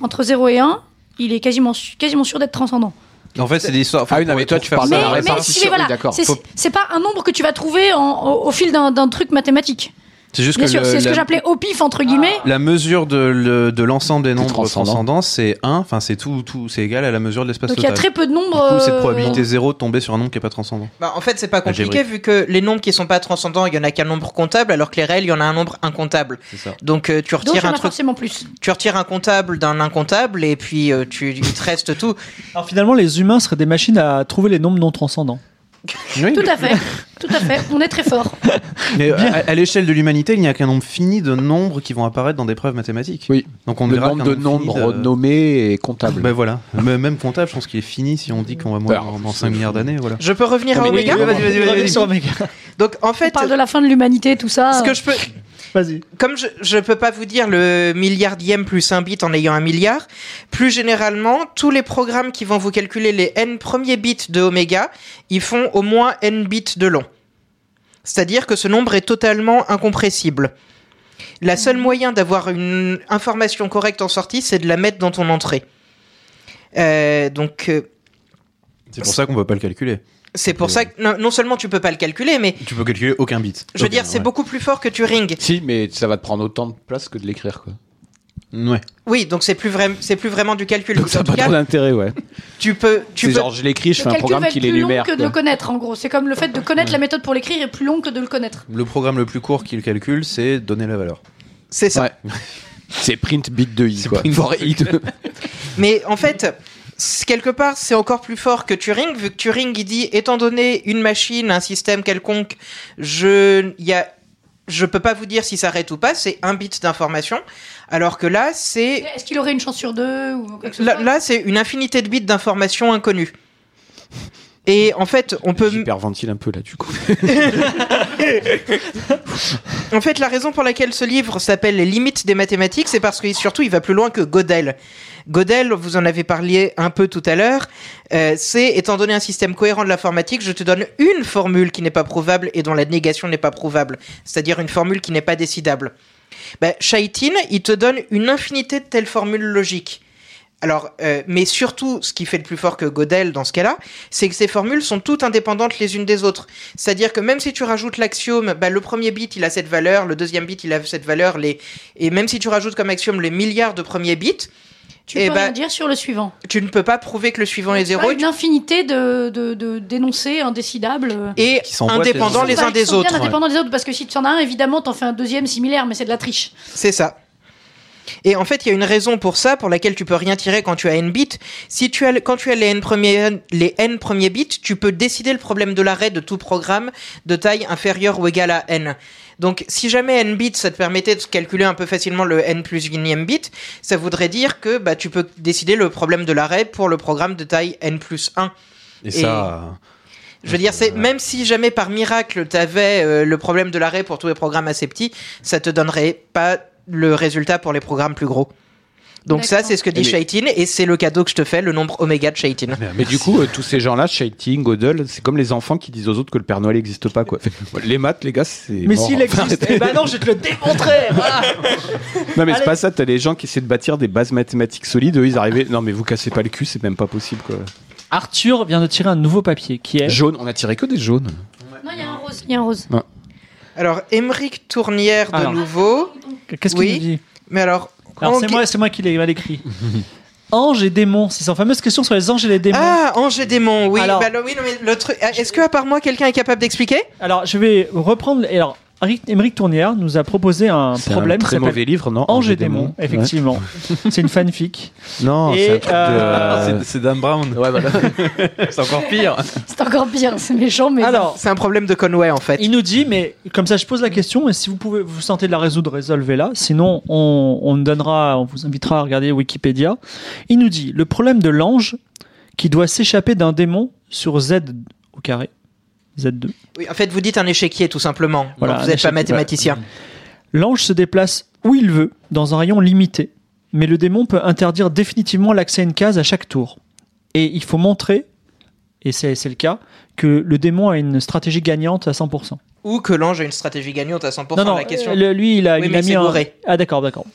Speaker 4: entre 0 et 1, il est quasiment, su- quasiment sûr d'être transcendant.
Speaker 5: En fait, c'est des histoires.
Speaker 3: Ah oui, non, mais toi, tu parles
Speaker 4: Mais,
Speaker 3: de la
Speaker 4: mais
Speaker 3: répartition.
Speaker 4: si- mais
Speaker 3: Oui,
Speaker 4: voilà,
Speaker 3: d'accord.
Speaker 4: c'est-
Speaker 3: Faut-
Speaker 4: c'est pas un nombre que tu vas trouver en- au, au fil d'un d'un truc mathématique.
Speaker 5: C'est juste
Speaker 4: Bien
Speaker 5: que
Speaker 4: sûr,
Speaker 5: le-
Speaker 4: c'est ce que
Speaker 5: la- Ah,
Speaker 4: j'appelais au pif entre guillemets.
Speaker 5: La mesure de, le- de l'ensemble des nombres
Speaker 3: transcendants.
Speaker 5: transcendants, c'est 1, enfin c'est tout, tout c'est égal à la mesure de l'espace
Speaker 4: Donc il y a
Speaker 5: total.
Speaker 4: très peu de
Speaker 5: Du
Speaker 4: nombres.
Speaker 5: coup, c'est
Speaker 4: euh,
Speaker 5: probabilité 0 de tomber sur un nombre qui n'est pas transcendant.
Speaker 6: Bah, En fait, c'est
Speaker 3: Ah,
Speaker 6: pas compliqué
Speaker 5: Algébrique.
Speaker 6: vu que les nombres qui sont pas transcendants, il y en a qu'un nombre comptable, alors que les réels, il y en a un nombre incomptable.
Speaker 5: C'est (laughs) ça.
Speaker 6: Donc euh, tu
Speaker 4: Donc il
Speaker 6: retires
Speaker 4: y en
Speaker 6: un
Speaker 4: a
Speaker 6: truc,
Speaker 4: forcément plus.
Speaker 6: tu retires un comptable d'un incomptable et puis euh, tu (laughs) il te reste tout.
Speaker 1: Alors finalement, les humains seraient des machines à trouver les nombres non transcendants.
Speaker 4: Tout à fait, tout à fait. On est très fort.
Speaker 5: Mais à, à l'échelle de l'humanité, il n'y a qu'un nombre fini de nombres qui vont apparaître dans des preuves mathématiques.
Speaker 3: Oui.
Speaker 5: Donc on ne
Speaker 3: le
Speaker 5: verra
Speaker 3: nombre
Speaker 5: qu'un
Speaker 3: de Bah,
Speaker 5: fini
Speaker 3: nombres
Speaker 5: de-
Speaker 3: nommés et comptables.
Speaker 5: Ben voilà. Mais Même comptable, je pense qu'il est fini si on dit qu'on va mourir
Speaker 3: Alors,
Speaker 5: dans- dans
Speaker 3: Ben, c'est
Speaker 5: 5
Speaker 3: fou.
Speaker 5: milliards d'années. Voilà.
Speaker 6: Je peux
Speaker 1: Ah,
Speaker 6: revenir à
Speaker 3: Ah, Mais oui,
Speaker 6: Omega
Speaker 3: oui, vas-y,
Speaker 1: On revient sur Oméga.
Speaker 6: Donc en
Speaker 4: On
Speaker 6: fait,
Speaker 4: parle de la fin de l'humanité, tout ça.
Speaker 6: ce que je peux
Speaker 1: Vas-y.
Speaker 6: comme je, je peux pas vous dire le milliardième plus un bit en ayant un milliard, plus généralement, tous les programmes qui vont vous calculer les n premiers bits de oméga, ils font au moins n bits de long. C'est-à-dire que ce nombre est totalement incompressible. La seule moyen d'avoir une information correcte en sortie, c'est de la mettre dans ton entrée. Euh, donc, euh,
Speaker 5: C'est pour ça qu'on ne peut pas le calculer.
Speaker 6: c'est
Speaker 3: Mmh.
Speaker 6: pour ça que non, non seulement tu peux pas le calculer, mais
Speaker 5: Tu peux calculer aucun bit.
Speaker 6: je veux dire, c'est beaucoup plus fort que Turing.
Speaker 3: Si, mais ça va te prendre autant de place que de l'écrire. Quoi.
Speaker 5: beaucoup. Ouais.
Speaker 6: Oui, donc c'est plus, vrai- c'est plus vraiment du calcul.
Speaker 3: Donc ça
Speaker 6: En
Speaker 3: n'a
Speaker 6: tout
Speaker 3: pas
Speaker 6: cas,
Speaker 3: trop d'intérêt, ouais.
Speaker 6: tu peux, tu
Speaker 3: C'est
Speaker 6: peux
Speaker 3: genre, je l'écris, je
Speaker 4: Le
Speaker 3: fais un
Speaker 4: calcul
Speaker 3: programme
Speaker 4: va être
Speaker 3: qui
Speaker 4: plus long
Speaker 3: l'énumère.
Speaker 4: que de le
Speaker 3: quoi.
Speaker 4: connaître, en gros. C'est comme le fait de connaître la méthode pour l'écrire est plus long que de le connaître.
Speaker 5: Le programme le plus court qu'il calcule, c'est donner la valeur.
Speaker 6: C'est ça.
Speaker 3: Ouais. C'est print bit de i, (laughs)
Speaker 5: C'est
Speaker 3: quoi.
Speaker 5: print
Speaker 3: For i.
Speaker 6: Mais en fait, c- quelque part, c'est encore plus fort que Turing, vu que Turing, il dit, étant donné une machine, un système quelconque, je, il y a, je peux pas vous dire si ça arrête ou pas, c'est un bit d'information. Alors que là, c'est,
Speaker 4: Est-ce qu'il aurait une chance sur deux ou quoi que ce
Speaker 6: là,
Speaker 4: soit
Speaker 6: là, c'est une infinité de bits d'informations inconnues. Et en fait, on peut,
Speaker 3: J'hyperventile un peu là du coup.
Speaker 6: En fait, la raison pour laquelle ce livre s'appelle Les limites des mathématiques, c'est parce que surtout, il va plus loin que Gödel. Gödel, vous en avez parlé un peu tout à l'heure, euh, c'est étant donné un système cohérent de l'informatique, je te donne une formule qui n'est pas prouvable et dont la négation n'est pas prouvable, c'est-à-dire une formule qui n'est pas décidable. Ben, Chaitin, il te donne une infinité de telles formules logiques. Alors, euh, mais surtout, ce qui fait le plus fort que Gödel dans ce cas-là, c'est que ces formules sont toutes indépendantes les unes des autres. C'est-à-dire que même si tu rajoutes l'axiome, bah, le premier bit il a cette valeur, le deuxième bit il a cette valeur, les... et même si tu rajoutes comme axiome les milliards de premiers bits,
Speaker 4: Tu
Speaker 6: eh
Speaker 4: peux
Speaker 6: ben,
Speaker 4: rien dire sur le suivant.
Speaker 6: tu ne peux pas prouver que le suivant est
Speaker 4: Ah,
Speaker 6: zéro. et
Speaker 4: une infinité de, de, de dénoncés indécidables. euh,
Speaker 6: tu- Et
Speaker 5: Qui s'emboîtent les
Speaker 6: indépendants
Speaker 5: uns
Speaker 6: les
Speaker 4: Enfin,
Speaker 6: uns
Speaker 4: ils
Speaker 6: des
Speaker 4: sont bien
Speaker 6: autres.
Speaker 4: indépendants des autres, parce que si tu en as un, évidemment, t'en fais un deuxième similaire, mais c'est de la triche.
Speaker 6: C'est ça. Et en fait, il y a une raison pour ça, pour laquelle tu peux rien tirer quand tu as n bits. Si tu as, le- quand tu as les n premiers, les n premiers bits, tu peux décider le problème de l'arrêt de tout programme de taille inférieure ou égale à n. Donc, si jamais n bits, ça te permettait de calculer un peu facilement le n plus unième bit, ça voudrait dire que, bah, tu peux décider le problème de l'arrêt pour le programme de taille n plus 1.
Speaker 5: Et ça.
Speaker 6: Je veux dire, c'est même si jamais par miracle t'avais euh, le problème de l'arrêt pour tous les programmes assez petits, ça te donnerait pas le résultat pour les programmes plus gros. Donc ça,
Speaker 4: D'accord.
Speaker 6: c'est ce que dit
Speaker 3: Mais-
Speaker 6: Shaitin et c'est le cadeau que je te fais, le nombre oméga de Shaitin.
Speaker 3: Mais du coup, euh, tous ces gens-là, Shaiting, Godel, c'est comme les enfants qui disent aux autres que le Père Noël n'existe pas.
Speaker 5: (laughs)
Speaker 3: Quoi. Les maths, les gars, c'est.
Speaker 1: Mais
Speaker 3: mort. hein.
Speaker 1: s'il existe, eh ben non, je vais te le démontrer. voilà.
Speaker 3: Non, mais c'est
Speaker 1: Allez.
Speaker 3: pas ça. T'as les gens qui essaient de bâtir des bases mathématiques solides. Eux, ils arrivaient. Non, mais vous cassez pas le cul, c'est même pas possible. Quoi.
Speaker 1: Arthur vient de tirer un nouveau papier qui est.
Speaker 3: Jaune, on a tiré que des jaunes.
Speaker 4: Non, il y a un rose. Il y a un rose.
Speaker 6: Alors, Émeric Tournière de
Speaker 1: Alors.
Speaker 6: nouveau.
Speaker 1: Qu'est-ce qu'il
Speaker 6: Oui.
Speaker 1: nous dit
Speaker 6: Mais alors,
Speaker 1: Ah Alors c'est
Speaker 6: Ange-
Speaker 1: moi, c'est moi qui l'ai mal écrit. (laughs) Ange et démon, c'est sa fameuse question sur les anges et les démons.
Speaker 6: ah, Ange et Démon, oui.
Speaker 1: Alors-
Speaker 6: Bah, le- oui, non, mais le truc. ah, Est-ce que à part moi, quelqu'un est capable d'expliquer
Speaker 1: Alors je vais reprendre. et Alors Émeric Tournière nous a proposé un
Speaker 3: C'est
Speaker 1: problème
Speaker 3: un
Speaker 1: qui
Speaker 3: très
Speaker 1: s'appelle
Speaker 3: mauvais livre, non
Speaker 1: Ange et démon, (laughs) effectivement. c'est une fanfic.
Speaker 3: Ouais. Non,
Speaker 1: Et,
Speaker 3: c'est un truc
Speaker 1: euh,
Speaker 3: de.
Speaker 5: C'est- C'est Dan Brown. Ouais, voilà. c'est encore pire.
Speaker 4: C'est encore pire, c'est méchant, mais.
Speaker 1: Alors
Speaker 6: C'est un problème de Conway en fait.
Speaker 1: Oh. Il nous dit, mais comme ça, je pose la question, et si vous pouvez, vous sentez de la résoudre, résolvez-la. Sinon, on, on donnera, on vous invitera à regarder Wikipédia. Il nous dit, le problème de l'ange qui doit s'échapper d'un démon sur Z au carré, Z2.
Speaker 6: Oui, en fait, vous dites un échiquier tout simplement.
Speaker 1: Voilà,
Speaker 6: Donc,
Speaker 1: un
Speaker 6: vous n'êtes
Speaker 1: échiquier,
Speaker 6: pas mathématicien.
Speaker 1: L'ange se déplace où il veut, dans un rayon limité, mais le démon peut interdire définitivement l'accès à une case à chaque tour. Et il faut montrer, et c'est c'est le cas, que le démon a une stratégie gagnante à 100%.
Speaker 6: Ou que l'ange a une stratégie gagnante à 100%.
Speaker 1: non, non,
Speaker 6: la question.
Speaker 1: euh, le- lui, il a,
Speaker 6: Oui,
Speaker 1: il
Speaker 6: mais
Speaker 1: a
Speaker 6: c'est
Speaker 1: mis un...
Speaker 6: bourré.
Speaker 1: Ah d'accord, d'accord.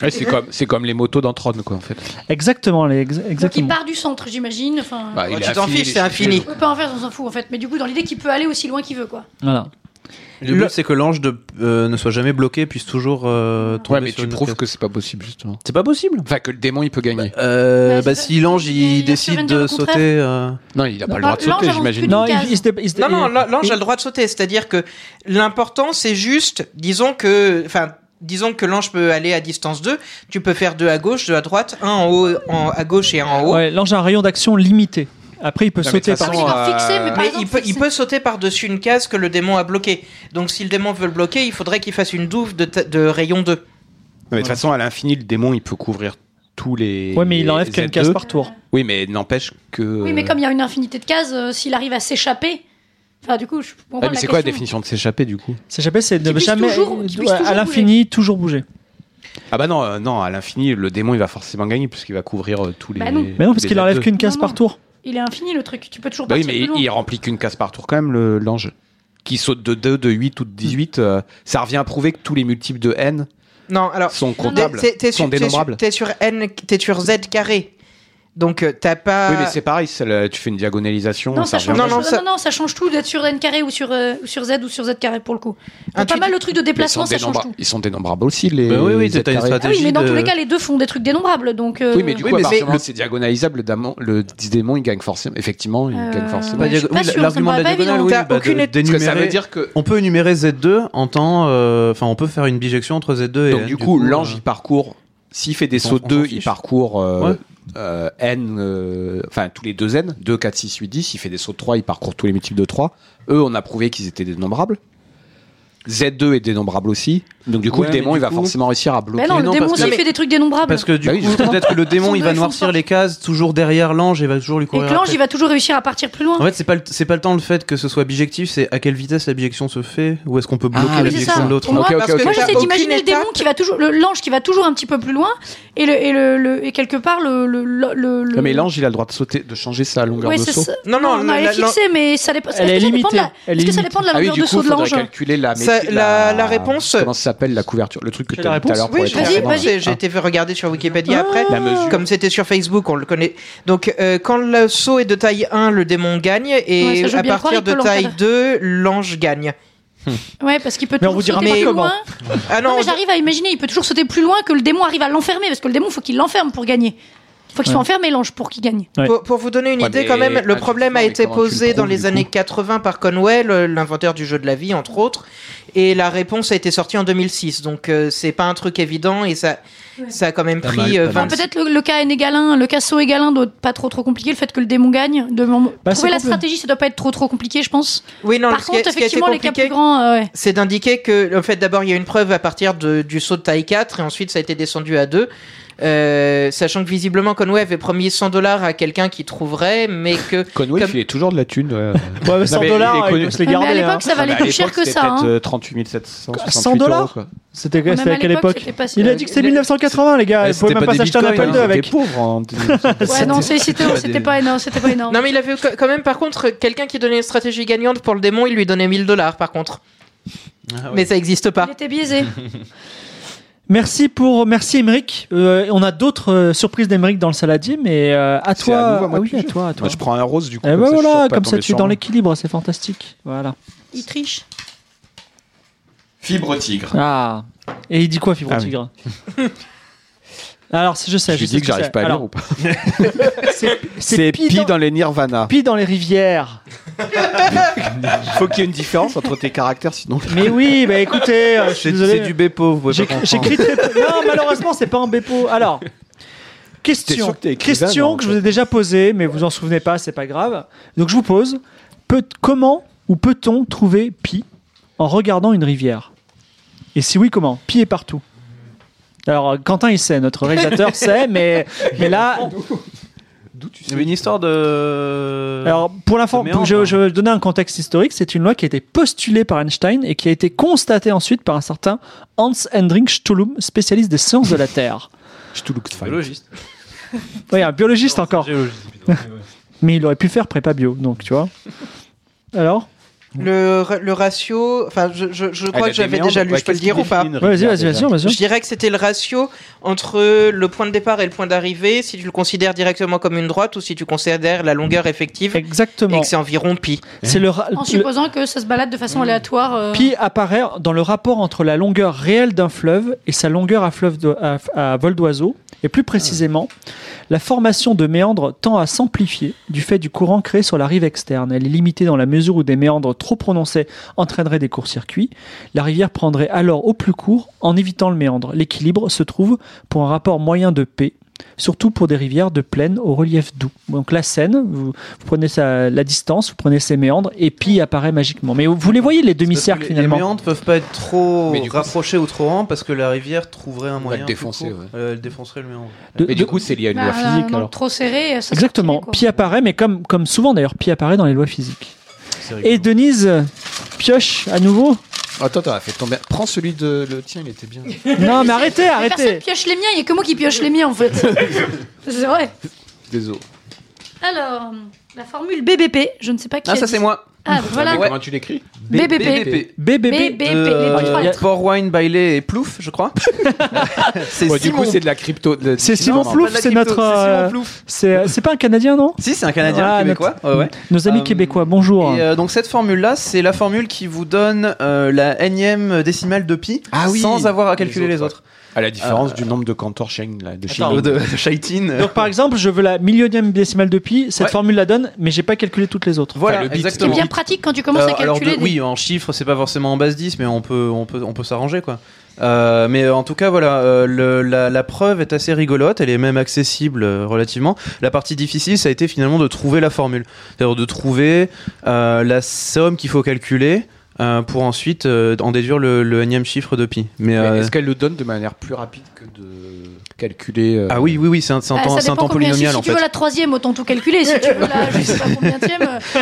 Speaker 3: Ouais, c'est comme, c'est comme les motos dans Tron, quoi, en fait.
Speaker 1: Exactement, les ex-
Speaker 4: Donc il
Speaker 1: exactement.
Speaker 4: part du centre, j'imagine. Enfin,
Speaker 3: Bah, il
Speaker 6: Oh,
Speaker 3: est
Speaker 6: tu t'en
Speaker 3: affini,
Speaker 6: fiches,
Speaker 3: il est
Speaker 6: c'est infini.
Speaker 4: on peut en faire, on s'en fout en fait. Mais du coup, dans l'idée qu'il peut aller aussi loin qu'il veut, quoi.
Speaker 1: Voilà.
Speaker 5: Le
Speaker 6: Le-
Speaker 5: but, c'est que l'ange de- euh, ne soit jamais bloqué, puisse toujours euh, tomber
Speaker 3: Ouais, mais
Speaker 5: sur
Speaker 3: tu
Speaker 5: une autre
Speaker 3: prouves
Speaker 5: case.
Speaker 3: que c'est pas possible, justement.
Speaker 5: c'est pas possible.
Speaker 3: Enfin, que le démon, il peut gagner.
Speaker 5: Euh,
Speaker 4: Ouais,
Speaker 5: bah,
Speaker 4: c'est
Speaker 5: si l'ange
Speaker 4: Il y a
Speaker 5: il
Speaker 4: rien
Speaker 5: décide
Speaker 4: de dire
Speaker 5: de
Speaker 4: au contraire.
Speaker 5: sauter, euh,
Speaker 3: Non, il a
Speaker 4: Non,
Speaker 3: pas le droit de
Speaker 4: Bah, l'ange
Speaker 3: sauter,
Speaker 4: avance plus
Speaker 3: j'imagine.
Speaker 4: d'une
Speaker 1: Non, il,
Speaker 4: case.
Speaker 1: il se dé- il se dé-
Speaker 6: Non, non,
Speaker 1: il-
Speaker 6: l'an- l'ange
Speaker 1: il-
Speaker 6: a le droit de sauter. C'est-à-dire que l'important, c'est juste, disons que, enfin, disons que l'ange peut aller à distance 2. Tu peux faire deux à gauche, deux à droite, un en haut, en, à gauche et un en haut.
Speaker 1: Ouais, l'ange a un rayon d'action limité. Après, il peut
Speaker 3: Non, mais de
Speaker 1: sauter
Speaker 3: toute
Speaker 1: par.
Speaker 4: Donc, il
Speaker 3: façon,
Speaker 4: va fixer, mais
Speaker 3: euh,
Speaker 4: par
Speaker 6: Mais
Speaker 4: exemple,
Speaker 6: il peut, il
Speaker 4: c'est-
Speaker 6: peut sauter par-dessus une case que le démon a bloquée. Donc, si le démon veut le bloquer, il faudrait qu'il fasse une douve de, ta- de rayon 2.
Speaker 3: Non, mais de toute façon, à l'infini, le démon, il peut couvrir tous les.
Speaker 1: Ouais, mais il enlève
Speaker 3: les
Speaker 1: qu'une
Speaker 3: Z2.
Speaker 1: case par tour.
Speaker 3: Oui, mais n'empêche que.
Speaker 4: Oui, mais comme il y a une infinité de cases, euh, s'il arrive à s'échapper. Enfin, du coup, je comprends
Speaker 3: Ah, mais
Speaker 4: la
Speaker 3: c'est quoi la
Speaker 4: question.
Speaker 3: définition de s'échapper, du coup
Speaker 1: S'échapper, c'est de
Speaker 4: Qu'il puisse
Speaker 1: jamais
Speaker 4: toujours- qu'il puisse
Speaker 1: à
Speaker 4: toujours
Speaker 1: l'infini toujours bouger.
Speaker 3: Ah bah non, euh, non, à l'infini, le démon, il va forcément gagner, puisqu'il va couvrir euh, tous les.
Speaker 4: Bah non.
Speaker 1: Mais non, parce
Speaker 3: les
Speaker 1: qu'il enlève
Speaker 3: Z2.
Speaker 1: qu'une case
Speaker 4: Non,
Speaker 1: par
Speaker 4: non.
Speaker 1: tour.
Speaker 4: Il est infini le truc. Tu peux toujours
Speaker 3: Bah oui,
Speaker 4: partir
Speaker 3: mais
Speaker 4: plus
Speaker 3: il,
Speaker 4: loin.
Speaker 3: il remplit qu'une case par tour quand même, le- l'ange. Qui saute de 2, de 8 ou de 18, euh, ça revient à prouver que tous les multiples de n
Speaker 6: Non, alors.
Speaker 3: sont
Speaker 6: t'es-
Speaker 3: comptables,
Speaker 6: t'es- T'es
Speaker 3: sont
Speaker 6: sur, t'es
Speaker 3: dénombrables.
Speaker 6: sur- t'es sur n, t'es sur z carré. Donc, euh, t'as pas.
Speaker 3: Oui, mais c'est pareil, c'est le- tu fais une diagonalisation.
Speaker 4: Non, ça
Speaker 3: revient
Speaker 4: change.
Speaker 3: au
Speaker 4: Non,
Speaker 6: Non,
Speaker 3: même.
Speaker 4: non,
Speaker 6: non,
Speaker 4: ça...
Speaker 6: ça-
Speaker 4: change tout d'être sur n carré ou sur euh, ou sur z ou sur z carré pour le coup.
Speaker 6: Un
Speaker 4: pas
Speaker 6: tweet-
Speaker 4: mal le truc de
Speaker 3: Mais ils sont
Speaker 4: déplacement, ça change
Speaker 3: dénombra-
Speaker 4: tout.
Speaker 3: Ils sont dénombrables aussi, les.
Speaker 5: Bah oui, oui,
Speaker 3: Z
Speaker 5: t'as une
Speaker 3: carrés.
Speaker 4: Ah
Speaker 5: stratégie.
Speaker 4: oui, mais dans
Speaker 5: de-
Speaker 4: tous les cas, les deux font des trucs dénombrables, donc. euh,
Speaker 3: Oui, mais du coup,
Speaker 5: Oui, mais
Speaker 3: à partir du
Speaker 5: c'est-
Speaker 3: moment
Speaker 5: le-
Speaker 3: où c'est diagonalisable, le damon- le petit démon, il gagne forcément. Effectivement, il
Speaker 4: Euh,
Speaker 3: gagne
Speaker 4: Ouais,
Speaker 3: forcément.
Speaker 5: Pas
Speaker 4: je suis
Speaker 5: diag-
Speaker 4: pas
Speaker 5: oui,
Speaker 4: sûre, ça me
Speaker 5: l'argument de la
Speaker 4: paraît pas
Speaker 5: diagonale,
Speaker 4: évident.
Speaker 5: oui,
Speaker 6: T'as
Speaker 5: bah, de-
Speaker 6: aucune- Parce
Speaker 4: Euh,
Speaker 6: que
Speaker 3: Parce que ça
Speaker 5: d'énumérer-
Speaker 3: veut dire que.
Speaker 5: On peut énumérer Z2 en temps, euh, enfin on peut faire une bijection entre Z2 et.
Speaker 3: Donc,
Speaker 5: N,
Speaker 3: du coup,
Speaker 5: euh,
Speaker 3: l'ange, il parcourt S'il fait des
Speaker 5: On-
Speaker 3: sauts
Speaker 5: on
Speaker 3: 2,
Speaker 5: s'en
Speaker 3: il
Speaker 5: fiche.
Speaker 3: parcourt euh,
Speaker 5: Ouais.
Speaker 3: euh, N, euh, enfin tous les deux N, 2, 4, 6, 8, 10. Il fait des sauts de 3, il parcourt tous les multiples de 3. Eux, on a prouvé qu'ils étaient dénombrables. Z2 est dénombrable aussi. Donc du coup,
Speaker 5: Ouais,
Speaker 3: le
Speaker 5: mais
Speaker 3: démon,
Speaker 5: du
Speaker 3: il va
Speaker 5: coup-
Speaker 3: forcément réussir à bloquer.
Speaker 4: Bah non,
Speaker 5: mais
Speaker 4: le
Speaker 5: non,
Speaker 4: démon
Speaker 5: parce
Speaker 4: aussi
Speaker 5: que-
Speaker 4: il fait des trucs dénombrables.
Speaker 5: Parce que du
Speaker 3: Bah oui,
Speaker 5: coup,
Speaker 3: justement.
Speaker 5: peut-être
Speaker 4: (laughs)
Speaker 5: que le démon,
Speaker 4: Son
Speaker 5: il
Speaker 4: dos,
Speaker 5: va
Speaker 4: ils sont
Speaker 5: noircir
Speaker 4: forts.
Speaker 5: les cases, toujours derrière l'ange, et va toujours lui
Speaker 4: Et
Speaker 5: courir.
Speaker 4: que l'ange,
Speaker 5: après.
Speaker 4: il va toujours réussir à partir plus loin.
Speaker 5: En fait, c'est pas le, c'est pas le temps le fait que ce soit bijectif, c'est à quelle vitesse la bijection se fait, ou est-ce qu'on peut bloquer
Speaker 3: Ah,
Speaker 5: la
Speaker 4: oui, c'est ça.
Speaker 5: bijection de l'autre.
Speaker 4: Pour moi,
Speaker 3: Ok, ok, ok.
Speaker 4: Moi,
Speaker 6: t'as
Speaker 4: j'essaie
Speaker 6: aucune
Speaker 4: d'imaginer le
Speaker 6: étape.
Speaker 4: démon qui va toujours, le- l'ange qui va toujours un petit peu plus loin, et le et le, le- et quelque part le le le. le-
Speaker 3: Non, mais l'ange, il a le droit de sauter, de changer sa longueur
Speaker 4: Ouais,
Speaker 3: de
Speaker 4: c'est
Speaker 3: saut.
Speaker 4: ça.
Speaker 6: Non,
Speaker 4: Non,
Speaker 6: non,
Speaker 4: non, elle est
Speaker 6: la- la-
Speaker 4: fixée, mais ça dépend.
Speaker 1: Elle est
Speaker 4: est-ce que ça dépend de la-
Speaker 1: limitée. Elle est
Speaker 4: Est-ce que ça
Speaker 1: limitée.
Speaker 4: dépend de la
Speaker 3: Ah oui,
Speaker 4: longueur
Speaker 3: du
Speaker 4: de
Speaker 3: coup,
Speaker 4: saut de
Speaker 3: faudrait
Speaker 4: l'ange
Speaker 3: calculer la,
Speaker 6: Ça,
Speaker 3: méti-
Speaker 6: la- la réponse-
Speaker 3: Comment ça s'appelle la couverture Le truc que
Speaker 1: C'est
Speaker 3: tu
Speaker 1: la
Speaker 3: as dit tout à
Speaker 1: réponse
Speaker 3: l'heure pour
Speaker 6: Oui,
Speaker 3: être
Speaker 6: je l'ai
Speaker 4: vas-y,
Speaker 6: dit,
Speaker 3: forcément- Ah.
Speaker 4: vas-y.
Speaker 6: j'ai j'ai été regarder sur Wikipédia après.
Speaker 3: La mesure.
Speaker 6: Comme c'était sur Facebook, on le connaît. Donc, euh, quand le saut est de taille 1, le démon gagne.
Speaker 4: Ouais,
Speaker 6: Et
Speaker 4: ça, je veux
Speaker 6: à
Speaker 4: bien croire,
Speaker 6: partir
Speaker 4: il peut
Speaker 6: de taille
Speaker 4: l'encadrer.
Speaker 6: 2, l'ange gagne.
Speaker 4: Ouais, parce qu'il peut
Speaker 1: Mais on
Speaker 4: toujours
Speaker 1: vous dira
Speaker 4: sauter
Speaker 1: pas
Speaker 4: plus
Speaker 1: comment.
Speaker 4: loin.
Speaker 6: Ah
Speaker 4: Non,
Speaker 6: non,
Speaker 4: mais j'arrive à imaginer, il peut toujours sauter plus loin que le démon arrive à l'enfermer, parce que le démon, faut qu'il l'enferme pour gagner. Faut qu'il soit
Speaker 1: Ouais.
Speaker 4: enfermé, l'ange, pour qu'il gagne.
Speaker 1: Ouais.
Speaker 6: Pour, pour vous donner une
Speaker 3: Ouais,
Speaker 6: idée,
Speaker 3: mais-
Speaker 6: quand même, le
Speaker 3: ah,
Speaker 6: problème
Speaker 3: justement,
Speaker 6: a
Speaker 3: mais
Speaker 6: été
Speaker 3: comment tu le
Speaker 6: posé dans
Speaker 3: prouves,
Speaker 6: les
Speaker 3: du
Speaker 6: années
Speaker 3: coup
Speaker 6: 80 par Conway, le- l'inventeur du jeu de la vie, entre autres. Et la réponse a été sortie en 2006. Donc, euh, c'est pas un truc évident et ça,
Speaker 4: Ouais.
Speaker 6: ça a quand même
Speaker 7: Pas
Speaker 6: pris
Speaker 7: mal,
Speaker 6: euh,
Speaker 7: pas mal.
Speaker 6: 20
Speaker 4: Peut-être le, le cas N égale 1, le cas saut égale 1 doit être pas trop trop compliqué, le fait que le démon gagne. De...
Speaker 1: Bah, c'est
Speaker 4: Trouver la
Speaker 1: compl-
Speaker 4: stratégie, ça doit pas être trop trop compliqué, je pense.
Speaker 6: Oui, non,
Speaker 4: Par
Speaker 6: ce qui a-
Speaker 4: contre,
Speaker 6: ce qui a été
Speaker 4: effectivement, les cas plus
Speaker 6: compliqué,
Speaker 4: grands, euh, ouais.
Speaker 6: c'est d'indiquer que, en fait, d'abord, il y a une preuve à partir de- du saut de taille 4 et ensuite, ça a été descendu à 2. Euh, sachant que visiblement Conway avait promis 100 dollars à quelqu'un qui trouverait, mais que
Speaker 3: Conway,
Speaker 6: Comme-
Speaker 3: il est toujours de la thune. ouais.
Speaker 1: Ouais, mais 100
Speaker 3: mais il est
Speaker 1: dollars, il
Speaker 3: connu.
Speaker 1: faut se les
Speaker 4: Ouais, mais à
Speaker 1: garder. hein.
Speaker 4: l'époque, ça
Speaker 3: Ah, mais
Speaker 4: valait
Speaker 3: à
Speaker 4: plus
Speaker 3: l'époque,
Speaker 4: cher que
Speaker 3: c'était
Speaker 4: ça. hein.
Speaker 3: peut-être, euh, 38 768
Speaker 1: dollars
Speaker 3: euros, quoi.
Speaker 1: C'était
Speaker 4: Même
Speaker 1: c'était à quelle époque
Speaker 4: c'était pas-
Speaker 1: Il a dit que c'était
Speaker 6: Les-
Speaker 1: 1980, les gars.
Speaker 5: Ouais,
Speaker 1: Il pouvait
Speaker 5: c'était
Speaker 1: même
Speaker 5: pas
Speaker 1: pas
Speaker 5: des
Speaker 1: s'acheter un
Speaker 5: bitcoins,
Speaker 1: Apple
Speaker 5: hein,
Speaker 1: II
Speaker 3: T'es
Speaker 1: avec.
Speaker 3: pauvre en
Speaker 4: Ouais, non, c'est- c'était
Speaker 5: c'était
Speaker 4: c'était
Speaker 5: des-
Speaker 4: pas énorme, c'était pas énorme.
Speaker 6: Non, mais il avait qu- quand même, par contre, quelqu'un qui donnait une stratégie gagnante pour le démon, il lui donnait 1000 dollars, par contre.
Speaker 1: Ah
Speaker 6: Mais ça existe pas.
Speaker 4: Il était
Speaker 6: (laughs)
Speaker 4: biaisé.
Speaker 1: Merci pour merci Émeric. Euh, on a d'autres euh, surprises d'Émeric dans le saladier, mais euh, à
Speaker 3: C'est à
Speaker 1: toi.
Speaker 3: nouveau à moi
Speaker 1: ah
Speaker 3: de
Speaker 1: oui, à
Speaker 3: piger.
Speaker 1: toi, à toi.
Speaker 3: Moi, je prends un rose du coup.
Speaker 1: Eh ben
Speaker 3: comme ça, je suis sûr
Speaker 1: voilà,
Speaker 3: de pas
Speaker 1: comme ça
Speaker 3: tomber
Speaker 1: tu es
Speaker 3: sur
Speaker 1: dans
Speaker 3: moi.
Speaker 1: l'équilibre, c'est fantastique. Voilà.
Speaker 4: Il triche.
Speaker 3: Fibre tigre.
Speaker 1: Ah. Et il dit quoi, Fibre
Speaker 3: Ah oui.
Speaker 1: Tigre (laughs) Alors, je sais.
Speaker 3: Je lui
Speaker 1: sais
Speaker 3: dis que
Speaker 1: ce
Speaker 3: j'arrive
Speaker 1: c'est.
Speaker 3: pas à lire
Speaker 1: Alors,
Speaker 3: ou pas.
Speaker 1: C'est
Speaker 3: C'est pi dans les Nirvana.
Speaker 1: pi dans les rivières.
Speaker 3: Faut qu'il y ait une différence entre tes caractères, sinon.
Speaker 1: Mais oui, bah écoutez, euh, je suis
Speaker 5: C'est
Speaker 1: désolé.
Speaker 5: c'est du Bepo, vous pouvez
Speaker 1: J'ai-
Speaker 5: pas comprendre.
Speaker 1: J'écris très peu. Non, malheureusement, c'est pas en Bepo. Alors,
Speaker 3: T'es
Speaker 1: question,
Speaker 3: sûr que t'es écrivain,
Speaker 1: question
Speaker 3: non,
Speaker 1: que je vous ai déjà posée, mais vous en souvenez pas, c'est pas grave. Donc je vous pose peut- comment ou peut-on trouver Pi en regardant une rivière Et si oui, comment Pi est partout. Alors Quentin, il sait, notre réalisateur sait, mais, mais là,
Speaker 5: Il y avait une histoire de.
Speaker 1: alors pour l'info,
Speaker 5: Mais enfin.
Speaker 1: je, je vais donner un contexte historique. C'est une loi qui a été postulée par Einstein et qui a été constatée ensuite par un certain Hans Hendrik Stolum, spécialiste des sciences de la Terre.
Speaker 3: Je tout look fine.
Speaker 5: biologiste.
Speaker 1: Oui, un biologiste encore.
Speaker 5: Géologiste.
Speaker 1: (laughs) Mais il aurait pu faire prépa bio, donc tu vois. Alors
Speaker 6: Le, ra- le ratio, enfin, je, je, je crois que j'avais déjà lu, je peux le dire ou pas
Speaker 1: Eh ben, Ouais, Vas-y, vas-y, vas-y, vas-y.
Speaker 6: Je dirais que c'était le ratio entre le point de départ et le point d'arrivée, si tu le considères directement comme une droite ou si tu considères la longueur effective et
Speaker 1: Exactement.
Speaker 6: que c'est environ pi.
Speaker 1: C'est le, ra-
Speaker 4: En
Speaker 1: le-
Speaker 4: supposant que ça se balade de
Speaker 6: Mm.
Speaker 4: façon aléatoire. euh,
Speaker 1: pi apparaît dans le rapport entre la longueur réelle d'un fleuve et sa longueur à, fleuve de- à, à vol d'oiseau, et plus précisément, la formation de méandres tend à s'amplifier du fait du courant créé sur la rive externe. Elle est limitée dans la mesure où des méandres trop prononcés entraîneraient des courts-circuits. La rivière prendrait alors au plus court en évitant le méandre. L'équilibre se trouve pour un rapport moyen de P, surtout pour des rivières de plaine au relief doux. Donc la Seine, vous, vous prenez sa- la distance, vous prenez ses méandres, et Pi apparaît magiquement. Mais vous, vous les voyez, les demi-cercles finalement
Speaker 5: Les méandres peuvent pas être trop
Speaker 3: Mais du coup,
Speaker 5: rapprochés ou trop grands parce que la rivière trouverait un moyen.
Speaker 3: le défoncer,
Speaker 5: plus court.
Speaker 3: ouais.
Speaker 5: Euh, Elle défoncerait le méandre.
Speaker 1: De-
Speaker 3: Mais
Speaker 1: de-
Speaker 3: du coup, c'est lié à une
Speaker 4: bah,
Speaker 3: loi
Speaker 4: un
Speaker 3: physique
Speaker 4: angle
Speaker 3: alors.
Speaker 4: trop serré. ça se
Speaker 1: Exactement,
Speaker 4: retire, quoi.
Speaker 1: Pi apparaît, mais comme, comme souvent d'ailleurs, Pi apparaît dans les lois physiques.
Speaker 5: C'est rigolo.
Speaker 1: Et Denise euh, pioche à nouveau
Speaker 3: Attends, attends, fait tomber. Prends celui de. Le tien, il était bien.
Speaker 1: Non, mais arrêtez,
Speaker 4: Mais Personne
Speaker 1: arrêtez
Speaker 4: pioche les miens, il y a que moi qui pioche les miens en fait. (laughs) c'est vrai.
Speaker 3: Désolé.
Speaker 4: Alors, la formule BBP, je ne sais pas qui.
Speaker 5: Ah,
Speaker 4: a
Speaker 5: ça
Speaker 4: dit
Speaker 5: c'est moi.
Speaker 4: Ah, voilà.
Speaker 3: Comment tu l'écris
Speaker 4: BBP.
Speaker 1: BBB.
Speaker 4: BBP.
Speaker 5: De,
Speaker 4: les trois
Speaker 5: euh,
Speaker 4: lettres.
Speaker 5: Port Wine, Bailey et Plouf, je crois. c'est
Speaker 3: Du coup, c'est de la crypto. de-
Speaker 1: C'est Simon
Speaker 3: non,
Speaker 1: Plouf,
Speaker 5: pas de la
Speaker 1: c'est
Speaker 5: crypto,
Speaker 1: notre.
Speaker 5: c'est Simon
Speaker 1: euh,
Speaker 5: Plouf.
Speaker 1: C'est c'est pas un Canadien, non
Speaker 5: Si, c'est un Canadien
Speaker 1: Ah,
Speaker 5: québécois. Ouais, ouais.
Speaker 1: Nos amis
Speaker 5: Euh,
Speaker 1: québécois, bonjour.
Speaker 3: Hein.
Speaker 5: Et euh, donc cette formule-là, c'est la formule qui vous donne euh, la énième décimale de pi
Speaker 3: Ah oui.
Speaker 5: sans avoir à
Speaker 3: Les
Speaker 5: calculer les
Speaker 3: autres,
Speaker 5: autres.
Speaker 3: À la différence du nombre de cantors Sheng, là, de Chine.
Speaker 5: Ou de (laughs) de Shaitin. euh.
Speaker 1: Donc par exemple, je veux la millionième décimale de pi, cette
Speaker 5: Ouais.
Speaker 1: formule la donne, mais j'ai pas calculé toutes les autres.
Speaker 5: Voilà,
Speaker 3: Enfin, le bit.
Speaker 4: Ce qui est
Speaker 5: exactement.
Speaker 4: bien pratique quand tu commences à
Speaker 5: Euh, Alors, alors,
Speaker 4: calculer
Speaker 5: de- oui, oui, en chiffres, c'est pas forcément en base 10, mais on peut, on peut, on peut s'arranger, quoi. Euh, mais euh, en tout cas, voilà, euh, le- la, la preuve est assez rigolote, elle est même accessible euh, relativement. La partie difficile, ça a été finalement de trouver la formule, c'est-à-dire de trouver euh, la somme qu'il faut calculer euh, pour ensuite euh, en déduire le, le énième chiffre de pi. Mais, euh,
Speaker 3: Mais Est-ce qu'elle le donne de manière plus rapide que de calculer euh,
Speaker 5: ah oui, oui, oui, c'est un, c'est un
Speaker 4: Ah,
Speaker 5: temps,
Speaker 4: ça
Speaker 5: c'est un
Speaker 4: dépend
Speaker 5: temps
Speaker 4: combien. Si-
Speaker 5: polynomial
Speaker 4: si,
Speaker 5: en
Speaker 4: tu
Speaker 5: fait.
Speaker 4: veux la troisième, autant tout calculer. Si tu veux la je
Speaker 5: (laughs)
Speaker 4: sais pas combien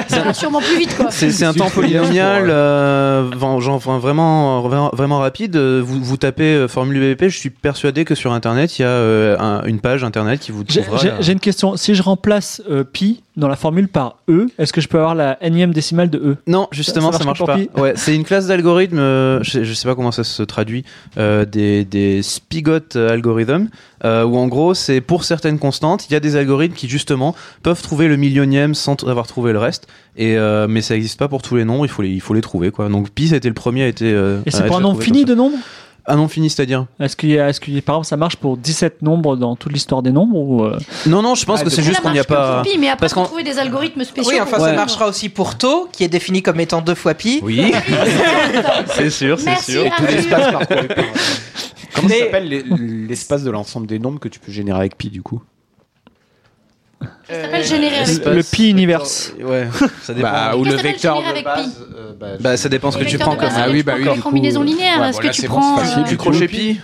Speaker 4: ça va sûrement plus vite quoi.
Speaker 5: C'est
Speaker 1: (laughs)
Speaker 5: c'est un
Speaker 3: Suffit
Speaker 5: temps polynomial,
Speaker 3: pour,
Speaker 5: euh, van- genre, enfin, vraiment, vraiment, vraiment rapide. Euh, Vous, vous tapez euh, formule BBP, je suis persuadé que sur internet, il y a euh, un- une page internet qui vous
Speaker 1: J'ai
Speaker 5: trouvera.
Speaker 1: j'ai-
Speaker 5: la-
Speaker 1: j'ai une question. Si je remplace euh, pi dans la formule par e, est-ce que je peux avoir la énième décimale de e
Speaker 5: Non, justement,
Speaker 1: Ça-
Speaker 5: ça,
Speaker 1: ça marche
Speaker 5: marche,
Speaker 1: pas
Speaker 5: pas. Ouais, c'est une classe d'algorithmes, euh, je, je sais pas comment ça se traduit, euh, des, des spigot euh, algorithms, euh, où en gros, c'est pour certaines constantes, il y a des algorithmes qui justement peuvent trouver le millionième sans t- avoir trouvé le reste, et, euh, mais ça n'existe pas pour tous les nombres, il faut les, il faut les trouver quoi. Donc pi, ça a été le premier, a été. euh,
Speaker 1: Et
Speaker 5: à
Speaker 1: c'est
Speaker 5: être
Speaker 1: pour un nombre
Speaker 5: trouvé
Speaker 1: fini
Speaker 5: comme ça.
Speaker 1: de nombres
Speaker 5: Un nombre fini, c'est-à-dire
Speaker 1: Est-ce qu'il y a, est-ce qu'il y a- par exemple, ça marche pour 17 nombres dans toute l'histoire des nombres ou euh,
Speaker 5: Non, non, je pense
Speaker 3: Ah,
Speaker 5: que
Speaker 3: de
Speaker 5: c'est
Speaker 4: Ça
Speaker 5: juste qu'on n'y a
Speaker 4: marche comme
Speaker 5: pas.
Speaker 4: pour pi, mais après,
Speaker 5: parce
Speaker 4: faut
Speaker 5: qu'on-
Speaker 4: trouver des algorithmes spéciaux.
Speaker 6: Oui, enfin,
Speaker 4: pour-
Speaker 6: ça marchera aussi pour taux, qui est défini comme étant deux fois pi.
Speaker 5: Oui, c'est sûr, c'est
Speaker 4: Merci,
Speaker 5: sûr.
Speaker 3: tout
Speaker 4: Arthur.
Speaker 3: l'espace parcouru par- Comment
Speaker 6: Mais-
Speaker 3: ça s'appelle les- l'espace de l'ensemble des nombres que tu peux générer avec pi du coup
Speaker 6: Euh,
Speaker 4: Ça s'appelle générer avec
Speaker 1: Le pi universe.
Speaker 5: Ouais, ça dépend.
Speaker 3: Bah, ou
Speaker 4: Qu'est-ce
Speaker 3: le
Speaker 4: que t'appelles
Speaker 3: vecteur
Speaker 4: générer
Speaker 3: de
Speaker 4: avec
Speaker 3: base. euh, bah,
Speaker 5: Bah, ça dépend ce que
Speaker 4: Les
Speaker 5: tu
Speaker 4: vecteurs
Speaker 5: prends
Speaker 4: de
Speaker 5: comme.
Speaker 4: base,
Speaker 3: Ah
Speaker 4: avec-
Speaker 3: oui,
Speaker 4: tu
Speaker 3: bah
Speaker 4: prends
Speaker 3: oui,
Speaker 4: comme
Speaker 3: du
Speaker 4: les combinaisons
Speaker 3: coup,
Speaker 5: euh,
Speaker 4: linéaires, hein,
Speaker 3: ouais,
Speaker 4: ce
Speaker 3: voilà,
Speaker 4: que tu
Speaker 3: c'est bon,
Speaker 4: prends.
Speaker 3: c'est facile,
Speaker 4: euh,
Speaker 3: du
Speaker 5: Du
Speaker 3: coup, le
Speaker 5: crochet pi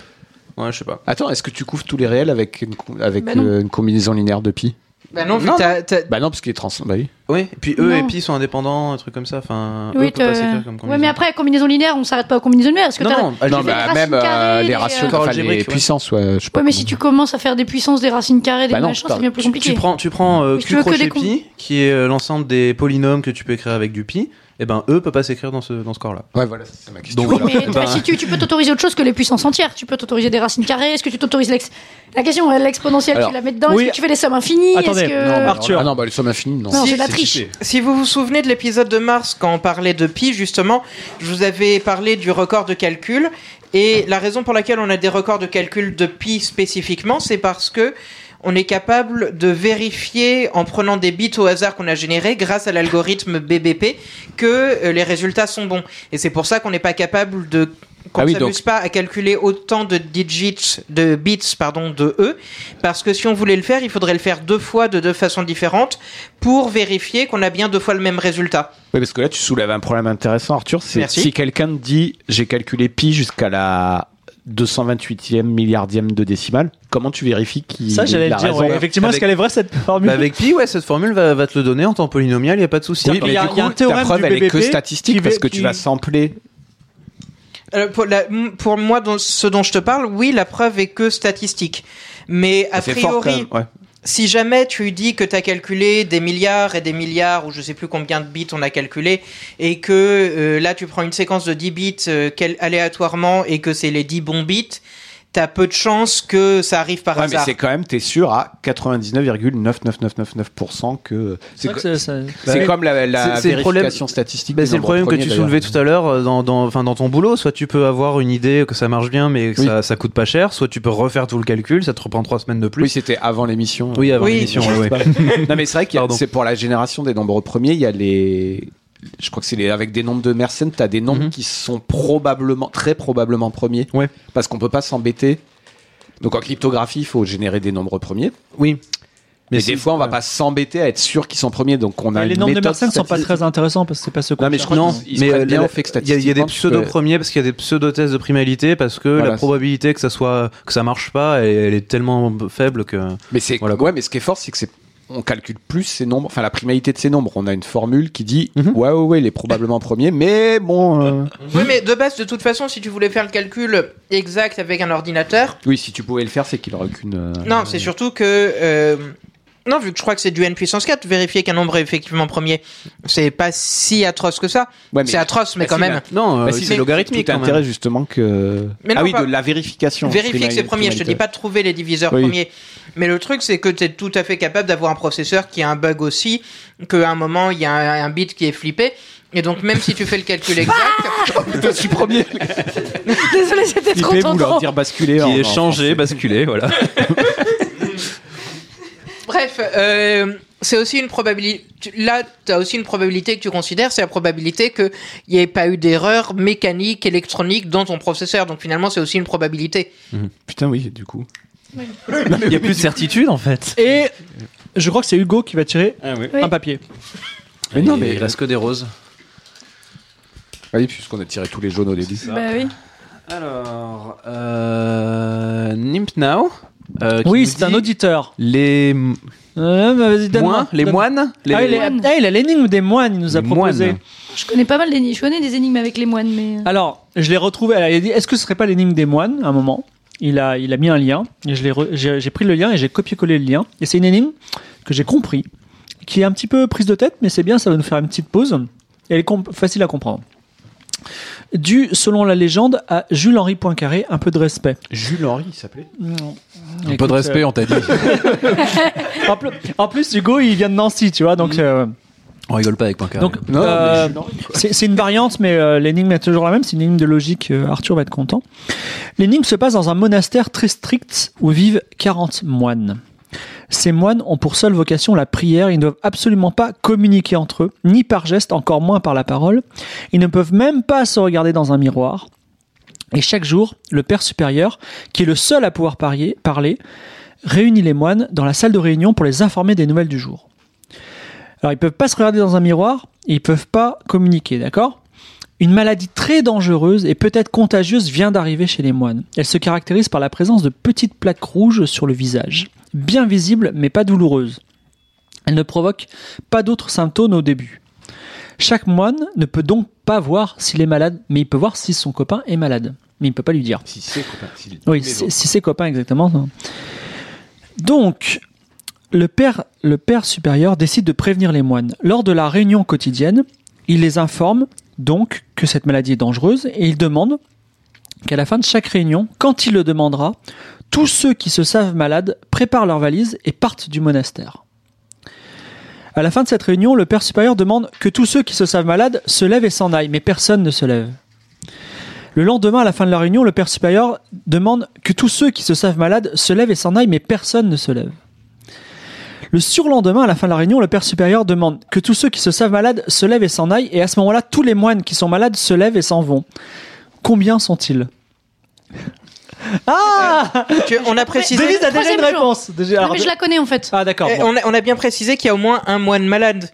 Speaker 5: Ouais, je sais pas.
Speaker 3: Attends, est-ce que tu couves tous les réels avec une, com- avec,
Speaker 4: Bah non.
Speaker 3: euh, une combinaison linéaire de pi
Speaker 6: Bah non, vu
Speaker 5: Non.
Speaker 6: que t'as- t'as-
Speaker 3: Bah non, parce qu'il est trans. Bah oui.
Speaker 5: Oui, et puis eux
Speaker 4: Non.
Speaker 5: et pi sont indépendants, un truc comme ça. Enfin, eux
Speaker 4: Oui,
Speaker 5: peuvent pas
Speaker 4: t'as-
Speaker 5: s'écrire comme
Speaker 4: ouais, mais après, combinaison linéaire, on s'arrête pas aux combinaisons linéaires. Parce que
Speaker 5: Non,
Speaker 4: t'as-
Speaker 5: non,
Speaker 4: tu
Speaker 3: non,
Speaker 4: fais des
Speaker 3: bah,
Speaker 4: racines
Speaker 3: même euh,
Speaker 4: carrées, des,
Speaker 3: les ratios,
Speaker 4: euh,
Speaker 3: enfin, les
Speaker 5: algébriques, ouais.
Speaker 3: puissances, ouais, je sais pas
Speaker 4: Ouais, mais
Speaker 3: comment-
Speaker 4: si tu commences à faire des puissances, des racines carrées, des
Speaker 3: Bah non,
Speaker 4: machins,
Speaker 3: t'as-
Speaker 4: c'est bien plus
Speaker 5: tu,
Speaker 4: compliqué.
Speaker 5: tu prends, tu prends euh,
Speaker 4: Oui, si
Speaker 5: Q
Speaker 4: tu veux que
Speaker 5: crochet
Speaker 4: des
Speaker 5: pi, qui est euh, l'ensemble des polynômes que tu peux écrire avec du pi. Et ben eux peuvent pas s'écrire dans ce dans ce corps-là.
Speaker 3: Ouais, voilà, c'est ma question.
Speaker 5: Donc,
Speaker 3: Voilà.
Speaker 4: Mais
Speaker 5: Bah.
Speaker 4: si tu, tu peux t'autoriser autre chose que les puissances entières, tu peux t'autoriser des racines carrées, est-ce que tu t'autorises l'ex... La question, euh, l'exponentielle,
Speaker 3: Alors,
Speaker 4: tu la mets dedans,
Speaker 1: oui.
Speaker 4: est-ce que tu fais des sommes infinies est-ce
Speaker 1: Attendez,
Speaker 4: que-
Speaker 1: non,
Speaker 3: Alors,
Speaker 1: Arthur.
Speaker 3: Ah non, bah les sommes infinies, non.
Speaker 4: Non, c'est de la
Speaker 5: c'est
Speaker 4: triche. (laughs)
Speaker 5: cheaté.
Speaker 6: Si vous vous souvenez de l'épisode de Mars, quand on parlait de pi, justement, je vous avais parlé du record de calcul. Et la raison pour laquelle on a des records de calcul de pi spécifiquement, c'est parce que on est capable de vérifier, en prenant des bits au hasard qu'on a générés grâce à l'algorithme BBP, que euh, les résultats sont bons. Et c'est pour ça qu'on n'est pas capable de qu'on
Speaker 3: Ah
Speaker 6: ne
Speaker 3: oui,
Speaker 6: s'amuse pas à calculer autant de digits, de bits, pardon, de E, parce que si on voulait le faire, il faudrait le faire deux fois de deux façons différentes pour vérifier qu'on a bien deux fois le même résultat.
Speaker 3: Oui, parce que là, tu soulèves un problème intéressant, Arthur. C'est
Speaker 6: Merci.
Speaker 3: si quelqu'un te dit j'ai calculé pi jusqu'à la 228e milliardième de décimale, comment tu vérifies qu'il
Speaker 1: Ça, j'allais
Speaker 3: il
Speaker 1: le
Speaker 3: a
Speaker 1: dire.
Speaker 3: raison
Speaker 1: ouais. Effectivement, est-ce
Speaker 5: Avec-
Speaker 1: qu'elle est vraie cette formule
Speaker 5: Bah, avec pi, ouais, cette formule va, va te le donner en temps polynomial, il y a pas de souci.
Speaker 1: Oui,
Speaker 3: Mais
Speaker 1: il y a-
Speaker 3: du
Speaker 1: il y a
Speaker 3: coup,
Speaker 1: un théorème
Speaker 3: ta preuve,
Speaker 1: du
Speaker 3: elle est que
Speaker 1: BBP qui
Speaker 3: statistique parce
Speaker 1: va-
Speaker 3: que
Speaker 1: qui-
Speaker 3: tu vas sampler.
Speaker 6: Euh, pour, la- pour moi, dans ce dont je te parle, oui, la preuve est que statistique. Mais a
Speaker 3: C'est fort,
Speaker 6: priori,
Speaker 3: quand même, ouais.
Speaker 6: si jamais tu dis que tu as calculé des milliards et des milliards, ou je sais plus combien de bits on a calculé, et que euh, là tu prends une séquence de 10 bits euh, quel- aléatoirement et que c'est les 10 bons bits, t'as peu de chances que ça arrive par
Speaker 3: Ouais, mais
Speaker 6: hasard.
Speaker 3: c'est quand même, t'es sûr à 99,99999% que
Speaker 1: C'est
Speaker 3: c'est
Speaker 1: vrai que
Speaker 3: co-
Speaker 1: c'est- ça-
Speaker 3: c'est comme la, la
Speaker 5: C'est- c'est le problème-
Speaker 3: vérification statistique.
Speaker 5: Bah,
Speaker 3: du
Speaker 5: c'est le
Speaker 3: nombre
Speaker 5: problème que
Speaker 3: premier,
Speaker 5: tu
Speaker 3: d'ailleurs.
Speaker 5: soulevais tout à l'heure euh, dans, dans, enfin, dans ton boulot. Soit tu peux avoir une idée que ça marche bien, mais que
Speaker 3: Oui.
Speaker 5: ça, ça coûte pas cher. Soit tu peux refaire tout le calcul, ça te reprend trois semaines de plus.
Speaker 3: Oui, c'était avant l'émission.
Speaker 5: Oui, avant
Speaker 6: Oui.
Speaker 5: l'émission. ouais, ouais.
Speaker 3: (laughs) non, mais c'est vrai que
Speaker 5: Pardon.
Speaker 3: c'est pour la génération des nombres premiers, il y a les. Je crois que c'est les- avec des nombres de Mersenne, tu as des nombres
Speaker 5: Mhm.
Speaker 3: qui sont probablement, très probablement premiers.
Speaker 5: Ouais.
Speaker 3: Parce qu'on peut pas s'embêter. Donc en cryptographie, il faut générer des nombres premiers.
Speaker 5: Oui.
Speaker 3: Mais
Speaker 5: si-
Speaker 3: des fois, on va pas s'embêter à être sûr qu'ils sont premiers. Donc on a
Speaker 1: Mais les
Speaker 3: une
Speaker 1: nombres de
Speaker 3: méthode
Speaker 1: Mersenne sont pas
Speaker 3: statistique.
Speaker 1: très intéressants parce que c'est pas ce qu'on
Speaker 3: Non, mais je crois
Speaker 5: Non,
Speaker 3: qu'ils se
Speaker 5: mais
Speaker 3: prennent
Speaker 5: euh,
Speaker 3: bien
Speaker 5: la-
Speaker 3: au fait que
Speaker 5: Il y a- il y, a des
Speaker 3: statistiquement, tu peux-
Speaker 5: pseudo-premiers parce qu'il y a des pseudo-tests de primalité parce que
Speaker 3: Voilà,
Speaker 5: la
Speaker 3: c'est-
Speaker 5: probabilité que ça soit que ça marche pas, elle, elle est tellement faible que.
Speaker 3: Mais c'est
Speaker 5: Voilà, quoi.
Speaker 3: ouais, mais ce qui est fort, c'est que c'est on calcule plus ces nombres, enfin la primalité de ces nombres. On a une formule qui dit
Speaker 5: Mhm.
Speaker 3: ouais, ouais, ouais, il est probablement premier, mais bon. euh,
Speaker 6: Oui, mais de base, de toute façon, si tu voulais faire le calcul exact avec un ordinateur,
Speaker 3: Oui, si tu pouvais le faire, c'est qu'il aurait aucune. euh,
Speaker 6: non, c'est surtout que. euh, non, vu que je crois que c'est du n puissance 4, vérifier qu'un nombre est effectivement premier, c'est pas si atroce que ça.
Speaker 3: Ouais, mais-
Speaker 6: c'est atroce, mais
Speaker 3: Bah,
Speaker 6: quand
Speaker 3: si,
Speaker 6: même.
Speaker 3: bah,
Speaker 5: Non,
Speaker 3: bah,
Speaker 5: euh,
Speaker 3: si,
Speaker 5: c'est
Speaker 3: mais
Speaker 5: logarithmique.
Speaker 3: Tout
Speaker 5: quand même.
Speaker 3: intérêt justement que.
Speaker 6: Mais non,
Speaker 3: ah oui,
Speaker 6: pas-
Speaker 3: de la vérification.
Speaker 6: Vérifier que c'est
Speaker 3: primari-
Speaker 6: premier, je te dis pas de trouver les diviseurs
Speaker 3: Oui.
Speaker 6: premiers. Mais le truc, c'est que tu es tout à fait capable d'avoir un processeur qui a un bug aussi, qu'à un moment, il y a un, un bit qui est flippé. Et donc, même si tu fais le calcul
Speaker 3: (laughs)
Speaker 6: exact,
Speaker 3: primaire. Je suis premier.
Speaker 4: Désolé, c'était trop
Speaker 3: Flippez-vous, leur
Speaker 4: tentant.
Speaker 3: dire basculer. en-
Speaker 5: Qui est
Speaker 3: en
Speaker 5: changé,
Speaker 3: français.
Speaker 5: basculé, voilà.
Speaker 6: bref, euh, c'est aussi une probabilité. tu- Là, tu as aussi une probabilité que tu considères, c'est la probabilité qu'il n'y ait pas eu d'erreur mécanique, électronique dans ton processeur. Donc finalement, c'est aussi une probabilité.
Speaker 3: Putain, oui, du coup.
Speaker 7: Il n'y a plus de certitude en fait.
Speaker 1: Et je crois que c'est Hugo qui va tirer
Speaker 4: Oui.
Speaker 1: un papier.
Speaker 3: Mais non, mais-
Speaker 5: il reste que des roses.
Speaker 3: Ah Oui, puisqu'on a tiré tous les jaunes au début.
Speaker 4: Bah oui.
Speaker 5: Alors, euh, Nymph Now. euh, qui
Speaker 1: Oui,
Speaker 5: nous
Speaker 1: c'est un
Speaker 5: dit
Speaker 1: auditeur.
Speaker 5: Les m-
Speaker 1: Euh, mais vas-y, donne-moi,
Speaker 5: moines, les
Speaker 1: donne-
Speaker 5: moines, les
Speaker 1: Ah, il, est-
Speaker 4: moines.
Speaker 1: ah, il a l'énigme des moines, il nous a
Speaker 5: Les
Speaker 1: proposé.
Speaker 5: moines.
Speaker 4: Je connais pas mal d'énigmes. Je connais des énigmes avec les moines, mais. euh,
Speaker 1: Alors, je l'ai retrouvé. alors, il a dit Est-ce que ce serait pas l'énigme des moines à un moment il a, il a mis un lien. et je l'ai re- J'ai j'ai pris le lien et j'ai copié-collé le lien. Et c'est une énigme que j'ai compris, qui est un petit peu prise de tête, mais c'est bien, ça va nous faire une petite pause. Et elle est com- facile à comprendre. Dû, selon la légende, à Jules-Henri Poincaré, un peu de respect.
Speaker 3: Jules Henry, il s'appelait
Speaker 7: Un peu de respect, on t'a dit.
Speaker 1: En plus, en plus, Hugo, il vient de Nancy, tu vois, donc. euh,
Speaker 7: On rigole pas avec Poincaré.
Speaker 1: Donc,
Speaker 3: Non,
Speaker 1: euh,
Speaker 3: mais je suis dans-
Speaker 1: c'est c'est une variante, mais euh, l'énigme est toujours la même. C'est une énigme de logique. euh, Arthur va être content. L'énigme se passe dans un monastère très strict où vivent 40 moines. Ces moines ont pour seule vocation la prière. Ils ne doivent absolument pas communiquer entre eux, ni par geste, encore moins par la parole. Ils ne peuvent même pas se regarder dans un miroir. Et chaque jour, le Père supérieur, qui est le seul à pouvoir parier- parler, réunit les moines dans la salle de réunion pour les informer des nouvelles du jour. Alors ils peuvent pas se regarder dans un miroir, et ils peuvent pas communiquer, d'accord Une maladie très dangereuse et peut-être contagieuse vient d'arriver chez les moines. Elle se caractérise par la présence de petites plaques rouges sur le visage, bien visibles mais pas douloureuses. Elle ne provoque pas d'autres symptômes au début. Chaque moine ne peut donc pas voir s'il est malade, mais il peut voir si son copain est malade. Mais il ne peut pas lui dire.
Speaker 3: Si c'est compatible.
Speaker 1: Oui,
Speaker 3: Mais
Speaker 1: si si ses copains, exactement. Donc, le père, le père supérieur décide de prévenir les moines. Lors de la réunion quotidienne, il les informe donc que cette maladie est dangereuse et il demande qu'à la fin de chaque réunion, quand il le demandera, tous ceux qui se savent malades préparent leurs valises et partent du monastère. À la fin de cette réunion, le père supérieur demande que tous ceux qui se savent malades se lèvent et s'en aillent, mais personne ne se lève. Le lendemain, à la fin de la réunion, le père supérieur demande que tous ceux qui se savent malades se lèvent et s'en aillent, mais personne ne se lève. Le surlendemain, à la fin de la réunion, le père supérieur demande que tous ceux qui se savent malades se lèvent et s'en aillent, et à ce moment-là, tous les moines qui sont malades se lèvent et s'en vont. Combien sont-ils Ah
Speaker 6: Tu- on a précisé.
Speaker 1: David a déjà une
Speaker 4: Euh, Troisième jour.
Speaker 1: réponse. Déjà-
Speaker 4: Non,
Speaker 1: alors,
Speaker 4: mais je la connais en fait.
Speaker 1: Ah d'accord.
Speaker 6: Eh,
Speaker 1: bon.
Speaker 6: on, a, on a bien précisé qu'il y a au moins un moine malade.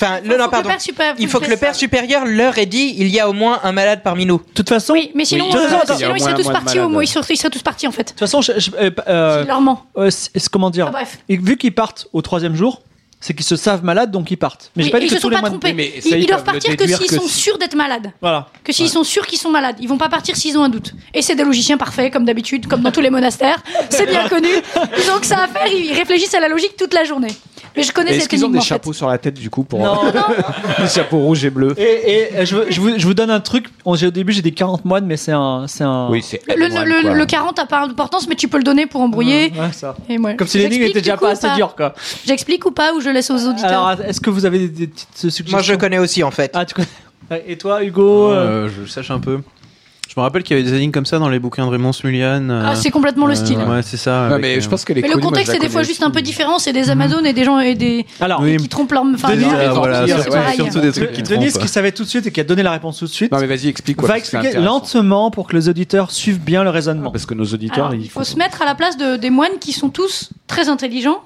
Speaker 6: Enfin, le,
Speaker 4: Faut
Speaker 6: non,
Speaker 4: que
Speaker 6: pardon.
Speaker 4: le père supérieur-
Speaker 6: Il faut que le père
Speaker 4: fasse ça.
Speaker 6: supérieur leur ait dit il y a au moins un malade parmi nous.
Speaker 1: De toute façon,
Speaker 4: Oui, mais sinon,
Speaker 1: Oui.
Speaker 4: euh,
Speaker 1: Attends, attends,
Speaker 4: sinon
Speaker 3: attends.
Speaker 4: ils seraient
Speaker 3: Il y a
Speaker 4: tous
Speaker 3: moins de
Speaker 4: partis au
Speaker 3: malades.
Speaker 4: moins. Ils seraient, ils seraient tous partis en fait.
Speaker 1: de toute façon, je- je- euh, euh,
Speaker 4: Il leur ment.
Speaker 1: euh, c'est c'est- comment dire
Speaker 4: Ah, bref.
Speaker 1: Et vu qu'ils partent au troisième jour, c'est qu'ils se savent malades, donc ils partent. Mais
Speaker 4: Oui,
Speaker 1: j'ai pas
Speaker 4: et
Speaker 1: dit
Speaker 4: ils
Speaker 1: que
Speaker 4: se
Speaker 1: tous
Speaker 4: sont
Speaker 1: les
Speaker 4: pas
Speaker 1: moines.
Speaker 4: trompés.
Speaker 3: Mais
Speaker 4: Ils
Speaker 3: ça, ils
Speaker 4: ils doivent
Speaker 3: peuvent le
Speaker 4: partir que
Speaker 3: déduire
Speaker 4: s'ils
Speaker 3: que
Speaker 4: sont
Speaker 3: si-
Speaker 4: sûrs d'être malades.
Speaker 1: Voilà.
Speaker 4: Que s'ils sont sûrs qu'ils sont malades, ils vont pas partir s'ils ont un doute. Et c'est des logiciens parfaits, comme d'habitude, comme dans tous les monastères. C'est bien connu. Ils ont que ça à faire, ils réfléchissent à la logique toute la journée. Mais je connais
Speaker 3: Est-ce
Speaker 4: cette
Speaker 3: qu'ils ont
Speaker 4: énigme
Speaker 3: des
Speaker 4: en fait.
Speaker 3: chapeaux sur la tête, du coup, pour.
Speaker 1: Non. (laughs)
Speaker 3: des chapeaux rouges et bleus.
Speaker 1: Et, et, euh, je, veux- je vous, je vous donne un truc. On- j'ai- Au début, j'ai des 40 moines, mais c'est un. C'est un...
Speaker 3: Oui, c'est.
Speaker 4: Le, le- le- le 40 n'a pas d'importance, mais tu peux le donner pour embrouiller.
Speaker 1: Ouais, ça.
Speaker 4: Et moi,
Speaker 1: Comme si l'énigme
Speaker 4: j'explique,
Speaker 1: était déjà
Speaker 4: du coup,
Speaker 1: pas
Speaker 4: ou
Speaker 1: assez dure, quoi.
Speaker 4: J'explique ou pas, ou je laisse aux auditeurs
Speaker 1: Alors, est-ce que vous avez des, des petites suggestions
Speaker 6: Moi, je connais aussi en fait.
Speaker 1: Ah, tu connais. Ouais, Et toi, Hugo euh,
Speaker 5: Euh, je sache un peu. Je me rappelle qu'il y avait des énigmes comme ça dans les bouquins de Raymond Smulian. euh,
Speaker 4: Ah, c'est complètement le
Speaker 5: euh,
Speaker 4: style.
Speaker 5: Ouais, c'est ça.
Speaker 3: Non,
Speaker 5: avec,
Speaker 3: mais
Speaker 5: euh,
Speaker 3: je pense que les
Speaker 4: Mais le
Speaker 3: connus, moi, je
Speaker 4: contexte
Speaker 3: la
Speaker 4: est des fois
Speaker 3: connais
Speaker 4: juste
Speaker 3: aussi.
Speaker 4: un peu différent. C'est des Amazones et des gens et des
Speaker 1: Alors,
Speaker 5: Oui.
Speaker 4: qui trompent leur. Enfin,
Speaker 1: Denis,
Speaker 4: leur-
Speaker 1: euh,
Speaker 4: leur-
Speaker 5: voilà,
Speaker 4: leur-
Speaker 5: surtout-
Speaker 4: leur- leur-
Speaker 5: surtout des trucs qui trompent.
Speaker 1: Denis, qui savait tout de suite et qui a donné la réponse tout de suite,
Speaker 3: Non, mais vas-y, explique quoi.
Speaker 1: va
Speaker 3: parce que c'est
Speaker 1: expliquer
Speaker 3: intéressant.
Speaker 1: lentement pour que les auditeurs suivent bien le raisonnement.
Speaker 3: Parce que nos auditeurs,
Speaker 4: Alors,
Speaker 3: ils
Speaker 4: il faut se mettre à la place de- des moines qui sont tous très intelligents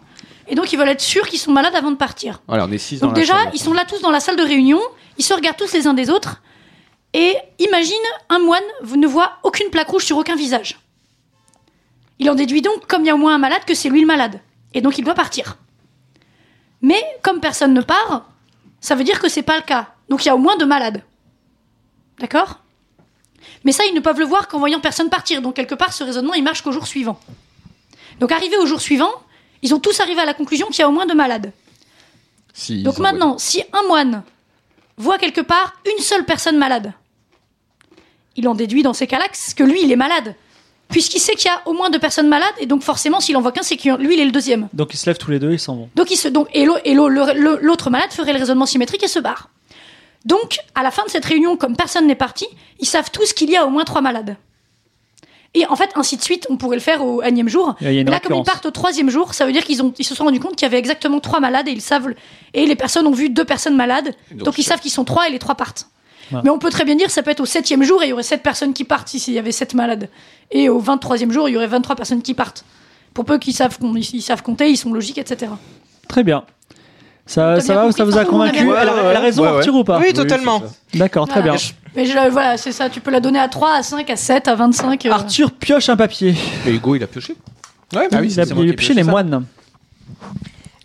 Speaker 4: et donc ils veulent être sûrs qu'ils sont malades avant de partir.
Speaker 3: Voilà, on est 6 dans
Speaker 4: Donc
Speaker 3: la
Speaker 4: déjà,
Speaker 3: salle.
Speaker 4: ils sont là tous dans la salle de réunion, ils se regardent tous les uns des autres et imagine un moine vous ne voit aucune plaque rouge sur aucun visage. Il en déduit donc, comme il y a au moins un malade, que c'est lui le malade et donc il doit partir. Mais comme personne ne part, ça veut dire que c'est pas le cas. Donc il y a au moins deux malades. D'accord Mais ça, ils ne peuvent le voir qu'en voyant personne partir. Donc quelque part, ce raisonnement, il marche qu'au jour suivant. Donc arrivé au jour suivant, ils ont tous arrivé à la conclusion qu'il y a au moins deux malades.
Speaker 3: Si, ils
Speaker 4: Donc
Speaker 3: ont-
Speaker 4: maintenant, si un moine voit quelque part une seule personne malade, il en déduit dans ces cas-là que- que lui, il est malade. Puisqu'il sait qu'il y a au moins deux personnes malades, et donc forcément, s'il en voit qu'un, c'est que lui, il est le deuxième.
Speaker 1: Donc, ils se lèvent tous les deux, ils s'en vont.
Speaker 4: Donc il se donc et l'au- et l'au- le- le- l'autre malade ferait le raisonnement symétrique et se barre. Donc à la fin de cette réunion, comme personne n'est parti, ils savent tous qu'il y a au moins trois malades. Et en fait, ainsi de suite, on pourrait le faire au énième jour.
Speaker 1: Il y a une
Speaker 4: Là, comme ils
Speaker 1: récurrence.
Speaker 4: partent au troisième jour, ça veut dire qu'ils ont, ils se sont rendus compte qu'il y avait exactement trois malades et ils savent. le- Et les personnes ont vu deux personnes malades, donc,
Speaker 3: Donc,
Speaker 4: ils
Speaker 3: ça-
Speaker 4: savent qu'ils sont trois et les trois partent.
Speaker 1: Voilà.
Speaker 4: Mais on peut très bien dire ça peut être au septième jour et il y aurait sept personnes qui partent s'il y avait sept malades. Et au 23e jour, il y aurait 23 personnes qui partent. Pour peu qu'ils savent, qu'on- ils savent compter, ils sont logiques, etc.
Speaker 1: Très bien. Ça,
Speaker 4: T'as
Speaker 1: ça
Speaker 4: bien
Speaker 1: va ou
Speaker 4: compris,
Speaker 1: ça vous a
Speaker 4: Franck, on a
Speaker 1: convaincu
Speaker 4: bien
Speaker 1: elle, a, elle a raison,
Speaker 5: Ouais, ouais.
Speaker 1: Arthur, ou pas
Speaker 6: Oui, totalement.
Speaker 1: D'accord, très
Speaker 4: Voilà.
Speaker 1: bien.
Speaker 4: Mais je- voilà, c'est ça, tu peux la donner à 3, à 5, à 7, à 25. euh.
Speaker 1: Arthur pioche un papier.
Speaker 3: Mais Hugo, il a pioché.
Speaker 1: il
Speaker 3: Ouais,
Speaker 5: Ah
Speaker 1: a il a pioché les moines.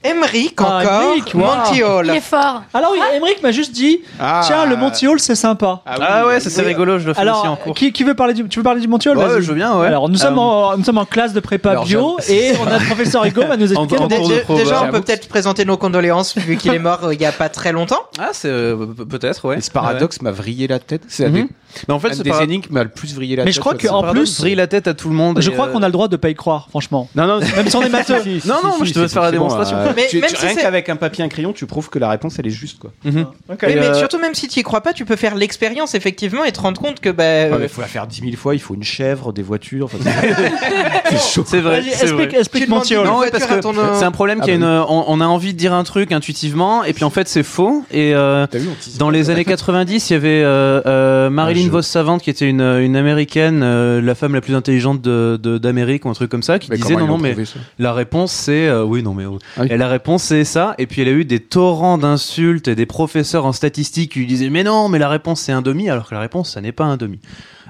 Speaker 6: Emmerich
Speaker 1: Ah,
Speaker 6: encore,
Speaker 1: Emmerich, wow.
Speaker 6: Monty
Speaker 4: il
Speaker 6: Hall.
Speaker 4: est fort.
Speaker 1: Alors, oui, Émeric m'a juste dit
Speaker 3: Ah.
Speaker 1: Tiens, le Monty Hall, c'est sympa.
Speaker 5: Ah ouais, ça c'est rigolo, je le fais aussi en
Speaker 1: Alors,
Speaker 5: cours.
Speaker 1: qui, qui veut parler du, tu veux parler du Monty Hall
Speaker 5: Ouais,
Speaker 1: Vas-y.
Speaker 5: je veux bien, ouais.
Speaker 1: Alors, nous sommes,
Speaker 5: Euh,
Speaker 1: en, nous sommes en classe de prépa
Speaker 7: alors,
Speaker 1: bio et on a le professeur Hugo va
Speaker 5: (laughs)
Speaker 1: nous expliquer.
Speaker 5: En- en
Speaker 1: le-
Speaker 5: cours de
Speaker 6: Déjà,
Speaker 5: probe,
Speaker 6: déjà, on
Speaker 5: j'avoue.
Speaker 6: peut peut-être présenter nos condoléances vu qu'il est mort euh, il y a pas très longtemps.
Speaker 5: Ah, c'est euh, pe- peut-être, ouais.
Speaker 3: Et ce paradoxe m'a vrillé la tête. C'est
Speaker 5: Ouais.
Speaker 3: un
Speaker 5: Mhm.
Speaker 3: des-
Speaker 5: Mais en fait,
Speaker 3: un
Speaker 5: ce
Speaker 3: des
Speaker 5: paradoxe
Speaker 3: énigmes qui m'a le plus vrillé la
Speaker 1: Mais
Speaker 3: tête.
Speaker 1: je crois
Speaker 3: ça,
Speaker 1: que-
Speaker 3: ça.
Speaker 1: en plus-
Speaker 5: brille la tête à tout le monde.
Speaker 1: Je
Speaker 5: et,
Speaker 1: crois
Speaker 5: euh,
Speaker 1: qu'on a le droit de pas y croire, franchement.
Speaker 5: Non, non,
Speaker 1: Même si on est
Speaker 5: (laughs)
Speaker 1: matheux.
Speaker 5: non, non, moi, je te veux faire la démonstration.
Speaker 6: Mais
Speaker 3: tu,
Speaker 6: même
Speaker 3: tu-
Speaker 6: si
Speaker 3: rien
Speaker 6: c'est-
Speaker 3: qu'avec un papier et un crayon, tu prouves que la réponse elle est juste quoi.
Speaker 5: Mhm.
Speaker 6: Oui,
Speaker 5: Et,
Speaker 6: mais
Speaker 5: euh,
Speaker 6: surtout, même si tu y crois pas, tu peux faire l'expérience effectivement et te rendre compte que bah, euh,
Speaker 3: il Ah, faut la faire 10 000 fois, il faut une chèvre, des voitures. enfin, c'est c'est chaud.
Speaker 5: C'est vrai,
Speaker 1: Vas-y,
Speaker 5: c'est vrai.
Speaker 1: explique, explique
Speaker 6: Tu demandes
Speaker 1: Monty
Speaker 6: une
Speaker 1: Hall.
Speaker 5: Non,
Speaker 6: voiture
Speaker 5: ouais, parce
Speaker 6: à
Speaker 5: que
Speaker 6: ton, euh,
Speaker 5: c'est un problème
Speaker 3: Ah
Speaker 5: qui
Speaker 3: bah
Speaker 5: a une. euh, On, on a envie de dire un truc intuitivement, et puis en fait, c'est faux. Et euh,
Speaker 3: T'as vu, on tease.
Speaker 5: dans les années 90, il y avait euh, euh, Marilyn
Speaker 3: jeu.
Speaker 5: Vos Savante, qui était une, une américaine, euh, la femme la plus intelligente de- de- d'Amérique, ou un truc comme ça, qui
Speaker 3: Mais
Speaker 5: disait
Speaker 3: comment
Speaker 5: non,
Speaker 3: ils
Speaker 5: non,
Speaker 3: l'ont
Speaker 5: mais
Speaker 3: trouvé, ça
Speaker 5: La réponse c'est euh, oui non mais euh,
Speaker 3: Ah oui.
Speaker 5: et la réponse c'est ça et puis elle a eu des torrents d'insultes et des professeurs en statistique qui lui disaient mais non mais la réponse c'est un demi alors que la réponse ça n'est pas un demi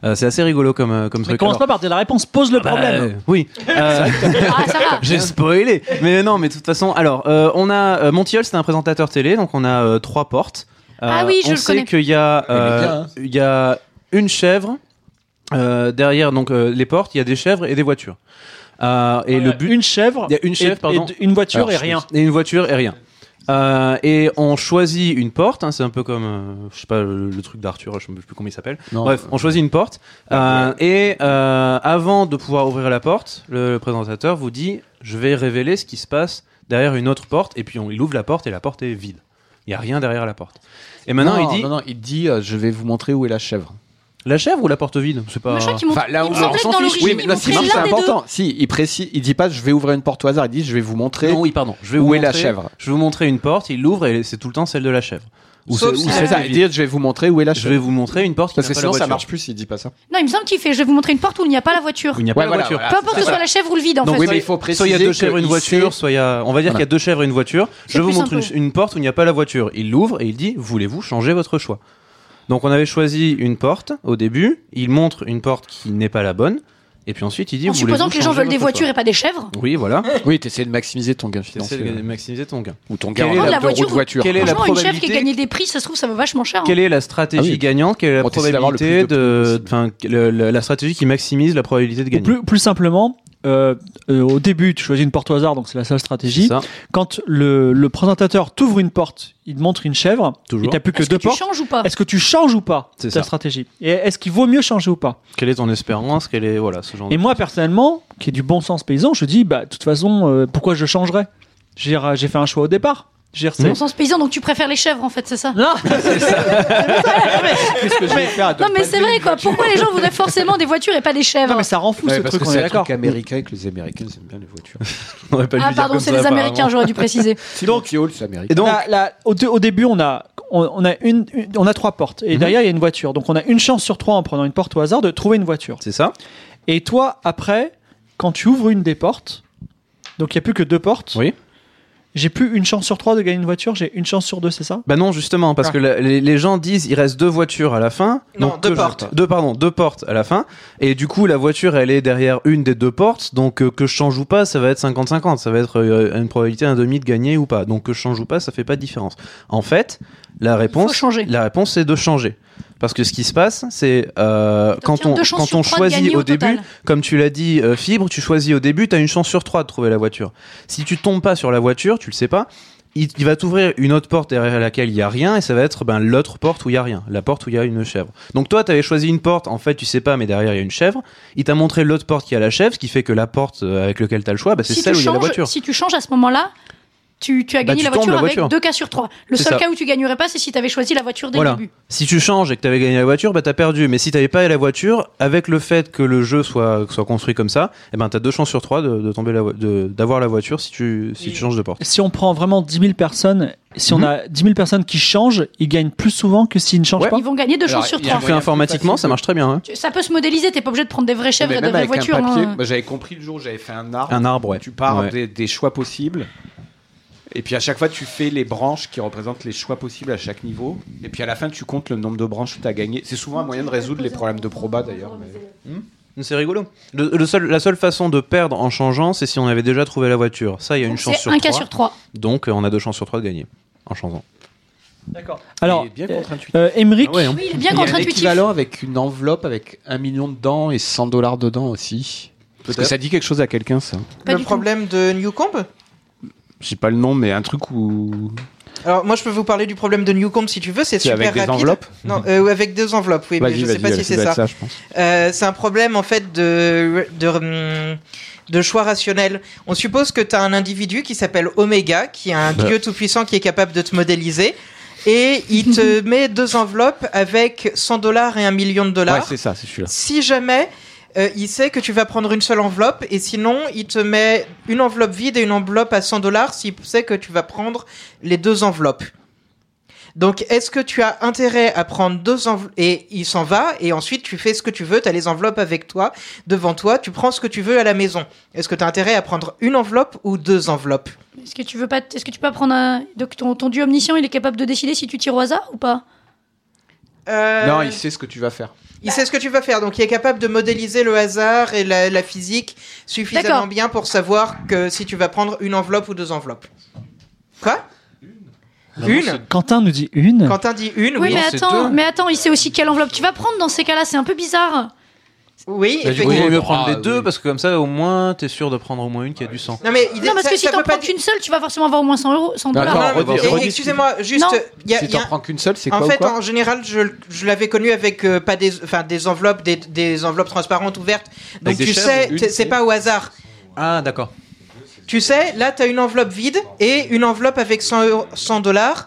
Speaker 5: Euh, c'est assez rigolo comme euh, comme
Speaker 1: Mais
Speaker 5: truc
Speaker 1: commence
Speaker 5: Alors,
Speaker 1: pas par dire la réponse, pose le
Speaker 5: bah,
Speaker 1: problème.
Speaker 5: euh,
Speaker 1: (laughs)
Speaker 5: oui Euh, (laughs)
Speaker 4: Ah, ça va.
Speaker 5: j'ai spoilé mais non mais de toute façon alors euh, on a euh, Monty Hall, c'est un présentateur télé donc on a euh, trois portes Euh,
Speaker 4: Ah oui, je
Speaker 5: on
Speaker 4: le
Speaker 5: sait
Speaker 4: connais.
Speaker 5: qu'il y a
Speaker 3: Il est bien,
Speaker 5: euh,
Speaker 3: hein.
Speaker 5: il y a une chèvre euh, derrière donc euh, les portes il y a des chèvres et des voitures Euh, et le but
Speaker 1: Une chèvre.
Speaker 5: Il y a une chèvre,
Speaker 1: et-
Speaker 5: pardon.
Speaker 1: et une voiture
Speaker 5: Alors,
Speaker 1: et
Speaker 5: je-
Speaker 1: rien.
Speaker 5: Et une voiture et rien. Euh, et on choisit une porte, hein, c'est un peu comme, euh, je sais pas, le, le truc d'Arthur, je sais plus comment il s'appelle.
Speaker 3: Non,
Speaker 5: Bref, on choisit une porte. euh, et euh, avant de pouvoir ouvrir la porte, le, le présentateur vous dit, je vais révéler ce qui se passe derrière une autre porte. Et puis on, il ouvre la porte et la porte est vide. Il y a rien derrière la porte. Et maintenant il dit,
Speaker 3: non, non, il dit euh, je vais vous montrer où est la chèvre.
Speaker 5: la chèvre ou la porte vide C'est pas.
Speaker 4: Mais je crois qu'ils m'ont-
Speaker 3: Oh. Enfin, là
Speaker 4: il
Speaker 3: où-
Speaker 4: me
Speaker 3: alors, on
Speaker 4: semblait que
Speaker 3: s'en
Speaker 4: dans
Speaker 3: fiche.
Speaker 4: l'origine,
Speaker 3: Oui, mais
Speaker 4: ils
Speaker 3: non,
Speaker 4: montraient
Speaker 3: si, non, c'est
Speaker 4: l'un des deux.
Speaker 3: important. Si, il précise, il dit pas je vais ouvrir une porte au hasard, il dit je vais vous montrer.
Speaker 5: Non, oui, pardon. Je vais
Speaker 3: Où
Speaker 5: vous
Speaker 3: est la
Speaker 5: montrer-
Speaker 3: chèvre
Speaker 5: Je vais vous montrer une porte, il l'ouvre et c'est tout le temps celle de la chèvre. Ou
Speaker 3: Sauf
Speaker 5: c'est-
Speaker 3: si
Speaker 5: ou
Speaker 3: euh, c'est
Speaker 6: Ah,
Speaker 5: celle
Speaker 3: ça,
Speaker 5: qui est
Speaker 3: il
Speaker 5: vide.
Speaker 3: dit je vais vous montrer où est la
Speaker 5: Je
Speaker 3: chèvre.
Speaker 5: vais vous montrer une porte qui
Speaker 3: Parce que
Speaker 5: n'a pas la
Speaker 3: sinon ça
Speaker 5: voiture.
Speaker 3: marche plus s'il dit pas ça.
Speaker 4: Non, il me semble qu'il fait je vais vous montrer une porte où il n'y a pas la voiture.
Speaker 5: Où il n'y a pas
Speaker 3: Ouais,
Speaker 5: la
Speaker 3: voilà,
Speaker 5: voiture.
Speaker 3: voilà.
Speaker 4: Peu importe que ce soit la chèvre ou le vide, en
Speaker 5: Donc,
Speaker 4: fait.
Speaker 3: oui, mais il faut
Speaker 5: Soit il y a
Speaker 3: préciser
Speaker 5: deux chèvres et une
Speaker 3: qu'il
Speaker 5: voiture,
Speaker 3: sait-
Speaker 5: soit il y a. On va dire qu'il y a deux chèvres et une voiture. Je
Speaker 4: C'est
Speaker 5: vous
Speaker 4: plus
Speaker 5: montre une,
Speaker 4: simple.
Speaker 5: une porte où il n'y a pas la voiture. Il l'ouvre et il dit Voulez-vous changer votre choix Donc on avait choisi une porte au début. Il montre une porte qui n'est pas la bonne. Et puis ensuite il dit
Speaker 4: En
Speaker 5: Voulez-vous
Speaker 4: supposant que les gens
Speaker 5: changer
Speaker 4: veulent des
Speaker 5: votre
Speaker 4: voitures
Speaker 5: choix
Speaker 4: et pas des chèvres.
Speaker 5: Oui, voilà.
Speaker 3: Oui, t'essayes de maximiser ton gain
Speaker 5: C'est
Speaker 3: financier.
Speaker 5: de maximiser ton gain.
Speaker 3: Ou ton
Speaker 5: Quelle
Speaker 3: gain
Speaker 5: est
Speaker 3: en
Speaker 5: la
Speaker 3: termes de roue de
Speaker 4: voiture
Speaker 3: voiture.
Speaker 5: Quelle est la
Speaker 4: Franchement, une chèvre qui a
Speaker 5: probabilité
Speaker 4: gagné des prix, ça se trouve, ça vaut vachement cher. hein.
Speaker 5: Quelle est la stratégie
Speaker 3: Ah oui.
Speaker 5: gagnante Quelle est la
Speaker 3: On essaie d'avoir le plus
Speaker 5: probabilité
Speaker 3: de prix
Speaker 5: de.
Speaker 3: possible.
Speaker 5: Enfin, le- le- la stratégie qui maximise la probabilité de
Speaker 1: Ou
Speaker 5: gagner
Speaker 1: plus, plus simplement, euh, euh, au début, tu choisis une porte au hasard, donc c'est la seule
Speaker 5: C'est
Speaker 1: stratégie.
Speaker 5: ça,
Speaker 1: Quand le, le présentateur t'ouvre une porte, il te montre une chèvre, et
Speaker 5: toujours.
Speaker 1: t'as plus que
Speaker 4: Est-ce
Speaker 1: deux
Speaker 4: que tu
Speaker 1: portes.
Speaker 4: changes ou pas
Speaker 1: Est-ce que tu changes ou pas
Speaker 5: C'est
Speaker 1: ta
Speaker 5: ça.
Speaker 1: stratégie Et est-ce qu'il vaut mieux changer ou pas
Speaker 5: Quelle est ton espérance Quelle est. Voilà, ce genre de.
Speaker 1: Et moi, personnellement, qui est du bon sens paysan, je dis, bah, de toute façon, euh, pourquoi je changerais J'ai j'ai fait un choix au départ. J'ai
Speaker 4: Dans le sens paysan, donc tu préfères les chèvres, en fait, c'est ça
Speaker 1: Non, (laughs)
Speaker 3: Qu'est-ce que je vais faire à
Speaker 4: Non,
Speaker 3: Don
Speaker 4: mais
Speaker 3: Pan-
Speaker 4: c'est vrai, quoi. Pourquoi les gens voudraient forcément des voitures et pas des chèvres
Speaker 1: non, mais ça rend fou
Speaker 3: Ouais,
Speaker 1: ce
Speaker 3: parce
Speaker 1: truc,
Speaker 3: que
Speaker 1: on
Speaker 3: c'est
Speaker 1: est
Speaker 3: un
Speaker 1: d'accord.
Speaker 3: truc américain et que les Américains ils aiment bien les (laughs) voitures.
Speaker 5: On aurait pas dû
Speaker 4: Ah,
Speaker 5: le dire
Speaker 4: pardon,
Speaker 5: comme
Speaker 4: c'est
Speaker 5: ça,
Speaker 4: les
Speaker 5: apparemment.
Speaker 4: Américains, j'aurais dû préciser.
Speaker 3: Donc, c'est américain.
Speaker 1: On a la- au, dé- au début, on a, on, on a une, une- on a trois portes et
Speaker 5: Mhm.
Speaker 1: derrière il y a une voiture. Donc on a une chance sur trois en prenant une porte au hasard de trouver une voiture.
Speaker 5: C'est ça
Speaker 1: Et toi, après, quand tu ouvres une des portes, donc il n'y a plus que deux portes.
Speaker 5: Oui.
Speaker 1: J'ai plus une chance sur trois de gagner une voiture. J'ai une chance sur deux, c'est ça
Speaker 5: Bah non, justement, parce
Speaker 1: Ah.
Speaker 5: que la- les, les gens disent il reste deux voitures à la fin.
Speaker 6: Non, deux
Speaker 5: que je-
Speaker 6: portes.
Speaker 5: deux, pardon, deux portes à la fin. Et du coup, la voiture, elle est derrière une des deux portes. Donc euh, que je change ou pas, ça va être 50-50. Ça va être euh, une probabilité un demi de gagner ou pas. Donc que je change ou pas, ça fait pas de différence. En fait, la réponse,
Speaker 4: changer.
Speaker 5: la réponse, c'est de changer. Parce que ce qui se passe, c'est euh, quand
Speaker 4: T'obtiens
Speaker 5: on,
Speaker 4: deux chances
Speaker 5: quand
Speaker 4: sur
Speaker 5: on
Speaker 4: trois de
Speaker 5: choisit
Speaker 4: gagner
Speaker 5: au
Speaker 4: au total.
Speaker 5: début, comme tu l'as dit, euh, Fibre, tu choisis au début, tu as une chance sur trois de trouver la voiture. Si tu tombes pas sur la voiture, tu le sais pas, il, il va t'ouvrir une autre porte derrière laquelle il y a rien et ça va être ben, l'autre porte où il y a rien, la porte où il y a une chèvre. Donc toi, tu avais choisi une porte, en fait, tu sais pas, mais derrière il y a une chèvre. Il t'a montré l'autre porte qui a la chèvre, ce qui fait que la porte euh, avec laquelle tu as le choix, ben, c'est
Speaker 4: Si
Speaker 5: celle
Speaker 4: tu,
Speaker 5: où il y a la
Speaker 4: changes,
Speaker 5: voiture.
Speaker 4: si tu changes à ce moment-là, tu, tu as
Speaker 5: Bah,
Speaker 4: gagné
Speaker 5: tu
Speaker 4: la
Speaker 5: tombes,
Speaker 4: voiture
Speaker 5: la
Speaker 4: avec
Speaker 5: voiture.
Speaker 4: deux cas sur trois. Le
Speaker 5: C'est
Speaker 4: seul
Speaker 5: ça.
Speaker 4: cas où tu gagnerais pas, c'est si tu avais choisi la voiture dès
Speaker 5: Voilà.
Speaker 4: le début.
Speaker 5: Si tu changes et que tu avais gagné la voiture, bah, tu as perdu. Mais si tu pas la voiture, avec le fait que le jeu soit, soit construit comme ça, eh ben, tu as deux chances sur trois de, de tomber la vo- de- d'avoir la voiture si tu, si tu changes de porte.
Speaker 1: Si on prend vraiment 10 000 personnes, si on
Speaker 5: Mhm.
Speaker 1: a 10 000 personnes qui changent, ils gagnent plus souvent que s'ils ne changent
Speaker 5: Ouais.
Speaker 1: pas.
Speaker 4: Ils vont gagner deux
Speaker 3: Alors,
Speaker 4: chances sur
Speaker 3: il y a un
Speaker 4: trois.
Speaker 5: Fait
Speaker 3: moyen
Speaker 5: informatiquement,
Speaker 3: plus facile
Speaker 5: ça marche très bien. hein.
Speaker 4: Tu- Ça peut se modéliser, t'es pas obligé de prendre des vrais chèvres et
Speaker 3: Mais
Speaker 4: de
Speaker 3: même
Speaker 4: vraies
Speaker 3: avec
Speaker 4: voitures.
Speaker 3: un papier,
Speaker 4: hein.
Speaker 3: moi, j'avais compris le jour, j'avais fait un arbre.
Speaker 5: Ah, Un arbre, ouais.
Speaker 3: Tu pars
Speaker 5: Ouais.
Speaker 3: des, des choix possibles. Et puis à chaque fois, tu fais les branches qui représentent les choix possibles à chaque niveau. Et puis à la fin, tu comptes le nombre de branches que tu as gagné. C'est souvent un moyen de résoudre les problèmes de proba d'ailleurs. mais-
Speaker 5: C'est rigolo. Le, le seul, la seule façon de perdre en changeant, c'est si on avait déjà trouvé la voiture. Ça, il y a une chance
Speaker 4: C'est
Speaker 5: sur
Speaker 4: un
Speaker 5: trois.
Speaker 4: cas sur trois.
Speaker 5: Donc, euh, on a deux chances sur trois de gagner en changeant.
Speaker 1: Alors,
Speaker 3: Et bien
Speaker 1: euh,
Speaker 3: contre-intuitif.
Speaker 1: euh, Emmerich,
Speaker 5: ouais, hein.
Speaker 4: Oui, il est bien
Speaker 3: Il y a un
Speaker 4: contre-intuitif.
Speaker 3: équivalent avec une enveloppe avec un million dedans et 100 dollars dedans aussi. Parce que
Speaker 5: Peut-être.
Speaker 3: ça dit quelque chose à quelqu'un, ça.
Speaker 4: Pas
Speaker 6: le
Speaker 4: du tout.
Speaker 6: problème de Newcomb
Speaker 3: J'ai pas le nom, mais un truc où.
Speaker 6: Alors moi je peux vous parler du problème de Newcomb si tu veux, c'est
Speaker 3: C'est
Speaker 6: super
Speaker 3: avec des
Speaker 6: rapide.
Speaker 3: enveloppes
Speaker 6: Non, euh, ouais, avec deux enveloppes, oui, mais
Speaker 3: Vas-y,
Speaker 6: je sais
Speaker 3: vas-y,
Speaker 6: pas
Speaker 3: vas-y,
Speaker 6: si c'est
Speaker 3: doit
Speaker 6: ça.
Speaker 3: être je pense.
Speaker 6: Euh, c'est un problème en fait de de, hum, de choix rationnel. On suppose que tu as un individu qui s'appelle Oméga, qui est un
Speaker 3: Bah.
Speaker 6: dieu tout puissant qui est capable de te modéliser. Et il te met deux enveloppes avec 100 dollars et un million de
Speaker 3: Ouais,
Speaker 6: dollars.
Speaker 3: c'est ça, c'est celui-là.
Speaker 6: Si jamais euh, il sait que tu vas prendre une seule enveloppe, et sinon il te met une enveloppe vide et une enveloppe à 100 dollars s'il sait que tu vas prendre les deux enveloppes. Donc est-ce que tu as intérêt à prendre deux enveloppes et il s'en va et ensuite tu fais ce que tu veux, tu as les enveloppes avec toi, devant toi, tu prends ce que tu veux à la maison. Est-ce que tu as intérêt à prendre une enveloppe ou deux enveloppes
Speaker 4: Est-ce que tu veux pas, est-ce que tu peux apprendre un, donc ton, ton dieu omniscient, il est capable de décider si tu tires au hasard ou pas
Speaker 6: Euh,
Speaker 3: Non, il sait ce que tu vas faire.
Speaker 6: Il sait ce que tu vas faire, donc il est capable de modéliser le hasard et la, la physique suffisamment
Speaker 4: D'accord.
Speaker 6: bien pour savoir que si tu vas prendre une enveloppe ou deux enveloppes. Quoi Une
Speaker 1: Quentin nous dit une.
Speaker 6: Quentin dit une,
Speaker 4: Oui,
Speaker 6: oui.
Speaker 4: mais
Speaker 5: c'est
Speaker 4: attends,
Speaker 5: deux.
Speaker 4: mais attends, il sait aussi quelle enveloppe tu vas prendre dans ces cas-là. C'est un peu bizarre.
Speaker 6: Oui,
Speaker 5: Bah, du coup,
Speaker 6: effectivement.
Speaker 5: il vaut mieux
Speaker 7: Ah,
Speaker 5: prendre les
Speaker 7: oui.
Speaker 5: deux parce que comme ça, au moins, t'es sûr de prendre au moins une qui a du sang.
Speaker 6: Non, mais il-
Speaker 4: Non, parce
Speaker 6: ça-
Speaker 4: que si
Speaker 6: ça
Speaker 4: t'en
Speaker 6: veut
Speaker 4: prends
Speaker 6: pas dire-
Speaker 4: qu'une seule, tu vas forcément avoir au moins 100 euros. 100
Speaker 3: D'accord,
Speaker 4: dollars.
Speaker 6: Non, non,
Speaker 3: redis-
Speaker 6: et-
Speaker 3: redis-
Speaker 6: Excusez-moi, juste.
Speaker 4: Non.
Speaker 6: il y a-
Speaker 3: si
Speaker 6: il y a
Speaker 3: t'en
Speaker 6: un-
Speaker 3: prends qu'une seule, c'est quoi
Speaker 6: En
Speaker 3: ou
Speaker 6: fait,
Speaker 3: quoi
Speaker 6: en général, je, je l'avais connu avec euh, pas des, enfin, des enveloppes, des, des enveloppes transparentes ouvertes. Donc
Speaker 5: Avec des
Speaker 6: tu
Speaker 5: chèvres,
Speaker 6: sais,
Speaker 5: une,
Speaker 6: t'es- c'est
Speaker 5: c'est-
Speaker 6: pas au hasard.
Speaker 5: Ah, d'accord.
Speaker 6: Tu sais, là, t'as une enveloppe vide et une enveloppe avec 100 euros- 100 dollars.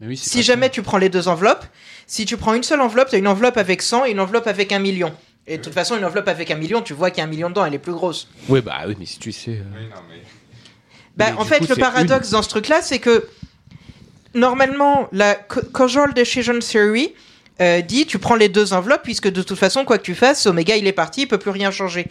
Speaker 3: Mais oui, c'est
Speaker 6: Si
Speaker 3: pas-
Speaker 6: jamais tu prends les deux enveloppes, si tu prends une seule enveloppe, tu as une enveloppe avec 100 et une enveloppe avec 1 million. Et de toute façon, une enveloppe avec 1 million, tu vois qu'il y a un million dedans, elle est plus grosse.
Speaker 3: Oui, bah oui, mais si tu sais. euh,
Speaker 6: Bah,
Speaker 3: Mais
Speaker 6: en
Speaker 3: du
Speaker 6: fait,
Speaker 3: coup,
Speaker 6: le
Speaker 3: c'est
Speaker 6: paradoxe dans ce truc-là, c'est que normalement, la ca- causal decision theory euh, dit tu prends les deux enveloppes, puisque de toute façon, quoi que tu fasses, Omega il est parti, il peut plus rien changer.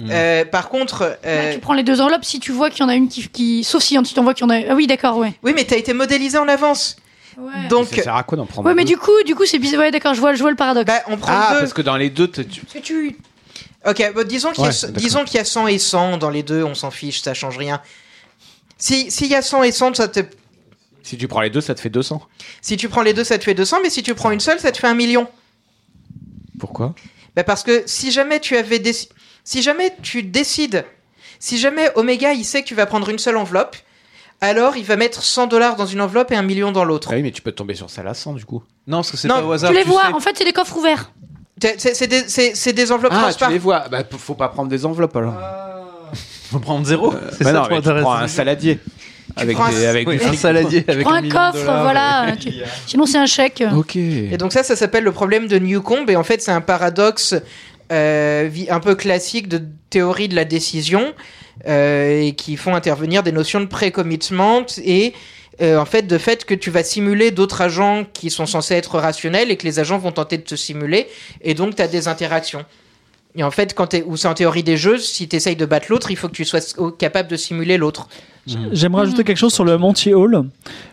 Speaker 3: Hmm.
Speaker 6: Euh, par contre.
Speaker 4: Bah,
Speaker 6: euh,
Speaker 4: tu prends les deux enveloppes si tu vois qu'il y en a une qui, qui- sauf si tu t'en vois qu'il y en a. Ah oui, d'accord, ouais.
Speaker 6: Oui, mais t'as été modélisé en avance.
Speaker 4: Ouais.
Speaker 6: Donc,
Speaker 3: Ça sert à quoi d'en prendre
Speaker 4: Ouais, mais
Speaker 3: deux
Speaker 4: du coup, du coup, c'est bizarre. Ouais, d'accord, je vois, je vois le paradoxe.
Speaker 6: bah, on prend
Speaker 3: Ah,
Speaker 6: deux.
Speaker 3: parce que dans les deux, t'es- tu.
Speaker 4: Parce que tu,
Speaker 6: Ok, bah, disons qu'il y, a-
Speaker 3: Ouais, d'accord.
Speaker 6: disons qu'il y a 100 et 100 dans les deux, on s'en fiche, ça change rien. Si- S'il y a 100 et 100, ça te...
Speaker 3: Si tu prends les deux, ça te fait 200.
Speaker 6: si tu prends les deux, ça te fait 200, mais si tu prends une seule, ça te fait un million.
Speaker 3: Pourquoi
Speaker 6: Bah parce que si jamais tu avais déci- si jamais tu décides, si jamais Omega il sait que tu vas prendre une seule enveloppe, alors il va mettre 100 dollars dans une enveloppe et un million dans l'autre.
Speaker 3: Ah oui, mais tu peux tomber sur ça à la 100 du coup.
Speaker 5: Non, parce que c'est
Speaker 6: Non,
Speaker 5: pas au hasard.
Speaker 4: tu les
Speaker 5: tu
Speaker 4: vois.
Speaker 5: sais.
Speaker 4: En fait, c'est des coffres ouverts.
Speaker 6: C'est- C'est c'est des, c'est- c'est des enveloppes
Speaker 3: Ah, tu
Speaker 6: transparentes.
Speaker 3: les vois. Bah, p- faut pas prendre des enveloppes alors.
Speaker 5: Faut prendre zéro.
Speaker 3: Bah
Speaker 5: C'est ça,
Speaker 3: non,
Speaker 5: ton
Speaker 3: mais tu
Speaker 5: intérêt.
Speaker 3: prends un saladier. Avec
Speaker 6: prends un-
Speaker 3: des. Avec
Speaker 5: Oui,
Speaker 3: du
Speaker 5: un
Speaker 3: fric.
Speaker 5: saladier avec
Speaker 4: Prends un
Speaker 5: million de
Speaker 4: coffre,
Speaker 5: dollars.
Speaker 4: voilà. Tu- Sinon, c'est un chèque. Bah,
Speaker 3: Ok.
Speaker 6: Et donc ça, ça s'appelle le problème de Newcomb. Et en fait, c'est un paradoxe euh, vi- un peu classique de théorie de la décision euh, et qui font intervenir des notions de pré-commitment et euh, en fait de fait que tu vas simuler d'autres agents qui sont censés être rationnels et que les agents vont tenter de te simuler et donc tu as des interactions. Et en fait, quand t'es- ou c'est en théorie des jeux, si tu essayes de battre l'autre, il faut que tu sois s- capable de simuler l'autre.
Speaker 1: J'aimerais ajouter quelque chose sur le Monty Hall,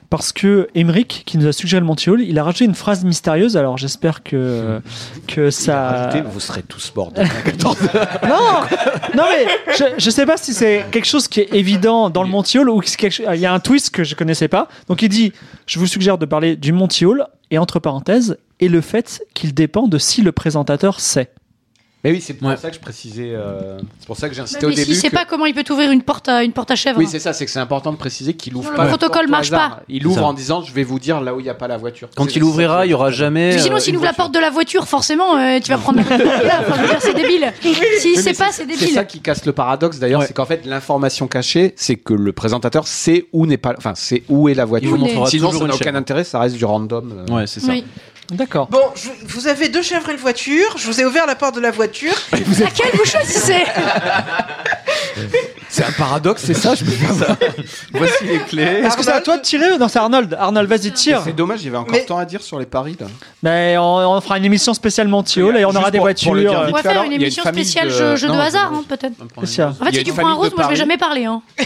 Speaker 1: parce que Emmerich, qui nous a suggéré le Monty Hall, il a rajouté une phrase mystérieuse, alors j'espère que, que ça...
Speaker 3: vous serez tous morts demain.
Speaker 1: Non, non mais je, je sais pas si c'est quelque chose qui est évident dans le Monty Hall ou que c'est quelque chose- il y a un twist que je connaissais pas. Donc il dit, je vous suggère de parler du Monty Hall et entre parenthèses et le fait qu'il dépend de si le présentateur sait.
Speaker 3: Mais oui, c'est pour
Speaker 7: Ouais.
Speaker 3: ça que je précisais. euh, c'est pour ça que j'insistais
Speaker 4: Même
Speaker 3: au
Speaker 4: ici,
Speaker 3: début.
Speaker 4: il sait
Speaker 3: que-
Speaker 4: pas comment il peut ouvrir une porte à, une porte à hein. chèvre.
Speaker 3: Oui, c'est ça, c'est que c'est important de préciser qu'il ouvre
Speaker 4: Le
Speaker 3: pas. la
Speaker 4: protocole
Speaker 3: porte au
Speaker 4: marche pas.
Speaker 3: hasard. Il ouvre
Speaker 5: ça.
Speaker 3: en disant je vais vous dire là où il n'y a pas la voiture.
Speaker 5: Quand
Speaker 3: C'est-
Speaker 5: il ouvrira, il y aura jamais.
Speaker 4: Mais sinon,
Speaker 5: euh,
Speaker 4: s'il
Speaker 5: une
Speaker 4: ouvre la
Speaker 5: voiture.
Speaker 4: porte de la voiture, forcément, euh, tu
Speaker 3: (laughs)
Speaker 4: vas prendre. Là, enfin, je veux dire, c'est débile. S'il
Speaker 3: Oui,
Speaker 4: sait
Speaker 3: mais
Speaker 4: pas, c'est
Speaker 3: C'est ça
Speaker 4: débile.
Speaker 3: qui casse le paradoxe d'ailleurs,
Speaker 5: Ouais.
Speaker 3: c'est qu'en fait l'information cachée, c'est que le présentateur sait où n'est pas, enfin sait où est la
Speaker 5: Il
Speaker 3: voiture.
Speaker 5: vous
Speaker 4: Oui, mais-
Speaker 5: montrera
Speaker 3: Sinon,
Speaker 5: toujours
Speaker 3: ça n'a
Speaker 5: une
Speaker 3: aucun
Speaker 5: chaîne.
Speaker 3: intérêt, ça reste du random. euh.
Speaker 7: Ouais, c'est ça.
Speaker 4: Oui.
Speaker 1: D'accord.
Speaker 2: Bon, je- vous avez deux chèvres et une voiture. Je vous ai ouvert la porte de la voiture.
Speaker 4: Laquelle vous choisissez
Speaker 3: Euh, C'est un paradoxe, c'est ça. Je peux pas savoir.
Speaker 5: Voici les clés.
Speaker 1: Est-ce que c'est à toi de tirer Non, c'est Arnold. Arnold, vas-y, tire.
Speaker 3: Bah, C'est dommage, il y avait encore
Speaker 2: Mais-
Speaker 3: tant à dire sur les paris là.
Speaker 1: Mais on, on fera une émission spécialement Thio, là, et on
Speaker 3: Juste
Speaker 1: aura des
Speaker 3: pour-
Speaker 1: voitures.
Speaker 3: pour le dire
Speaker 1: euh,
Speaker 4: On
Speaker 3: vite.
Speaker 4: va
Speaker 3: fait,
Speaker 4: faire
Speaker 3: alors,
Speaker 4: une
Speaker 3: il y a une
Speaker 4: émission
Speaker 3: famille
Speaker 4: spéciale
Speaker 3: de-
Speaker 4: jeu, jeu
Speaker 3: Non,
Speaker 4: de
Speaker 3: je-
Speaker 4: hasard, hein, peut-être.
Speaker 1: c'est ça.
Speaker 4: En fait,
Speaker 3: Il y a
Speaker 4: si tu
Speaker 3: une
Speaker 4: prends un
Speaker 3: famille de
Speaker 4: rose, moi je vais
Speaker 3: Paris.
Speaker 4: jamais parler.
Speaker 3: (laughs)
Speaker 4: Hein.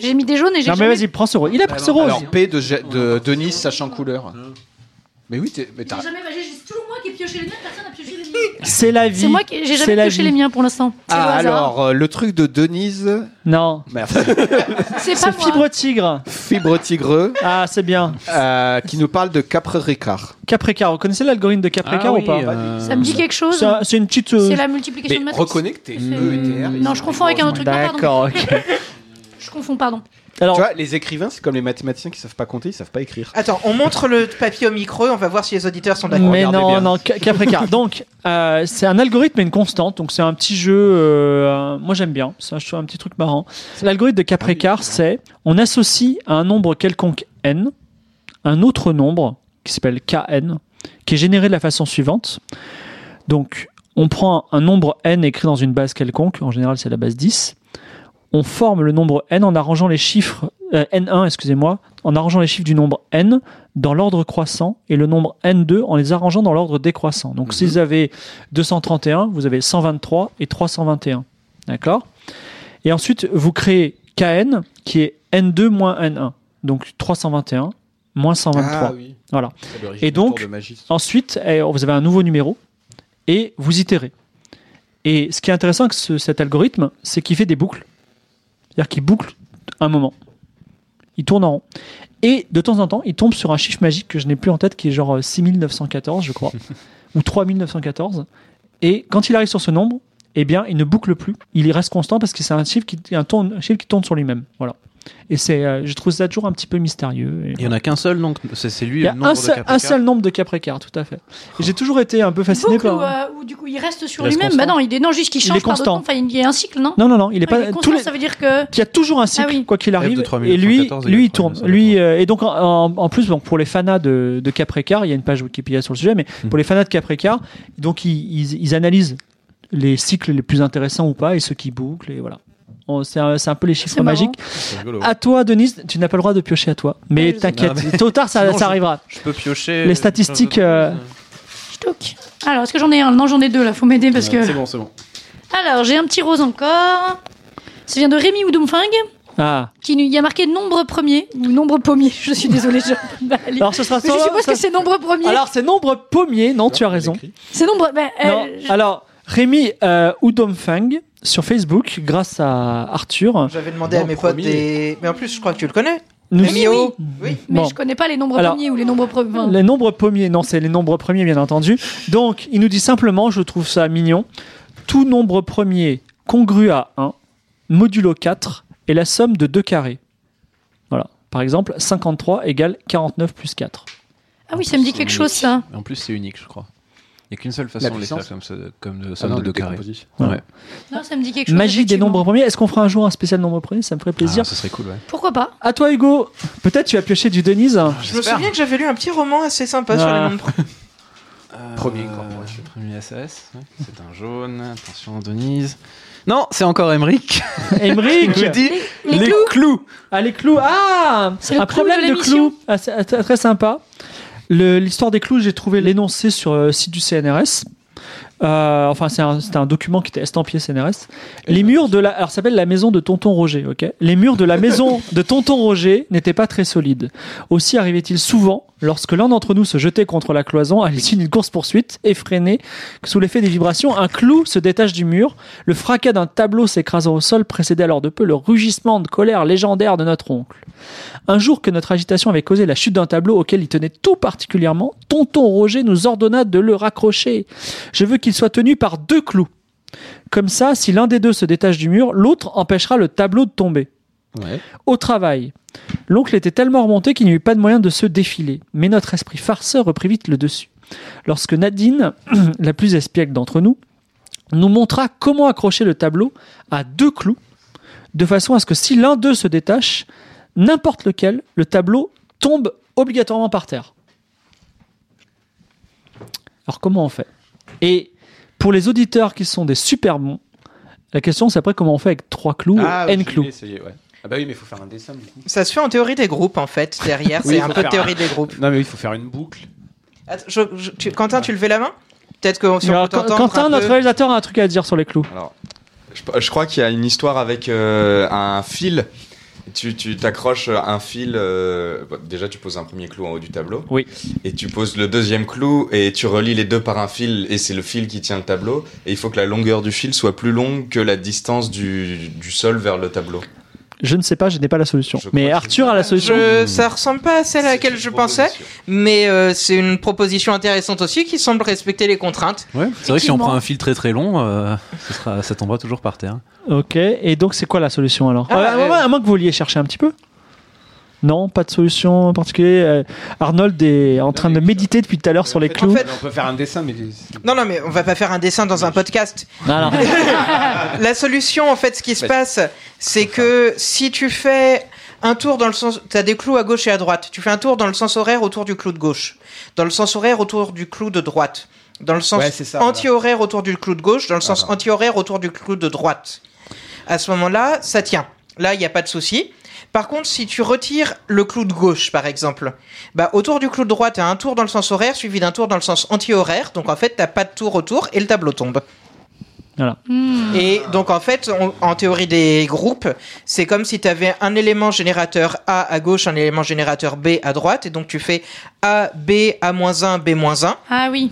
Speaker 4: J'ai mis des jaunes et j'ai
Speaker 1: Non, mais
Speaker 4: jamais.
Speaker 1: vas-y, prends ce rose. Il a pris ce rose.
Speaker 3: Alors P de, Ge- de Denis, sachant couleur. Mais oui, t'es- mais t'as-
Speaker 4: J'ai jamais- j'ai- j'ai toujours moi qui ai pioché les miens, personne n'a pioché les miens.
Speaker 1: C'est la vie.
Speaker 4: C'est moi qui j'ai
Speaker 1: C'est
Speaker 4: jamais
Speaker 1: la
Speaker 4: pioché
Speaker 1: vie.
Speaker 4: les miens pour l'instant. C'est le
Speaker 3: Ah
Speaker 4: hasard.
Speaker 3: alors euh, le truc de Denise,
Speaker 1: Non.
Speaker 3: merci.
Speaker 4: C'est pas
Speaker 1: C'est
Speaker 4: moi.
Speaker 1: Fibre Tigre.
Speaker 3: Fibre Tigreux,
Speaker 1: Ah, c'est bien.
Speaker 3: euh, qui nous parle de Capre Ricard.
Speaker 1: Caprécar. Vous connaissez l'algorithme de
Speaker 5: Ah
Speaker 1: Caprécar ou pas
Speaker 5: euh,
Speaker 4: Ça me dit quelque chose.
Speaker 1: C'est un- C'est une petite. euh,
Speaker 4: C'est la multiplication de matrice.
Speaker 3: reconnecté. E et T R.
Speaker 4: Non, je confonds avec un autre truc. Non, pardon.
Speaker 1: D'accord, ok.
Speaker 4: Je confonds, pardon.
Speaker 1: Alors,
Speaker 3: Tu vois, les écrivains, c'est comme les mathématiciens qui savent pas compter, ils savent pas écrire.
Speaker 2: Attends, on montre le papier au micro. On va voir si les auditeurs sont d'accord.
Speaker 1: Mais
Speaker 3: Regardez
Speaker 1: non,
Speaker 3: bien.
Speaker 1: non, ca- Caprica. donc, euh, c'est un algorithme et une constante. Donc, c'est un petit jeu. euh, moi, j'aime bien. C'est un, je trouve un petit truc marrant. L'algorithme de Capricar, c'est on associe à un nombre quelconque n un autre nombre qui s'appelle kn, qui est généré de la façon suivante. Donc, on prend un nombre n écrit dans une base quelconque. En général, c'est la base 10. On forme le nombre n en arrangeant les chiffres euh, n1, excusez-moi, en arrangeant les chiffres du nombre n dans l'ordre croissant et le nombre N2 en les arrangeant dans l'ordre décroissant. Donc si vous avez 231, vous avez 123 et 321. D'accord Et ensuite, vous créez KN qui est N2 moins N1. Donc 321 moins 123.
Speaker 3: oui.
Speaker 1: Voilà. Et donc- Ensuite, eh, vous avez un nouveau numéro et vous itérez. Et ce qui est intéressant avec ce- cet algorithme, c'est qu'il fait des boucles. C'est-à-dire qu'il boucle un moment. Il tourne en rond. Et de temps en temps, il tombe sur un chiffre magique que je n'ai plus en tête, qui est genre euh, 6914, je crois, ou 3914. Et quand il arrive sur ce nombre, eh bien, il ne boucle plus. Il y reste constant parce que c'est un chiffre qui, un tourne, un chiffre qui tourne sur lui-même. Voilà. Et c'est, euh, je trouve ça toujours un petit peu mystérieux. Et
Speaker 5: Il y en a qu'un seul, donc c'est c'est lui
Speaker 1: il y a
Speaker 5: le nombre
Speaker 1: un
Speaker 5: de
Speaker 1: seul,
Speaker 5: Capri
Speaker 1: un
Speaker 5: Car.
Speaker 1: seul nombre de cas précaires, tout à fait. Et j'ai toujours été un peu fasciné
Speaker 4: Boucle ou,
Speaker 1: par.
Speaker 4: euh, ou du coup il reste sur
Speaker 5: Il reste
Speaker 4: lui-même Bah
Speaker 5: constant.
Speaker 4: non, il est non juste qu'il
Speaker 1: Il
Speaker 4: change
Speaker 1: est
Speaker 4: par d'autres
Speaker 1: constant.
Speaker 4: noms. Enfin, il y a un cycle, non
Speaker 1: Non, non, non, il est
Speaker 4: Ah,
Speaker 1: pas.
Speaker 4: il est
Speaker 1: tous
Speaker 4: constant,
Speaker 1: les-
Speaker 4: ça veut dire que
Speaker 1: Il y a toujours un cycle,
Speaker 4: Ah oui.
Speaker 1: quoi qu'il arrive.
Speaker 5: de
Speaker 1: Et
Speaker 5: 3914,
Speaker 1: lui,
Speaker 5: il y a
Speaker 1: lui, il tourne.
Speaker 5: 3914.
Speaker 1: Lui, euh, et donc, en, en- en plus, donc, pour les fanas de, de Caprécar, il y a une page Wikipédia sur le sujet, mais pour les fanas de Caprécar, donc, ils, ils- ils analysent les cycles les plus intéressants ou pas et ceux qui bouclent, et voilà. On- C'est un, c'est un peu les chiffres
Speaker 4: marrant.
Speaker 1: magiques.
Speaker 5: C'est rigolo.
Speaker 1: À toi, Denise, tu n'as pas le droit de piocher à toi. Mais
Speaker 4: Ouais, je sais.
Speaker 1: t'inquiète,
Speaker 5: Non,
Speaker 1: tôt ou tard, ça,
Speaker 5: Sinon,
Speaker 1: ça
Speaker 5: je-
Speaker 1: arrivera.
Speaker 5: Je peux piocher.
Speaker 1: Les statistiques, euh,
Speaker 4: je toque. Alors, est-ce que j'en ai un Non, j'en ai deux là, faut m'aider parce que
Speaker 5: C'est bon, c'est bon.
Speaker 4: Alors, j'ai un petit rose encore. Ça vient de Rémi Oudoumfing
Speaker 1: Ah.
Speaker 4: qui nous- il y a marqué nombre premier ou nombre pommier. (laughs) Je suis désolée, je bah, allez.
Speaker 1: Alors, ce sera
Speaker 4: Mais je
Speaker 1: ça-
Speaker 4: suppose
Speaker 1: ça-
Speaker 4: que c'est nombre premier.
Speaker 1: Alors, c'est nombre pommier. Non, tu as raison.
Speaker 4: C'est nombre bah, euh,
Speaker 1: Non,
Speaker 4: je-
Speaker 1: alors, Rémi euh, Oudomfang sur Facebook, grâce à Arthur.
Speaker 2: J'avais demandé à
Speaker 3: Non,
Speaker 2: mes potes
Speaker 3: premier.
Speaker 2: des. Mais en plus, je crois que tu le connais.
Speaker 1: Nous
Speaker 4: Oui, oui.
Speaker 2: Mio. Oui.
Speaker 4: mais
Speaker 1: bon.
Speaker 4: je connais pas les nombres
Speaker 1: Alors,
Speaker 4: premiers ou les nombres premiers.
Speaker 1: Les nombres pommiers, non, c'est les nombres premiers, bien entendu. Donc, il nous dit simplement, je trouve ça mignon, tout nombre premier congru à 1, modulo 4, est la somme de deux carrés. Voilà. Par exemple, 53 égale 49 plus 4.
Speaker 4: Ah oui, ça me dit quelque chose ça.
Speaker 7: En plus, c'est unique, je crois. Il n'y a qu'une seule
Speaker 3: La
Speaker 7: façon de les
Speaker 3: puissance.
Speaker 7: faire comme ça, comme de,
Speaker 3: Ah
Speaker 7: somme
Speaker 3: non,
Speaker 7: de
Speaker 3: le
Speaker 7: deux carrés.
Speaker 3: décomposé.
Speaker 1: Ouais.
Speaker 5: Ah,
Speaker 7: Ouais.
Speaker 4: Non, ça me dit quelque chose.
Speaker 1: Magie des
Speaker 4: effectivement.
Speaker 1: nombres premiers. Est-ce qu'on fera un jour un spécial nombre premier Ça me ferait plaisir.
Speaker 7: Ah, ça serait cool, ouais.
Speaker 4: Pourquoi pas
Speaker 1: À toi, Hugo. Peut-être tu as pioché du Denise.
Speaker 2: Je me souviens que j'avais lu un petit roman assez sympa sur les
Speaker 1: Ah.
Speaker 2: nombres.
Speaker 3: Premier
Speaker 5: Euh,
Speaker 3: corporation.
Speaker 5: Premier SAS. ouais. C'est un jaune. Attention, Denise. Non, c'est
Speaker 1: (laughs)
Speaker 5: encore Emmerich.
Speaker 1: Émeric.
Speaker 5: Je dis
Speaker 4: Les
Speaker 5: les
Speaker 4: clous.
Speaker 5: clous.
Speaker 1: Ah, les clous Ah
Speaker 4: C'est le
Speaker 1: Un
Speaker 4: clou
Speaker 1: problèmes
Speaker 4: de
Speaker 1: de,
Speaker 4: l'émission.
Speaker 1: clous Ah, c'est- ah, Très sympa. Le- L'histoire des clous, j'ai trouvé l'énoncé sur le site du CNRS. Euh, enfin, c'est un, c'était un document qui était estampillé CNRS. Les murs de la. Alors, ça s'appelle la maison de Tonton
Speaker 4: (laughs)
Speaker 1: Roger, ok Les murs de la maison de Tonton Roger n'étaient pas très solides. Aussi arrivait-il souvent Lorsque l'un d'entre nous se jetait contre la cloison à l'issue d'une course-poursuite, effrénée, sous l'effet des vibrations, un clou se détache du mur, le fracas d'un tableau s'écrasant au sol précédait alors de peu le rugissement de colère légendaire de notre oncle. Un jour que notre agitation avait causé la chute d'un tableau auquel il tenait tout particulièrement, tonton Roger nous ordonna de le raccrocher. Je veux qu'il soit tenu par deux clous. Comme ça, si l'un des deux se détache du mur, l'autre empêchera le tableau de tomber.
Speaker 3: Ouais.
Speaker 1: Au travail. L'oncle était tellement remonté qu'il n'y eut pas de moyen de se défiler, mais notre esprit farceur reprit vite le dessus. Lorsque Nadine, (clears throat) la plus espiègle d'entre nous, nous montra comment accrocher le tableau à deux clous, de façon à ce que si l'un d'eux se détache, n'importe lequel, le tableau tombe obligatoirement par terre. Alors comment on fait Et pour les auditeurs qui sont des super bons, la question c'est après comment on fait avec trois clous
Speaker 3: Ah,
Speaker 1: ou
Speaker 3: oui,
Speaker 1: n
Speaker 3: je
Speaker 1: clous.
Speaker 3: l'ai, ça y est, ouais. Ah bah oui, mais il faut faire un dessin du coup.
Speaker 6: Ça se fait en théorie des groupes en fait, derrière.
Speaker 3: Oui,
Speaker 6: c'est
Speaker 3: faut
Speaker 6: un peu
Speaker 3: faire un-
Speaker 6: théorie des groupes.
Speaker 3: Non mais il faut faire une boucle.
Speaker 6: Attends, je- je- tu- Quentin, tu levais la main Peut-être qu'on si on
Speaker 1: Alors,
Speaker 6: peut t'entendre
Speaker 1: Quentin,
Speaker 6: un peu.
Speaker 1: notre réalisateur, a un truc à dire sur les clous.
Speaker 8: Je, je crois qu'il y a une histoire avec euh, un fil. Tu tu t'accroches un fil. euh, bon, déjà, tu poses un premier clou en haut du tableau.
Speaker 1: Oui.
Speaker 8: Et tu poses le deuxième clou et tu relis les deux par un fil et c'est le fil qui tient le tableau. Et il faut que la longueur du fil soit plus longue que la distance du, du sol vers le tableau.
Speaker 1: Je ne sais pas, je n'ai pas la solution.
Speaker 8: Je
Speaker 1: Mais
Speaker 8: crois que
Speaker 1: Arthur a la solution.
Speaker 6: Je- ça ressemble pas à celle à laquelle
Speaker 8: C'est
Speaker 6: je
Speaker 8: une
Speaker 6: pensais,
Speaker 8: proposition.
Speaker 6: mais euh, c'est une proposition intéressante aussi qui semble respecter les contraintes.
Speaker 5: Ouais. C'est vrai que si on
Speaker 4: Effectivement.
Speaker 5: prend un fil très très long, euh, ce sera, ça tombera toujours par terre.
Speaker 1: Ok, et donc c'est quoi la solution alors
Speaker 6: Ah,
Speaker 1: Euh, à,
Speaker 6: euh,
Speaker 1: moins- à moins que vous vouliez chercher un petit peu Non, pas de solution particulière. Arnold est en train de méditer depuis tout à l'heure sur les clous.
Speaker 6: en fait-
Speaker 3: on peut faire un dessin, mais
Speaker 6: Non, non, mais on va pas faire un dessin dans un podcast.
Speaker 1: Non, Ah, non.
Speaker 8: (laughs)
Speaker 6: (laughs) La solution, en fait, ce qui se passe, c'est que si tu fais un tour dans le sens, t'as des clous à gauche et à droite. Tu fais un tour dans le sens horaire autour du clou de gauche, dans le sens horaire autour du clou de droite, dans le sens
Speaker 3: Ouais, c'est ça, voilà. Ah,
Speaker 6: anti-horaire autour du clou de gauche, dans le sens anti-horaire autour du clou de droite. À ce moment-là, ça tient. Là, il n'y a pas de souci. Par contre, si tu retires le clou de gauche, par exemple, bah, autour du clou de droite, t'as un tour dans le sens horaire suivi d'un tour dans le sens anti-horaire. Donc, en fait, t'as pas de tour autour et le tableau tombe.
Speaker 4: Hmm.
Speaker 6: Et donc en fait, on- en théorie des groupes, c'est comme si tu avais un élément générateur A à gauche, un élément générateur B à droite, et donc tu fais A, B, A-1, B-1,
Speaker 4: Ah oui,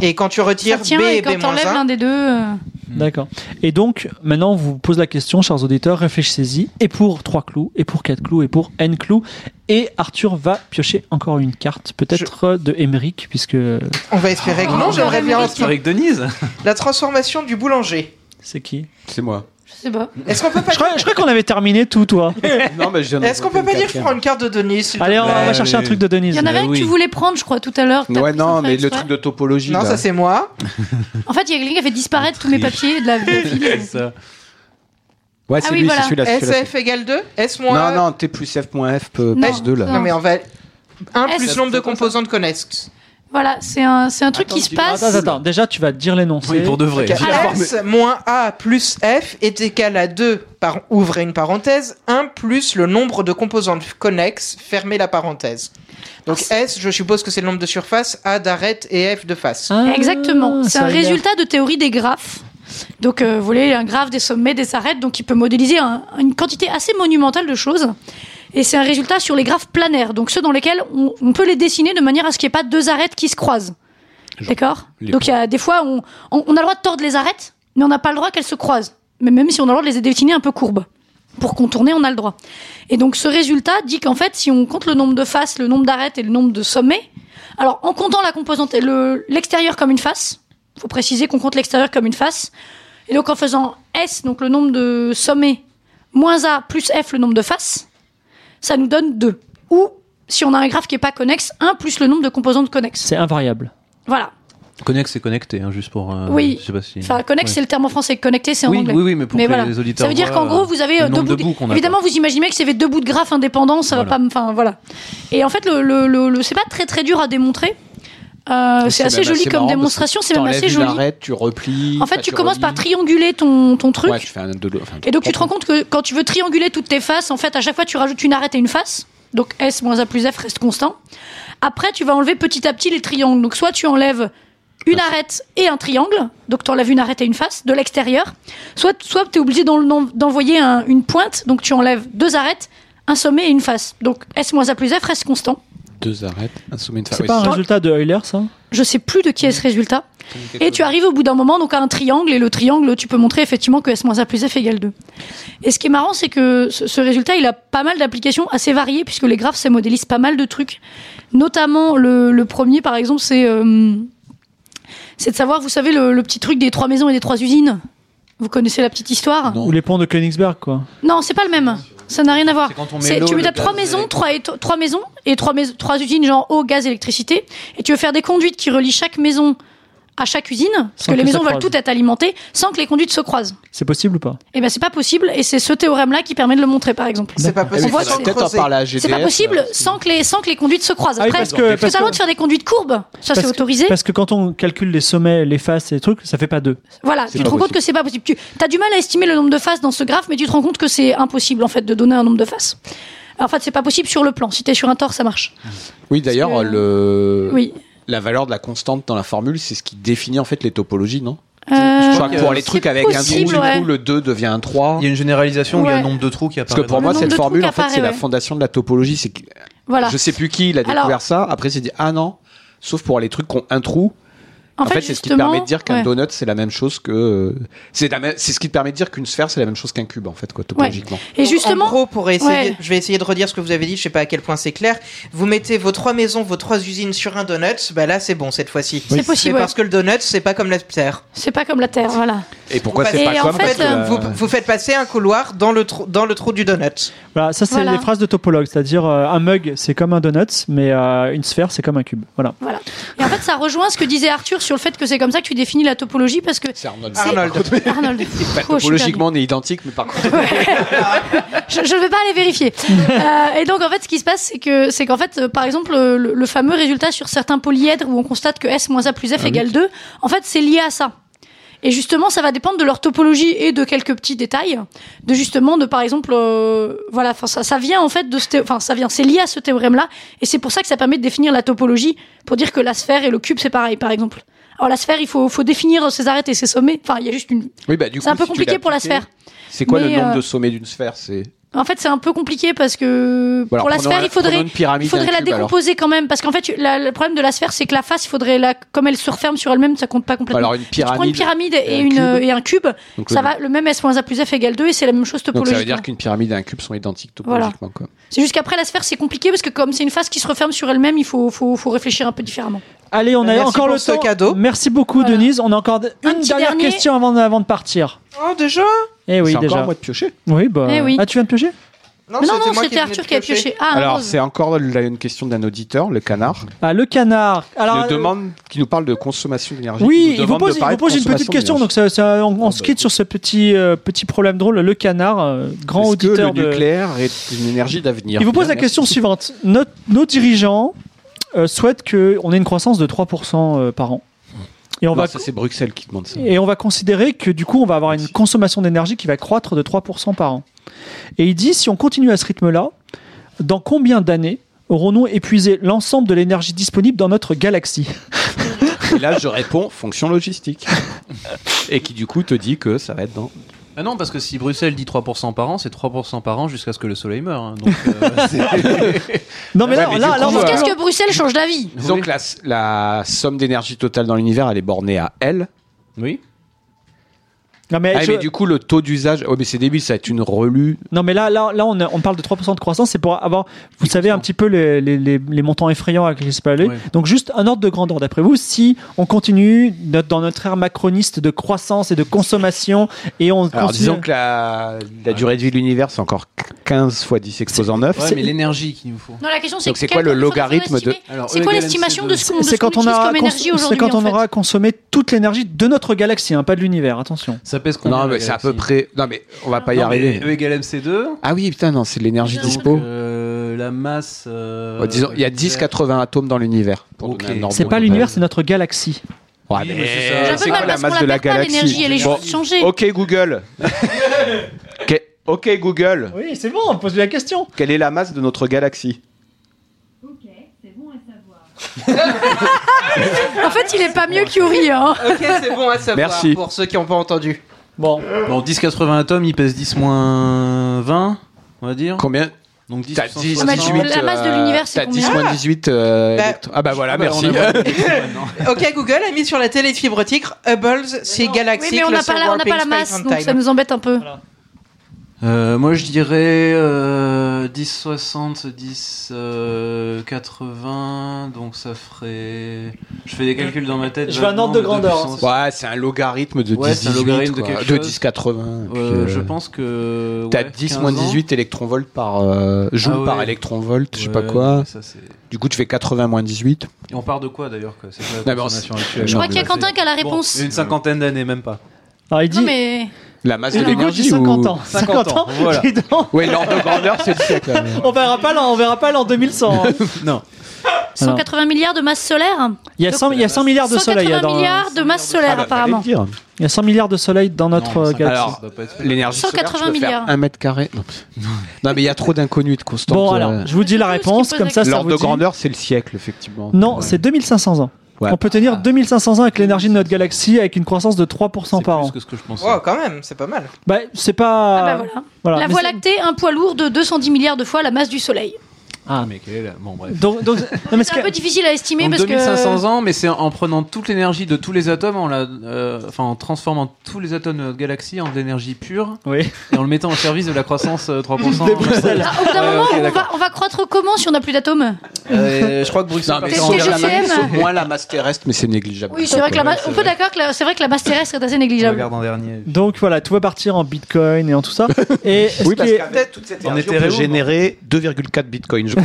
Speaker 6: et quand tu
Speaker 4: ça
Speaker 6: retires
Speaker 4: tient
Speaker 6: B
Speaker 4: et
Speaker 6: et
Speaker 4: quand t'enlèves l'un
Speaker 6: B-1,
Speaker 4: des deux. euh,
Speaker 1: D'accord. Et donc, maintenant, on vous pose la question, chers auditeurs, réfléchissez-y. Et pour 3 clous, et pour 4 clous, et pour N clous. Et Arthur va piocher encore une carte, peut-être euh, de Émeric, puisque
Speaker 6: on va espérer que non,
Speaker 4: encore
Speaker 6: j'aimerais
Speaker 4: un
Speaker 6: bien
Speaker 4: Américain.
Speaker 6: entendre
Speaker 5: Avec (laughs) Denise
Speaker 6: la transformation du boulanger.
Speaker 1: c'est qui
Speaker 3: c'est moi.
Speaker 4: Je sais pas.
Speaker 6: Est-ce qu'on peut pas
Speaker 1: Je crois, je crois qu'on avait terminé tout, toi.
Speaker 3: non, mais je viens de
Speaker 6: est-ce qu'on peut pas
Speaker 3: raconter
Speaker 6: dire
Speaker 3: une
Speaker 6: je prends une carte de Denis s'il te
Speaker 1: Allez, on, va- on va
Speaker 5: Ouais,
Speaker 1: chercher un
Speaker 5: allez.
Speaker 1: truc de Denise.
Speaker 4: Il y en avait
Speaker 5: Bah
Speaker 4: un que
Speaker 5: oui.
Speaker 4: tu voulais prendre, je crois, tout à l'heure. que t'as
Speaker 3: Ouais,
Speaker 4: pris
Speaker 3: non,
Speaker 4: sans faire
Speaker 3: mais le
Speaker 4: exprès.
Speaker 3: truc de topologie.
Speaker 6: plaît Non,
Speaker 3: là.
Speaker 6: ça c'est moi.
Speaker 4: En fait, il y a quelqu'un qui avait disparaître tous mes papiers de la de
Speaker 3: (laughs)
Speaker 4: la file.
Speaker 3: Euh,
Speaker 5: Ça.
Speaker 3: Ouais,
Speaker 4: Ah
Speaker 3: c'est
Speaker 4: oui,
Speaker 3: lui,
Speaker 4: voilà.
Speaker 3: c'est celui-là. c'est celui-là,
Speaker 6: SF égale 2 S
Speaker 3: c'est-
Speaker 6: moins
Speaker 3: Non, non, T plus F moins F peut-
Speaker 4: Non.
Speaker 3: plus 2 là.
Speaker 6: Non, mais on va... 1
Speaker 4: S.
Speaker 6: plus nombre de composantes connexes.
Speaker 4: Voilà, c'est un, c'est un truc qui se passe.
Speaker 1: Attends, attends, attends, déjà tu vas dire l'énoncé.
Speaker 5: Oui, pour de vrai.
Speaker 4: Alors-
Speaker 6: S moins A plus F est égal à 2, par, ouvrez une parenthèse, 1 plus le nombre de composantes connexes, fermez la parenthèse. Donc S, je suppose que c'est le nombre de surfaces, A d'arête et F de face.
Speaker 1: Ah,
Speaker 4: Exactement. C'est
Speaker 1: ça
Speaker 4: un
Speaker 1: y est.
Speaker 4: résultat de théorie des graphes. Donc, euh, vous voyez, un graphe des sommets, des arêtes, donc il peut modéliser un- une quantité assez monumentale de choses. Et c'est un résultat sur les graphes planaires, donc ceux dans lesquels on, on peut les dessiner de manière à ce qu'il n'y ait pas deux arêtes qui se croisent. D'accord Donc, il y a des fois, on, on- on a le droit de tordre les arêtes, mais on n'a pas le droit qu'elles se croisent. Mais même si on a le droit de les dessiner un peu courbes. Pour contourner, on a le droit. Et donc, ce résultat dit qu'en fait, si on compte le nombre de faces, le nombre d'arêtes et le nombre de sommets, alors, en comptant la composante, le- l'extérieur comme une face, faut préciser qu'on compte l'extérieur comme une face. Et donc, en faisant S, donc le nombre de sommets, moins A plus F, le nombre de faces, ça nous donne 2. Ou, si on a un graphe qui n'est pas connexe, 1 plus le nombre de composantes connexes.
Speaker 1: C'est invariable.
Speaker 4: Voilà.
Speaker 5: Connex, c'est connecté, hein, juste pour. euh,
Speaker 4: Oui.
Speaker 5: Je sais pas si.
Speaker 4: Enfin, connexe, c'est le terme en français, connecté, c'est en
Speaker 5: oui,
Speaker 4: anglais.
Speaker 5: oui, oui, mais pour
Speaker 4: Mais
Speaker 5: que
Speaker 4: voilà.
Speaker 5: les auditeurs.
Speaker 4: Ça veut dire
Speaker 5: voient,
Speaker 4: qu'en gros, vous avez
Speaker 5: le
Speaker 4: euh, deux
Speaker 5: nombre
Speaker 4: bouts.
Speaker 5: de bouts qu'on a,
Speaker 4: Évidemment, vous imaginez que si avait deux bouts de graphes indépendants, ça va
Speaker 5: Voilà.
Speaker 4: pas. me- Enfin, voilà. Et en fait, le, le, le- le- c'est pas très très dur à démontrer. Euh, c'est assez
Speaker 3: même
Speaker 4: joli
Speaker 3: assez
Speaker 4: comme
Speaker 3: marrant parce que
Speaker 4: démonstration. C'est même
Speaker 3: T'enlèves
Speaker 4: assez
Speaker 3: une
Speaker 4: joli.
Speaker 3: arête, tu replies.
Speaker 4: En fait,
Speaker 3: enfin,
Speaker 4: tu commences par
Speaker 3: relis.
Speaker 4: trianguler ton, ton truc.
Speaker 3: Ouais, tu fais un de enfin,
Speaker 4: et donc, tu te rends compte que quand tu veux trianguler toutes tes faces, en fait, à chaque fois, tu rajoutes une arête et une face. Donc, S moins A plus F reste constant. Après, tu vas enlever petit à petit les triangles. Donc, soit tu enlèves une arête et un triangle. Donc, tu enlèves une arête et une face de l'extérieur. Soit, soit tu es obligé d'en- d'en- d'envoyer un- une pointe. Donc, tu enlèves deux arêtes, un sommet et une face. Donc, S moins A plus F reste constant.
Speaker 3: Deux arêtes, un sommet de
Speaker 1: C'est pas un résultat de hein Euler, ça
Speaker 4: Je sais plus de qui est ce résultat. Et tu arrives au bout d'un moment donc à un triangle et le triangle tu peux montrer effectivement que S A plus F égale 2. Et ce qui est marrant c'est que ce ce résultat il a pas mal d'applications assez variées puisque les graphes ça modélise pas mal de trucs. Notamment le, le premier par exemple c'est euh, c'est de savoir vous savez le, le petit truc des trois maisons et des trois usines. Vous connaissez la petite histoire
Speaker 1: Ou les ponts de Königsberg, quoi.
Speaker 4: Non, c'est pas le même. Ça n'a rien à voir.
Speaker 5: C'est quand on met
Speaker 4: C'est-
Speaker 5: l'eau,
Speaker 4: Tu
Speaker 5: le
Speaker 4: mets
Speaker 5: gaz,
Speaker 4: trois maisons, trois, éto- trois maisons et trois, mais- trois usines genre eau, gaz, électricité, et tu veux faire des conduites qui relient chaque maison à chaque usine, parce
Speaker 1: Sans
Speaker 4: que les
Speaker 1: que ça
Speaker 4: maisons veulent
Speaker 1: croise.
Speaker 4: toutes être alimentées sans que les conduites se croisent.
Speaker 1: C'est possible ou pas
Speaker 4: Et ben c'est pas possible, et c'est ce théorème-là qui permet de le montrer par exemple.
Speaker 1: C'est pas
Speaker 4: possible.
Speaker 6: sans
Speaker 3: peut-être en
Speaker 6: creuser.
Speaker 3: parler à
Speaker 4: C'est
Speaker 3: GDF.
Speaker 4: pas possible sans que les sans que les conduites se croisent.
Speaker 1: Ah oui,
Speaker 4: Après,
Speaker 1: parce que-
Speaker 4: tu as
Speaker 1: parce
Speaker 4: le droit
Speaker 1: que-
Speaker 4: de faire des conduites courbes, ça c'est
Speaker 1: parce que-
Speaker 4: autorisé.
Speaker 1: Parce que quand on calcule les sommets, les faces et les trucs, ça fait pas deux.
Speaker 4: Voilà,
Speaker 3: C'est
Speaker 4: tu te
Speaker 3: pas
Speaker 4: rends compte
Speaker 3: possible.
Speaker 4: que c'est pas possible. Tu as du mal à estimer le nombre de faces dans ce graphe, mais tu te rends compte que c'est impossible en fait de donner un nombre de faces. En fait, c'est pas possible sur le plan. Si t'es sur un tort, ça marche.
Speaker 3: Oui, d'ailleurs,
Speaker 4: Parce que-
Speaker 3: le...
Speaker 1: Euh,
Speaker 4: Oui.
Speaker 3: la valeur de la constante dans la formule, c'est ce qui définit en fait les topologies, non
Speaker 4: Euh,
Speaker 3: Je crois que pour les
Speaker 4: c'est
Speaker 3: trucs avec un
Speaker 4: possible,
Speaker 3: trou,
Speaker 4: ouais.
Speaker 3: du coup, le 2 devient un 3.
Speaker 5: Il y a une généralisation où il y a un
Speaker 4: Ouais.
Speaker 5: nombre de trous qui
Speaker 3: Parce
Speaker 5: apparaît.
Speaker 3: que pour
Speaker 5: dans
Speaker 3: moi,
Speaker 4: nombre
Speaker 3: cette
Speaker 4: de trous
Speaker 3: formule,
Speaker 4: qui
Speaker 3: en fait, c'est
Speaker 4: apparaît,
Speaker 3: la
Speaker 4: ouais.
Speaker 3: fondation de la topologie. C'est que
Speaker 1: Bah.
Speaker 4: Voilà.
Speaker 3: je sais plus qui il a
Speaker 4: Alors-
Speaker 3: découvert ça. Après, il s'est dit ah non. Sauf pour les trucs qui ont un trou. En, fait, c'est ce qui te
Speaker 4: justement,
Speaker 3: permet de dire qu'un
Speaker 4: ouais.
Speaker 3: donut c'est la même chose que euh, c'est la même- c'est ce qui te permet de dire qu'une sphère c'est la même chose qu'un cube en fait quoi topologiquement.
Speaker 4: Et
Speaker 6: Donc, En
Speaker 4: justement,
Speaker 6: gros, pour essayer,
Speaker 4: Ouais.
Speaker 6: je vais essayer de redire ce que vous avez dit, je sais pas à quel point c'est clair. Vous mettez vos trois maisons, vos trois usines sur un donut, bah là c'est bon cette fois-ci.
Speaker 4: C'est possible,
Speaker 6: Mais Parce que le donut, c'est pas comme la terre.
Speaker 4: c'est pas comme la Terre, voilà.
Speaker 3: Et pourquoi
Speaker 6: Vous
Speaker 3: c'est
Speaker 4: passez-
Speaker 3: pas
Speaker 4: et en
Speaker 3: comme parce
Speaker 4: fait,
Speaker 3: que,
Speaker 4: euh,
Speaker 6: Vous, vous faites passer un couloir dans le trou, dans le trou du donut.
Speaker 1: Voilà, ça c'est
Speaker 4: Voilà.
Speaker 1: les phrases de topologue, c'est-à-dire euh, un mug c'est comme un donut, mais euh, une sphère c'est comme un cube. Voilà.
Speaker 4: Et en fait, ça rejoint ce que disait Arthur sur le fait que c'est comme ça que tu définis la topologie parce que
Speaker 3: c'est Arnold.
Speaker 4: c'est-
Speaker 6: Arnold.
Speaker 4: Arnold.
Speaker 3: Bah,
Speaker 4: (laughs) Oh, je suis perdue.
Speaker 3: topologiquement on est identique mais par contre
Speaker 4: je, je ne vais pas
Speaker 3: (laughs)
Speaker 4: aller vérifier. Euh, et donc en fait, ce qui se passe, c'est que c'est qu'en fait, euh, par exemple, euh, le, le fameux résultat sur certains polyèdres où on constate que S moins A plus F
Speaker 3: Ah
Speaker 4: égale 2, en fait, c'est lié à ça. Et justement, ça va dépendre de leur topologie et de quelques petits détails. De justement, de par exemple, euh, voilà, enfin, ça, ça vient en fait de ce, thé- enfin, ça vient, c'est lié à ce théorème-là, et c'est pour ça que ça permet de définir la topologie pour dire que la sphère et le cube c'est pareil, par exemple. Alors la sphère, il faut, faut définir ses arêtes et ses sommets. Enfin, il y a juste une,
Speaker 3: oui bah du coup
Speaker 4: c'est un peu
Speaker 3: si tu
Speaker 4: compliqué pour la
Speaker 3: l'appliquais,
Speaker 4: sphère.
Speaker 3: C'est quoi le
Speaker 4: Mais,
Speaker 3: nombre
Speaker 4: euh,
Speaker 3: de sommets d'une sphère C'est
Speaker 4: En fait, c'est un peu compliqué parce que
Speaker 3: Bon, alors,
Speaker 4: pour la
Speaker 3: prenons
Speaker 4: sphère,
Speaker 3: un-
Speaker 4: il faudrait
Speaker 3: prenons une pyramide
Speaker 4: il faudrait
Speaker 3: d'un
Speaker 4: la
Speaker 3: cube, alors.
Speaker 4: décomposer quand même parce qu'en fait, tu- la- le problème de la sphère, c'est que la face, il faudrait la comme elle se referme sur elle-même, ça compte pas complètement.
Speaker 3: Alors une
Speaker 4: tu prends une
Speaker 3: pyramide.
Speaker 4: pyramide et,
Speaker 3: et un
Speaker 4: une
Speaker 3: cube.
Speaker 4: euh, et un cube,
Speaker 3: Donc,
Speaker 4: ça
Speaker 3: le-
Speaker 4: va le même S moins A plus F égale 2 et c'est la même chose
Speaker 3: Donc ça
Speaker 4: topologiquement.
Speaker 3: veut dire qu'une pyramide et un cube sont identiques
Speaker 4: Voilà.
Speaker 3: topologiquement quoi.
Speaker 4: C'est juste qu'après la sphère, c'est compliqué parce que comme c'est une face qui se referme sur elle-même, il faut, faut faut réfléchir un peu différemment.
Speaker 1: Allez, on a
Speaker 6: Merci
Speaker 1: encore
Speaker 6: pour
Speaker 1: le
Speaker 6: ce
Speaker 1: temps.
Speaker 6: cadeau.
Speaker 1: Merci beaucoup
Speaker 4: Voilà.
Speaker 1: Denise, on a encore d-
Speaker 4: Un
Speaker 1: une
Speaker 4: petit
Speaker 1: dernière
Speaker 4: dernier.
Speaker 1: question avant de, avant de partir.
Speaker 6: Oh déjà
Speaker 1: Eh oui,
Speaker 3: c'est
Speaker 1: déjà.
Speaker 3: encore à moi de piocher.
Speaker 1: Oui, bah.
Speaker 4: Eh oui.
Speaker 1: Ah, tu viens de piocher
Speaker 4: Mais non, non,
Speaker 6: moi
Speaker 4: c'était
Speaker 6: venais de
Speaker 4: Arthur qui a
Speaker 6: piocher.
Speaker 4: pioché. Ah, un
Speaker 3: Alors
Speaker 4: rose.
Speaker 3: c'est encore la- une question d'un auditeur, le canard,
Speaker 1: Ah, le canard. Alors,
Speaker 3: qui, nous
Speaker 1: euh,
Speaker 3: demande, qui nous parle de consommation d'énergie. qui
Speaker 1: Oui,
Speaker 3: nous
Speaker 1: il vous
Speaker 3: demande de
Speaker 1: pose, il vous
Speaker 3: parler de
Speaker 1: pose une petite
Speaker 3: consommation
Speaker 1: question, donc
Speaker 3: d'énergie.
Speaker 1: ça, ça- on, on
Speaker 3: Ah,
Speaker 1: se
Speaker 3: bah,
Speaker 1: quitte sur ce petit, euh, petit problème drôle. Le canard, euh, grand
Speaker 3: Est-ce
Speaker 1: auditeur
Speaker 3: que le
Speaker 1: de.
Speaker 3: nucléaire est une énergie d'avenir.
Speaker 1: Il vous pose
Speaker 3: Bien,
Speaker 1: la question suivante. Nos, nos dirigeants euh, souhaitent qu'on ait une croissance de 3% euh, par an. Et on,
Speaker 3: Non,
Speaker 1: va,
Speaker 3: ça, c'est Bruxelles qui demande ça.
Speaker 1: et on va considérer que du coup, on va avoir une consommation d'énergie qui va croître de 3% par an. Et il dit, si on continue à ce rythme-là, dans combien d'années aurons-nous épuisé l'ensemble de l'énergie disponible dans notre galaxie
Speaker 3: Et là, je réponds fonction logistique. (laughs) Et qui, du coup, te dit que ça va être dans.
Speaker 5: Ah non, parce que si Bruxelles dit 3% par an, c'est 3% par an jusqu'à ce que le soleil meure. hein. Donc, (laughs) euh, c'est-
Speaker 1: Non, mais
Speaker 3: Ouais,
Speaker 1: là,
Speaker 3: mais du
Speaker 1: là,
Speaker 3: coup, euh,
Speaker 1: là, on va-
Speaker 4: Jusqu'à ce que Bruxelles change d'avis.
Speaker 3: Disons que la, la somme d'énergie totale dans l'univers, elle est bornée à L.
Speaker 5: oui.
Speaker 1: Non, mais,
Speaker 3: Ah,
Speaker 1: je-
Speaker 3: mais du coup, le taux d'usage. Oh, mais c'est débile, ça va être une relue.
Speaker 1: Non, mais là, là, là on, a- on parle de 3% de croissance. C'est pour avoir, vous savez, un petit peu les, les- les- les montants effrayants avec lesquels c'est pas allé.
Speaker 5: Ouais.
Speaker 1: Donc, juste un ordre de grandeur, d'après vous, si on continue notre- dans notre ère macroniste de croissance et de consommation et on
Speaker 3: Alors,
Speaker 1: continue-
Speaker 3: disons que la, la durée de vie de l'univers, c'est encore 15 fois 10 exposant 9.
Speaker 5: Ouais, mais l'énergie qu'il nous faut.
Speaker 4: Non, la question c'est
Speaker 3: Donc, c'est
Speaker 4: quel
Speaker 3: quoi le
Speaker 4: taux- faut- faut
Speaker 3: logarithme de-
Speaker 4: estimer.
Speaker 5: Alors,
Speaker 4: C'est
Speaker 5: E
Speaker 4: quoi
Speaker 5: égale
Speaker 4: l'estimation
Speaker 5: MC2.
Speaker 4: de ce qu'on de ce
Speaker 1: c'est
Speaker 4: qu'on
Speaker 1: quand on
Speaker 4: utilise
Speaker 1: aura,
Speaker 4: comme
Speaker 1: cons-
Speaker 4: énergie
Speaker 1: c'est
Speaker 4: aujourd'hui
Speaker 1: quand
Speaker 4: en
Speaker 1: on
Speaker 4: fait.
Speaker 1: aura consommé toute l'énergie de notre galaxie, hein, pas de l'univers, attention.
Speaker 5: Ça pèse combien
Speaker 3: Non,
Speaker 5: la
Speaker 3: mais c'est à
Speaker 5: galaxie
Speaker 3: peu près. Non, mais euh, on va pas y
Speaker 5: Non, mais
Speaker 3: arriver.
Speaker 5: E égale MC2.
Speaker 3: Ah oui, putain, non, c'est de l'énergie
Speaker 4: Donc,
Speaker 3: dispo.
Speaker 5: euh, la masse. euh,
Speaker 3: Oh, disons, il y a 10-80 atomes dans l'univers. pour
Speaker 5: Ok.
Speaker 3: donner un ordre
Speaker 1: C'est
Speaker 3: de
Speaker 1: pas
Speaker 3: grandeur.
Speaker 1: l'univers, c'est notre galaxie.
Speaker 3: Ouais,
Speaker 5: Oui,
Speaker 3: mais
Speaker 5: Ah, mais c'est ça.
Speaker 3: euh,
Speaker 5: J'ai un peu
Speaker 3: c'est
Speaker 5: mal
Speaker 3: quoi la
Speaker 4: parce qu'on
Speaker 3: masse
Speaker 4: la
Speaker 3: de la
Speaker 4: perd pas,
Speaker 3: galaxie
Speaker 4: l'énergie, elle est
Speaker 3: Bon,
Speaker 4: juste changée.
Speaker 3: Ok Google. (laughs) Que- ok Google.
Speaker 1: Oui, c'est bon, on pose la question.
Speaker 3: Quelle est la masse de notre galaxie
Speaker 4: En fait, il est pas mieux qu'Yuri. Hein.
Speaker 6: Ok, c'est bon à savoir
Speaker 3: Merci.
Speaker 6: pour ceux qui n'ont pas entendu.
Speaker 1: Bon,
Speaker 5: Bon, 10-80 atomes, il pèse 10 moins 20, on va dire.
Speaker 3: Combien
Speaker 5: Donc 10
Speaker 3: T'as
Speaker 5: sur
Speaker 3: dit-
Speaker 5: 160.
Speaker 4: Ah, mais la masse de l'univers, c'est
Speaker 3: euh, T'as 10
Speaker 4: combien
Speaker 3: moins 18. euh,
Speaker 6: Bah-
Speaker 3: électro- ah bah voilà,
Speaker 5: Ah bah,
Speaker 3: merci.
Speaker 5: on
Speaker 3: (laughs)
Speaker 5: a maintenant.
Speaker 6: Ok, Google a mis sur la télé de fibre tigre Hubble's Sea Galaxy.
Speaker 4: Oui, mais on n'a
Speaker 6: Cluster
Speaker 4: pas, la- on n'a
Speaker 6: Warping
Speaker 4: pas la
Speaker 6: Space and
Speaker 4: masse, donc
Speaker 6: Time.
Speaker 4: ça nous embête un peu.
Speaker 5: Euh, moi je dirais euh, 10 60 10 euh, 80 donc ça ferait je fais des calculs dans ma tête
Speaker 1: Je fais un
Speaker 5: maintenant,
Speaker 1: ordre de
Speaker 5: deux
Speaker 1: grandeur, hein.
Speaker 5: puissance.
Speaker 3: Ouais, c'est un logarithme de 10
Speaker 5: Ouais, c'est un logarithme de
Speaker 3: quoi.
Speaker 5: quelque
Speaker 3: de
Speaker 5: chose.
Speaker 3: 10 80. puis,
Speaker 5: Euh,
Speaker 3: euh,
Speaker 5: je pense que
Speaker 3: T'as
Speaker 5: ouais,
Speaker 3: 10
Speaker 5: 15
Speaker 3: moins
Speaker 5: ans.
Speaker 3: 18 électronvolts par euh, joule
Speaker 5: Ah ouais.
Speaker 3: par électronvolt, je sais pas
Speaker 5: Ouais,
Speaker 3: quoi.
Speaker 5: ça, c'est-
Speaker 3: Du coup, tu fais 80 moins 18.
Speaker 5: Et on part de quoi d'ailleurs quoi C'est quoi la
Speaker 3: mais on
Speaker 5: consommation
Speaker 3: s-
Speaker 5: actuelle
Speaker 4: Je crois
Speaker 3: Non,
Speaker 4: qu'il y a
Speaker 3: mais-
Speaker 4: Quentin qui a la
Speaker 5: Bon,
Speaker 4: réponse.
Speaker 5: une cinquantaine d'années même pas.
Speaker 1: Alors il dit,
Speaker 4: Non, mais.
Speaker 3: La masse de
Speaker 1: Hugo dit
Speaker 3: l'énergie
Speaker 1: 50
Speaker 3: ou...
Speaker 1: ans.
Speaker 5: 50 ans, voilà.
Speaker 1: dis donc.
Speaker 3: Ouais, l'ordre de grandeur, c'est le siècle.
Speaker 1: On verra pas l'an, on verra pas l'an 2100. hein.
Speaker 5: Non.
Speaker 4: 180 milliards de masse solaire
Speaker 1: Il y a 100, il y a 100 milliards de soleils hein,
Speaker 4: 180
Speaker 1: dans.
Speaker 4: milliards de masse solaire, apparemment.
Speaker 3: dire.
Speaker 1: Il y a 100 milliards de soleils dans notre euh, galaxie.
Speaker 3: Alors, L'énergie solaire,
Speaker 4: 180
Speaker 3: tu peux faire
Speaker 4: milliards.
Speaker 3: 1 mètre carré. Non, non, mais il y a trop d'inconnus de constantes.
Speaker 1: bon,
Speaker 3: euh,
Speaker 1: alors, je vous dis la
Speaker 4: Parce que
Speaker 1: réponse,
Speaker 4: pose
Speaker 1: comme
Speaker 4: la
Speaker 1: ça, ça
Speaker 3: L'ordre
Speaker 1: vous
Speaker 3: de
Speaker 1: dit.
Speaker 3: grandeur, c'est le siècle, effectivement.
Speaker 1: Non,
Speaker 3: Ouais.
Speaker 1: c'est 2500 ans.
Speaker 3: Ouais. Ah.
Speaker 1: On peut tenir 2500 ans avec l'énergie de notre galaxie avec une croissance de 3%
Speaker 5: C'est
Speaker 1: par
Speaker 5: plus
Speaker 1: an.
Speaker 5: que ce que je pensais.
Speaker 6: Wow, quand même, c'est pas mal.
Speaker 1: Bah, c'est
Speaker 4: Ah,
Speaker 1: pas.
Speaker 4: bah voilà.
Speaker 1: voilà.
Speaker 4: La
Speaker 1: Mais
Speaker 4: Voie
Speaker 1: c'est-
Speaker 4: lactée, un poids lourd de 210 milliards de fois la masse du Soleil.
Speaker 5: Ah, mais quelle est la- Bon bref.
Speaker 1: Donc,
Speaker 4: (laughs)
Speaker 1: donc- non, mais ce
Speaker 4: C'est un
Speaker 1: que-
Speaker 4: peu difficile à estimer
Speaker 5: Donc
Speaker 4: parce
Speaker 5: 2500
Speaker 4: que.
Speaker 5: ans, mais c'est en prenant toute l'énergie de tous les atomes, en, la, euh, enfin, en transformant tous les atomes de notre galaxie en de l'énergie pure
Speaker 1: Oui.
Speaker 5: et en le mettant au service de la croissance euh,
Speaker 1: (laughs)
Speaker 5: 3%.
Speaker 1: Des Bruxelles.
Speaker 4: Ah, Au bout d'un
Speaker 5: Ouais,
Speaker 4: moment,
Speaker 5: ok,
Speaker 4: on, va,
Speaker 5: d'accord.
Speaker 4: on va croître comment si on n'a plus d'atomes
Speaker 5: Euh, je crois que Bruxelles.
Speaker 3: Non, mais
Speaker 4: T'es-
Speaker 3: sans
Speaker 4: t'es
Speaker 3: dire la
Speaker 4: GCM.
Speaker 3: masse, c'est moins la masse terrestre, mais c'est négligeable.
Speaker 4: Oui, c'est vrai que la masse. On peut d'accord que la- c'est vrai que la masse terrestre est assez
Speaker 5: Je
Speaker 4: négligeable.
Speaker 5: regarde en dernier.
Speaker 1: donc voilà, tout va partir en bitcoin et en tout ça. Et ce
Speaker 3: Oui,
Speaker 1: qui
Speaker 3: parce
Speaker 1: est-
Speaker 3: qu'avec toute cette énergie, on
Speaker 5: Ethereum,
Speaker 3: peut
Speaker 5: non
Speaker 3: générer 2,4 bitcoins, je crois.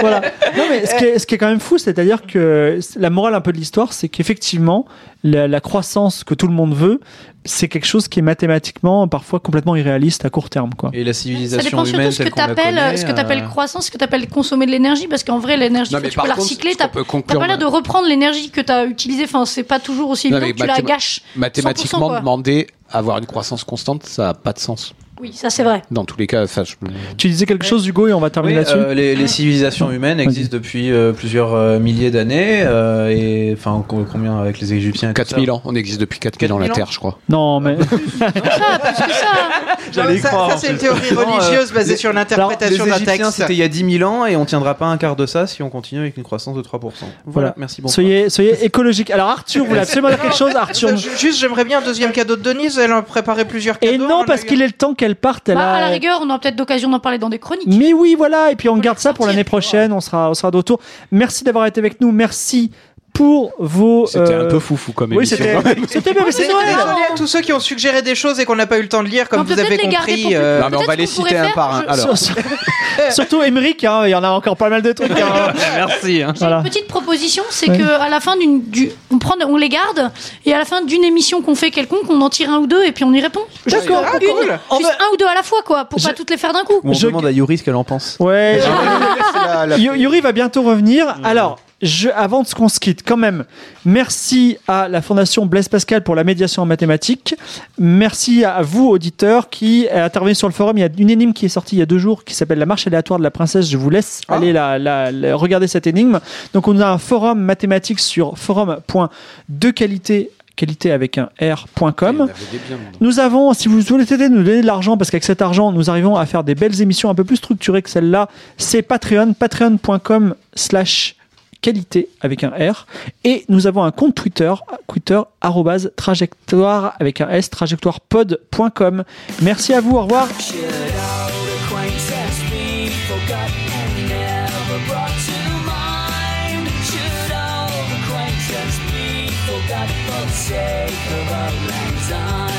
Speaker 1: voilà. Non, mais ce qui est, ce qui est quand même fou, c'est-à-dire que la morale un peu de l'histoire, c'est qu'effectivement, la, la croissance que tout le monde veut, c'est quelque chose qui est mathématiquement parfois complètement irréaliste à court terme, quoi.
Speaker 5: Et la
Speaker 4: Ça
Speaker 5: civilisation
Speaker 4: dépend surtout
Speaker 5: humaine,
Speaker 4: ce que
Speaker 5: telle qu'on la
Speaker 4: t'appelles,
Speaker 5: connaît,
Speaker 4: ce que t'appelles
Speaker 5: euh,
Speaker 4: croissance, ce que t'appelles consommer de l'énergie, parce qu'en vrai l'énergie
Speaker 3: Non,
Speaker 4: tu peux la recycler,
Speaker 3: ce qu'on
Speaker 4: t'as
Speaker 3: peut
Speaker 4: t'as
Speaker 3: conclure
Speaker 4: pas l'air de reprendre l'énergie que t'as utilisée. Enfin, c'est pas toujours aussi
Speaker 3: Non,
Speaker 4: évident
Speaker 3: mais
Speaker 4: que tu la
Speaker 3: mathéma-
Speaker 4: gâches.
Speaker 3: mathématiquement
Speaker 4: 100%, quoi.
Speaker 3: demander avoir une croissance constante, ça n'a pas de sens.
Speaker 4: Oui, ça c'est vrai.
Speaker 3: Dans tous les cas, enfin, je-
Speaker 1: Tu disais quelque chose, Hugo, et on va
Speaker 5: Oui,
Speaker 1: terminer là-dessus.
Speaker 5: euh, les, les civilisations humaines existent depuis euh, plusieurs euh, milliers d'années, euh, et enfin co- combien avec les Égyptiens
Speaker 3: 4000 ans, on existe depuis 4000 ans la
Speaker 6: 4000 ans.
Speaker 3: Terre, je crois.
Speaker 1: Non,
Speaker 3: (laughs)
Speaker 1: mais
Speaker 4: Ça, plus que ça.
Speaker 5: J'allais y
Speaker 6: ça,
Speaker 5: croire,
Speaker 6: ça,
Speaker 5: en
Speaker 6: c'est une
Speaker 5: plus.
Speaker 6: théorie
Speaker 5: Non, euh,
Speaker 6: religieuse basée
Speaker 5: les-
Speaker 6: sur
Speaker 5: Les
Speaker 6: l'interprétation d'un
Speaker 5: Égyptiens,
Speaker 6: texte.
Speaker 5: c'était il y a 10 000 ans, et on tiendra pas un quart de ça si on continue avec une croissance de 3%. Voilà,
Speaker 1: Voilà.
Speaker 5: merci beaucoup.
Speaker 1: soyez, soyez écologique. Alors, Arthur voulait absolument dire quelque chose,
Speaker 3: (laughs)
Speaker 1: Arthur.
Speaker 6: Euh, ju- Juste, j'aimerais bien un deuxième cadeau de Denise. Elle en a préparé plusieurs cadeaux.
Speaker 1: Et non, parce qu'il est le temps qu'elle parte. Elle
Speaker 4: Bah, à la
Speaker 1: a...
Speaker 4: rigueur, on aura peut-être d'occasion d'en parler dans des chroniques.
Speaker 1: Mais oui, voilà. Et puis on
Speaker 4: Faut
Speaker 1: garde
Speaker 4: le
Speaker 1: ça pour
Speaker 4: sortir.
Speaker 1: l'année prochaine. On sera, on sera de retour. Merci d'avoir été avec nous. Merci pour vos.
Speaker 3: C'était
Speaker 1: euh,
Speaker 3: un peu foufou comme
Speaker 1: Oui,
Speaker 3: émission. (laughs)
Speaker 1: c'était. C'était bien, mais c'est
Speaker 6: Désolé
Speaker 1: Noël.
Speaker 6: à tous ceux qui ont suggéré des choses et qu'on n'a pas eu le temps de lire, comme
Speaker 4: On peut
Speaker 6: vous avez
Speaker 4: peut-être les garder
Speaker 6: compris.
Speaker 4: pour plus
Speaker 6: euh,
Speaker 3: Non, mais on
Speaker 4: Peut-être
Speaker 3: va les
Speaker 4: qu'on pourrait
Speaker 3: citer un
Speaker 4: faire-
Speaker 3: par un.
Speaker 4: je-
Speaker 3: Alors,
Speaker 1: Sur- (laughs) Surtout Emmerich, hein, il y en a encore pas mal de trucs. hein.
Speaker 5: Merci. hein.
Speaker 1: Voilà.
Speaker 4: Une petite proposition, c'est
Speaker 1: Oui.
Speaker 4: que à la fin d'une, du, on prend, on les garde, et à la fin d'une émission qu'on fait quelconque, on en tire un ou deux et puis on y répond. Juste
Speaker 1: D'accord.
Speaker 6: Ah,
Speaker 4: une,
Speaker 6: cool.
Speaker 1: On
Speaker 4: juste
Speaker 1: va-
Speaker 4: un ou deux à la fois, quoi, pour
Speaker 1: Je-
Speaker 4: pas toutes les faire d'un coup.
Speaker 5: Ou on
Speaker 1: Je-
Speaker 5: demande à Yuri ce qu'elle en pense.
Speaker 1: Ouais.
Speaker 3: Ah, la- Mm. la-
Speaker 1: Yo- Yuri va bientôt revenir. Alors, je, avant de ce qu'on se quitte, quand même, merci à la Fondation Blaise Pascal pour la médiation en mathématiques. Merci à vous, auditeurs, qui intervenez sur le forum. Il y a une énigme qui est sortie il y a deux jours qui s'appelle La marche aléatoire de la princesse. Je vous laisse aller la, la- la- regarder cette énigme. Donc, on a un forum mathématique sur forum.dequalité, qualité avec un
Speaker 3: Il y en
Speaker 1: r.com.
Speaker 3: avait des biens dedans.
Speaker 1: Nous avons, si vous souhaitez nous donner de l'argent, parce qu'avec cet argent, nous arrivons à faire des belles émissions un peu plus structurées que celle-là, c'est Patreon, patreon.com slash qualité avec un R. Et nous avons un compte Twitter, Twitter, arrobase, trajectoire avec un S, trajectoirepod.com. Merci à vous, au revoir.
Speaker 2: Should old acquaintance be forgot and never brought to mind? Should old acquaintance be forgot for the sake of a lifetime?